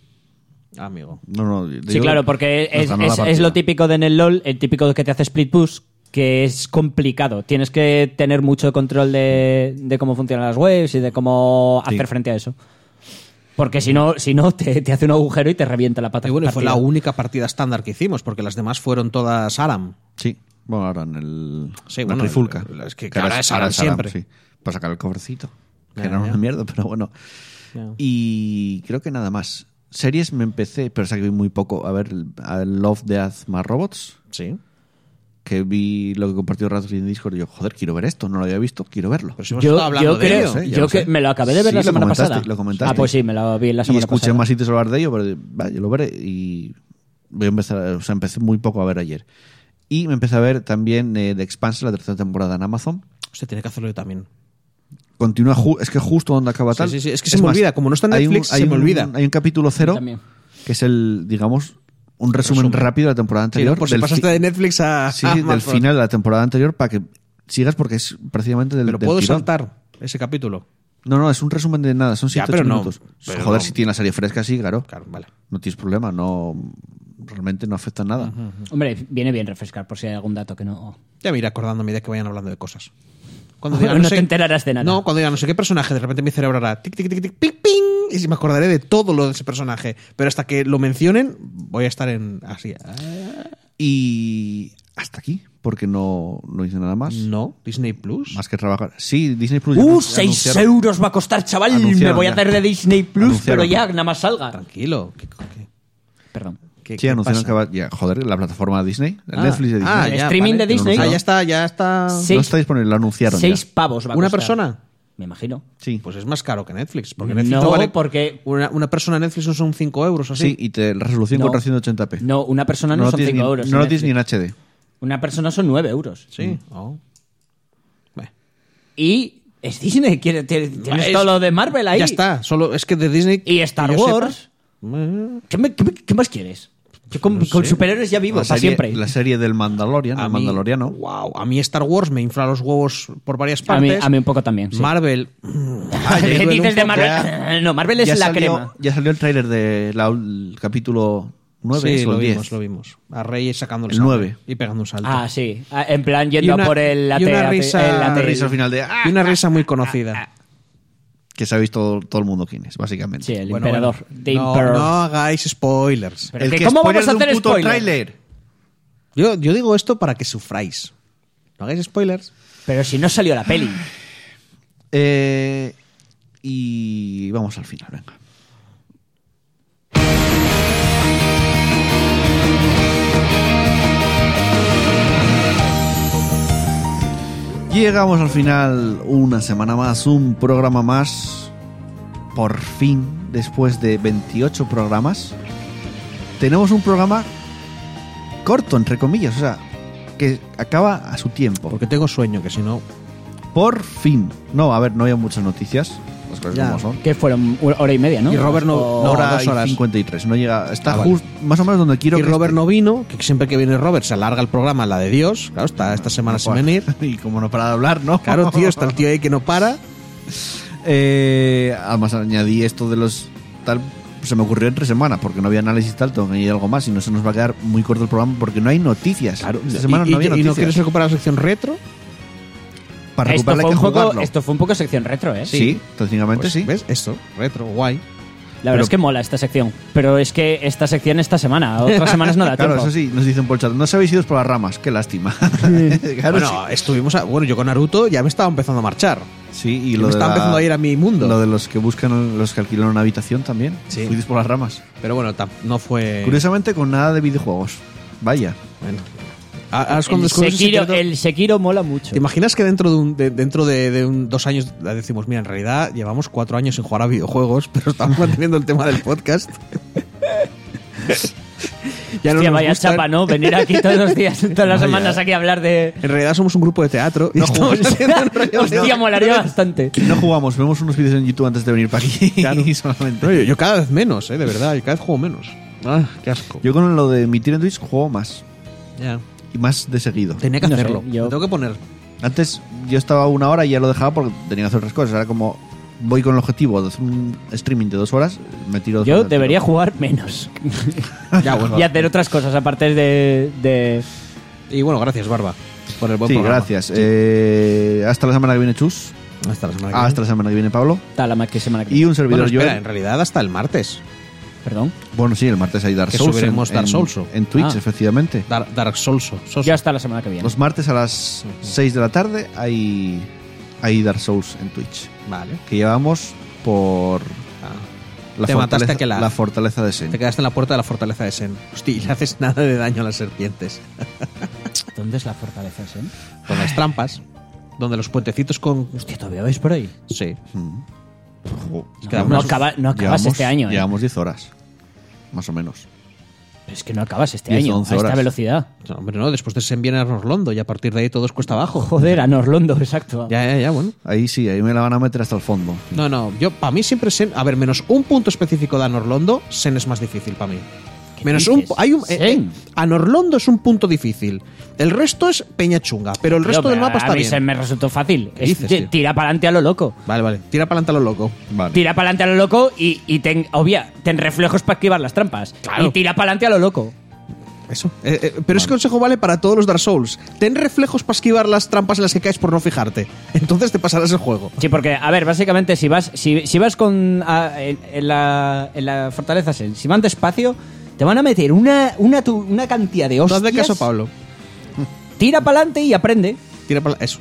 Speaker 3: Amigo.
Speaker 1: No, no, te
Speaker 2: Sí,
Speaker 1: digo,
Speaker 2: claro, porque
Speaker 1: nos
Speaker 2: es,
Speaker 1: ganó la
Speaker 2: es-
Speaker 1: partida.
Speaker 2: es lo típico de en el LOL, el típico que te hace split push, que es complicado. Tienes que tener mucho control de, de cómo funcionan las waves y de cómo
Speaker 1: Sí.
Speaker 2: hacer frente a eso. Porque si no, si no te, te hace un agujero Eh, y te revienta la pata.
Speaker 3: Y bueno, y fue
Speaker 2: partida.
Speaker 3: la única partida estándar que hicimos porque las demás fueron todas Aram.
Speaker 1: Sí, bueno, ahora en el.
Speaker 3: Sí,
Speaker 1: en
Speaker 3: bueno,
Speaker 1: Trifulca.
Speaker 3: el- el- es que ahora es Aram siempre.
Speaker 1: Para sacar el covercito. Que
Speaker 3: Ya,
Speaker 1: era una
Speaker 3: ya.
Speaker 1: mierda, pero bueno.
Speaker 3: Ya.
Speaker 1: Y creo que nada más. Series me empecé, pero sé que vi muy poco. A ver, el- a Love, Death, más Robots.
Speaker 3: Sí.
Speaker 1: Que vi lo que compartió Razzle en Discord. Y yo, joder, quiero ver esto. No lo había visto, quiero verlo.
Speaker 3: Pero si hemos
Speaker 2: Yo,
Speaker 3: estado hablando
Speaker 2: yo
Speaker 3: de ¿eh?
Speaker 2: creo,
Speaker 3: ello.
Speaker 1: sé, ya
Speaker 2: yo
Speaker 1: lo
Speaker 2: que
Speaker 1: sé.
Speaker 2: me lo acabé de ver
Speaker 1: Sí,
Speaker 2: la
Speaker 1: lo
Speaker 2: semana
Speaker 1: comentaste,
Speaker 2: pasada.
Speaker 1: lo comentaste.
Speaker 2: Ah, pues sí, me lo vi la
Speaker 1: y
Speaker 2: semana
Speaker 1: escuché
Speaker 2: pasada.
Speaker 1: más sitios hablar de ello, pero vaya, yo lo veré. Y voy a empezar, o sea, empecé muy poco a ver ayer. Y me empecé a ver también eh, The Expanse, la tercera temporada en Amazon.
Speaker 3: Usted tiene que hacerlo yo también.
Speaker 1: Continúa, ju- es que justo donde acaba
Speaker 3: Sí,
Speaker 1: tal.
Speaker 3: sí, sí, es que se me olvida, como no está en
Speaker 1: hay un-
Speaker 3: Netflix,
Speaker 1: hay
Speaker 3: se me
Speaker 1: un-
Speaker 3: olvida.
Speaker 1: Hay un capítulo cero,
Speaker 2: También.
Speaker 1: que es el, digamos, un resumen,
Speaker 3: Resumen.
Speaker 1: rápido de la temporada
Speaker 3: Sí,
Speaker 1: anterior.
Speaker 3: por si
Speaker 1: del
Speaker 3: pasaste
Speaker 1: fi-
Speaker 3: de Ah, Netflix a.
Speaker 1: sí,
Speaker 3: a
Speaker 1: del
Speaker 3: Amazon.
Speaker 1: final de la temporada anterior para que sigas porque es precisamente del,
Speaker 3: Pero
Speaker 1: del
Speaker 3: puedo
Speaker 1: tirón.
Speaker 3: saltar ese capítulo.
Speaker 1: No, no, es un resumen de nada, son
Speaker 3: Ya,
Speaker 1: 7
Speaker 3: pero no,
Speaker 1: minutos.
Speaker 3: pero
Speaker 1: Joder,
Speaker 3: no.
Speaker 1: si tiene la serie fresca, sí, claro.
Speaker 3: Claro, vale.
Speaker 1: No tienes problema, no realmente no afecta en nada.
Speaker 2: Hombre, viene bien refrescar por si hay algún dato que no.
Speaker 3: Ya me iré acordando a medida que vayan hablando de cosas.
Speaker 2: No te enterarás de nada.
Speaker 3: No, cuando diga no sé qué personaje, de repente mi cerebro hará tic, tic, tic, tic, ping, ping. Y sí me acordaré de todo lo de ese personaje. Pero hasta que lo mencionen, voy a estar en. Así. ah,
Speaker 1: Y hasta aquí, porque no, no hice nada más.
Speaker 3: No, Disney Plus.
Speaker 1: Más que trabajar. Sí, Disney Plus. ya
Speaker 2: ¡Uh!
Speaker 1: anun-
Speaker 2: 6
Speaker 1: anunciaron-
Speaker 2: euros va a costar, chaval. Me
Speaker 1: Anunciaron
Speaker 2: voy a
Speaker 1: ya.
Speaker 2: hacer de Disney Plus,
Speaker 1: Anunciaron.
Speaker 2: pero ya, nada más salga.
Speaker 3: Tranquilo. ¿Qué, qué-
Speaker 2: Perdón.
Speaker 3: qué-
Speaker 1: Sí,
Speaker 3: qué
Speaker 1: anunciaron
Speaker 3: pasa?
Speaker 1: que va. ya, joder, la plataforma Disney, la
Speaker 3: Ah,
Speaker 1: Netflix de Disney.
Speaker 3: ah,
Speaker 2: El
Speaker 3: ya,
Speaker 2: streaming de
Speaker 3: vale.
Speaker 2: Disney.
Speaker 3: Ah, ya está, ya está.
Speaker 2: Sí.
Speaker 1: No
Speaker 2: seis-
Speaker 1: está disponible, lo anunciaron. ya.
Speaker 2: 6 pavos va a
Speaker 3: ¿Una
Speaker 2: costar.
Speaker 3: persona?
Speaker 2: Me imagino.
Speaker 1: Sí.
Speaker 3: Pues es más caro que Netflix. Porque Netflix
Speaker 2: No,
Speaker 3: vale-
Speaker 2: porque-
Speaker 3: Una, una persona en Netflix no son 5 euros o así.
Speaker 1: sí, y te, la resolución
Speaker 2: No.
Speaker 1: 480p.
Speaker 2: No, una persona no,
Speaker 1: lo
Speaker 2: son
Speaker 1: tienes
Speaker 2: 5
Speaker 1: ni-
Speaker 2: euros.
Speaker 1: No
Speaker 3: ¿eh?
Speaker 1: lo
Speaker 2: en
Speaker 1: tienes ni en
Speaker 2: Netflix.
Speaker 1: HD.
Speaker 2: Una persona son 9 euros.
Speaker 1: Mm.
Speaker 3: Sí. Oh. Bueno.
Speaker 2: Y es Disney. quiere- tiene- Tienes
Speaker 3: Es-
Speaker 2: todo lo de Marvel ahí.
Speaker 3: Ya está, solo es que de Disney.
Speaker 2: Y Star
Speaker 3: que yo
Speaker 2: Wars.
Speaker 3: sepa, eh,
Speaker 2: ¿Qué, me- qué me- qué más quieres? Yo con, con superhéroes ya vivo,
Speaker 1: La
Speaker 2: para
Speaker 1: serie-
Speaker 2: siempre.
Speaker 1: La serie del Mandalorian, el
Speaker 3: mí-
Speaker 1: Ah, Mandaloriano.
Speaker 3: Wow, a mí Star Wars me infla los huevos por varias
Speaker 2: A mí,
Speaker 3: partes.
Speaker 2: a mí un poco también. sí.
Speaker 3: Marvel.
Speaker 1: Ah, ya
Speaker 2: ¿Qué
Speaker 1: duele un
Speaker 2: dices de
Speaker 1: poco,
Speaker 2: Marvel?
Speaker 1: ya.
Speaker 2: No, Marvel es la crema.
Speaker 1: Ya salió el tráiler del capítulo 9
Speaker 3: sí,
Speaker 1: o el
Speaker 3: lo vimos,
Speaker 1: 10.
Speaker 3: lo vimos. A Rey sacando
Speaker 1: El
Speaker 3: sable
Speaker 1: nueve.
Speaker 3: Y pegando un salto.
Speaker 2: Ah, sí. Ah, En plan, yendo
Speaker 3: Y una-
Speaker 2: a por el
Speaker 3: y
Speaker 2: AT.
Speaker 3: una risa-
Speaker 2: el AT.
Speaker 1: Una risa al final de "Ah",
Speaker 3: Y una risa muy conocida.
Speaker 1: que sabéis todo, todo el mundo quién es, básicamente.
Speaker 2: Sí, el
Speaker 3: Bueno,
Speaker 2: emperador.
Speaker 3: bueno.
Speaker 2: The
Speaker 3: no,
Speaker 2: Emperor.
Speaker 3: no hagáis spoilers.
Speaker 2: Pero
Speaker 1: el
Speaker 2: que
Speaker 1: que
Speaker 2: ¿cómo
Speaker 1: spoiler
Speaker 2: vamos a
Speaker 1: de un
Speaker 2: hacer
Speaker 1: puto
Speaker 2: spoiler?
Speaker 1: tráiler.
Speaker 3: Yo, yo digo esto para que sufráis. No hagáis spoilers.
Speaker 2: Pero si no salió la peli.
Speaker 1: Eh, y vamos al final, venga. Llegamos al final, una semana más, un programa más. Por fin, después de 28 programas, tenemos un programa corto, entre comillas, o sea, que acaba a su tiempo.
Speaker 3: Porque tengo sueño, que si no.
Speaker 1: Por fin. No, a ver, no había muchas noticias. Las cosas
Speaker 3: Ya.
Speaker 1: como son.
Speaker 2: Que fueron una hora y media, ¿no?
Speaker 3: Y Robert no-
Speaker 2: O-
Speaker 3: no-
Speaker 1: Hora
Speaker 3: dos horas.
Speaker 1: y 53. No llega. Está
Speaker 3: Ah, vale.
Speaker 1: justo más o menos donde quiero
Speaker 3: y
Speaker 1: que
Speaker 3: Robert
Speaker 1: esté.
Speaker 3: no vino, que siempre que viene Robert se alarga el programa, la de Dios. Claro, está esta semana sin
Speaker 1: Bueno,
Speaker 3: venir.
Speaker 1: Y como no para de hablar, ¿no?
Speaker 3: Claro, tío, está el tío ahí que no para.
Speaker 1: Eh, además añadí esto de los tal se me ocurrió entre semana, porque no había análisis Talton y algo más, y no se nos va a quedar muy corto el programa porque no hay noticias. Esta semana
Speaker 3: y,
Speaker 1: no había
Speaker 3: y- y
Speaker 1: noticias.
Speaker 3: no quieres recuperar la sección retro?
Speaker 1: Para
Speaker 2: esto,
Speaker 1: recuperarla
Speaker 2: fue
Speaker 1: hay
Speaker 2: un
Speaker 1: que
Speaker 2: poco,
Speaker 1: jugarlo.
Speaker 2: esto fue un poco sección retro, ¿eh?
Speaker 1: sí, técnicamente
Speaker 3: Pues,
Speaker 1: sí.
Speaker 3: ¿Ves? Esto, retro, guay.
Speaker 2: La verdad
Speaker 1: Pero-
Speaker 2: es que mola esta sección. Pero es que esta sección esta semana, otras semanas no da
Speaker 1: Claro,
Speaker 2: tiempo.
Speaker 1: eso sí, nos dicen por el chat, no os habéis ido por las ramas, qué lástima. Claro,
Speaker 3: bueno, estuvimos. a- bueno, yo con Naruto ya me estaba empezando a marchar.
Speaker 1: sí, y
Speaker 3: me
Speaker 1: lo de
Speaker 3: estaba
Speaker 1: la-
Speaker 3: empezando a ir a mi mundo.
Speaker 1: Lo de los que buscan, los que alquilan una habitación también.
Speaker 3: Sí. Eh.
Speaker 1: Fuisteis por las ramas.
Speaker 3: Pero bueno, tam- no fue.
Speaker 1: Curiosamente, con nada de videojuegos. Vaya.
Speaker 3: Bueno. Ah, ahora es cuando
Speaker 2: el,
Speaker 3: descubres el
Speaker 2: Sekiro,
Speaker 3: secreto.
Speaker 2: el Sekiro mola mucho.
Speaker 3: ¿Te imaginas que dentro de, un- de- dentro de, de un- dos años decimos, mira, en realidad llevamos cuatro años sin jugar a videojuegos, pero estamos manteniendo el tema del podcast? ya
Speaker 2: Hostia,
Speaker 3: nos
Speaker 2: vaya
Speaker 3: gustan.
Speaker 2: chapa, ¿no? Venir aquí todos los días, todas las
Speaker 1: Vaya.
Speaker 2: semanas aquí a hablar de...
Speaker 3: En realidad somos un grupo de teatro y
Speaker 1: No
Speaker 3: estamos
Speaker 1: jugamos.
Speaker 3: haciendo un rollo de-
Speaker 2: Hostia, molaría bastante.
Speaker 1: No jugamos, vemos unos vídeos en YouTube antes de venir para aquí.
Speaker 3: Claro.
Speaker 1: solamente.
Speaker 3: No, yo, yo cada vez menos, eh, de verdad, yo cada vez juego menos. Ah, qué asco.
Speaker 1: Yo con lo de emitir en Twitch juego más.
Speaker 3: Ya.
Speaker 1: Y más de seguido.
Speaker 3: Tenía que
Speaker 2: No sé,
Speaker 3: hacerlo.
Speaker 2: yo-
Speaker 3: Lo tengo que poner.
Speaker 1: Antes yo estaba una hora y ya lo dejaba porque tenía que hacer otras cosas. Ahora como voy con el objetivo de hacer un streaming de dos horas, me tiro dos
Speaker 2: Yo
Speaker 1: horas al
Speaker 2: debería
Speaker 1: tiro.
Speaker 2: jugar menos
Speaker 3: Ya, Ah, bueno.
Speaker 2: y hacer otras cosas aparte de... de-
Speaker 3: Y bueno, gracias, Barba, por el buen
Speaker 1: Sí,
Speaker 3: programa.
Speaker 1: gracias. Eh, hasta la semana que viene, Chus.
Speaker 3: Hasta la semana que
Speaker 1: Hasta la semana que viene, Pablo.
Speaker 2: Tal, la más que semana que
Speaker 1: Y un
Speaker 3: viene. Bueno,
Speaker 1: servidor
Speaker 3: espera,
Speaker 1: Joel.
Speaker 3: en realidad hasta el martes.
Speaker 2: Perdón.
Speaker 1: Bueno, sí, el martes hay Dark
Speaker 3: Que
Speaker 1: Souls.
Speaker 3: subiremos
Speaker 1: en,
Speaker 3: Dark
Speaker 1: en-
Speaker 3: Souls.
Speaker 1: En, Twitch,
Speaker 2: Ah.
Speaker 1: efectivamente.
Speaker 3: Dark, Dark Souls. Souls.
Speaker 2: Ya hasta la semana que viene.
Speaker 1: Los martes a las 6 de la tarde hay, hay Dark Souls en Twitch.
Speaker 3: Vale.
Speaker 1: Que llevamos por
Speaker 3: Ah.
Speaker 1: la,
Speaker 3: Te mataste
Speaker 1: fortaleza,
Speaker 3: aquel ar.
Speaker 1: la fortaleza de
Speaker 3: Te
Speaker 1: Sen.
Speaker 3: quedaste en la puerta de la fortaleza de Sen. Hostia, y no haces nada de daño a las serpientes.
Speaker 2: ¿Dónde es la fortaleza, eh?
Speaker 3: Con las trampas, donde los puentecitos con.
Speaker 2: Hostia, ¿todavía vais por ahí?
Speaker 3: Sí.
Speaker 1: Jo,
Speaker 2: No, no acaba- no acabas este año, ¿eh?
Speaker 1: Llevamos 10 horas, más o menos.
Speaker 2: Pero es que no acabas este
Speaker 1: 10,
Speaker 2: año a
Speaker 1: 11
Speaker 2: esta
Speaker 1: horas.
Speaker 2: velocidad.
Speaker 3: No, hombre, no, después de Sen viene a Orlondo y a partir de ahí todos cuesta abajo.
Speaker 2: Joder, a Norlondo, exacto.
Speaker 3: Ya, ya, ya, bueno.
Speaker 1: Ahí sí, ahí me la van a meter hasta el fondo.
Speaker 3: No, no, yo, para mí siempre Sen. A ver, menos un punto específico de Anorlondo, Sen es más difícil para mí.
Speaker 2: ¿Qué
Speaker 3: Menos
Speaker 2: dices?
Speaker 3: un. pu- Hay un eh, eh,
Speaker 2: Sen.
Speaker 3: Anorlondo es un punto difícil. El resto es Peñachunga, pero el resto
Speaker 2: Tío,
Speaker 3: del
Speaker 2: pero
Speaker 3: mapa
Speaker 2: a
Speaker 3: está
Speaker 2: mí
Speaker 3: bien.
Speaker 2: se me resultó fácil.
Speaker 3: ¿Qué
Speaker 2: Es-
Speaker 3: dices,
Speaker 2: ti-
Speaker 3: tío?
Speaker 2: tira para adelante a lo loco.
Speaker 3: Vale, vale. Tira para adelante a lo loco.
Speaker 1: Vale.
Speaker 2: Tira para adelante a lo loco y, y ten, obvia, ten reflejos para esquivar las trampas.
Speaker 3: Claro.
Speaker 2: Y tira para adelante a lo loco.
Speaker 3: Eso. Eh, eh, pero ese consejo vale para todos los Dark Souls. Ten reflejos para esquivar las trampas en las que caes por no fijarte. Entonces te pasarás el juego.
Speaker 2: Sí, porque, a ver, básicamente, si vas, si, si vas con a- en, en la, en la fortaleza, Sen, si van despacio, te van a meter una, una, tu- una cantidad de
Speaker 3: No
Speaker 2: hostias.
Speaker 3: de caso, Pablo.
Speaker 2: Tira para adelante y aprende.
Speaker 3: Tira para la- Eso.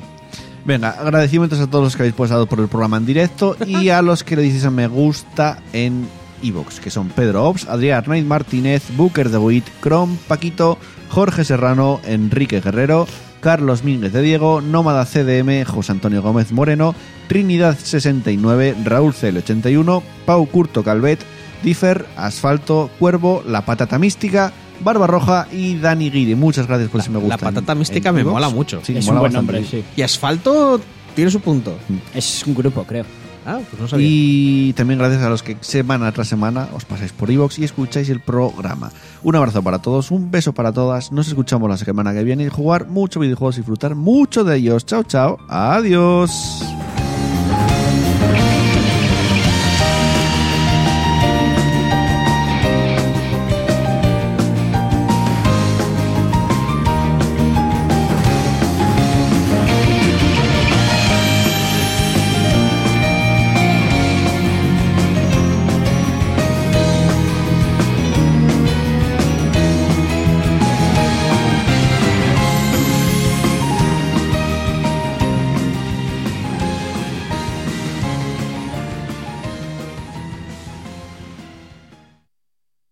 Speaker 1: Venga, agradecimientos a todos los que habéis pasado por el programa en directo y a los que le dices a me gusta en Evox, que son Pedro Ops, Adrián Arnaiz Martínez, Booker de Witt, Crom, Paquito, Jorge Serrano, Enrique Guerrero, Carlos Mínguez de Diego, Nómada CDM, José Antonio Gómez Moreno, Trinidad 69, Raúl Cel 81, Pau Curto Calvet, Differ, Asfalto, Cuervo, La Patata Mística, Barbarroja y Dani Guiri. Muchas gracias por ese me
Speaker 3: La
Speaker 1: gusta. en-
Speaker 3: Patata
Speaker 1: en
Speaker 3: Mística me
Speaker 1: iVoox.
Speaker 3: mola mucho.
Speaker 1: Sí,
Speaker 2: es un
Speaker 1: mola
Speaker 2: buen
Speaker 1: bastante.
Speaker 2: nombre, sí.
Speaker 3: Y asfalto tiene su punto.
Speaker 2: Es un grupo, creo.
Speaker 3: Ah, pues no sabía.
Speaker 1: Y también gracias a los que semana tras semana os pasáis por iVoox y escucháis el programa. Un abrazo para todos, un beso para todas. Nos escuchamos la semana que viene y jugar mucho videojuegos y disfrutar mucho de ellos. Chao, chao. Adiós.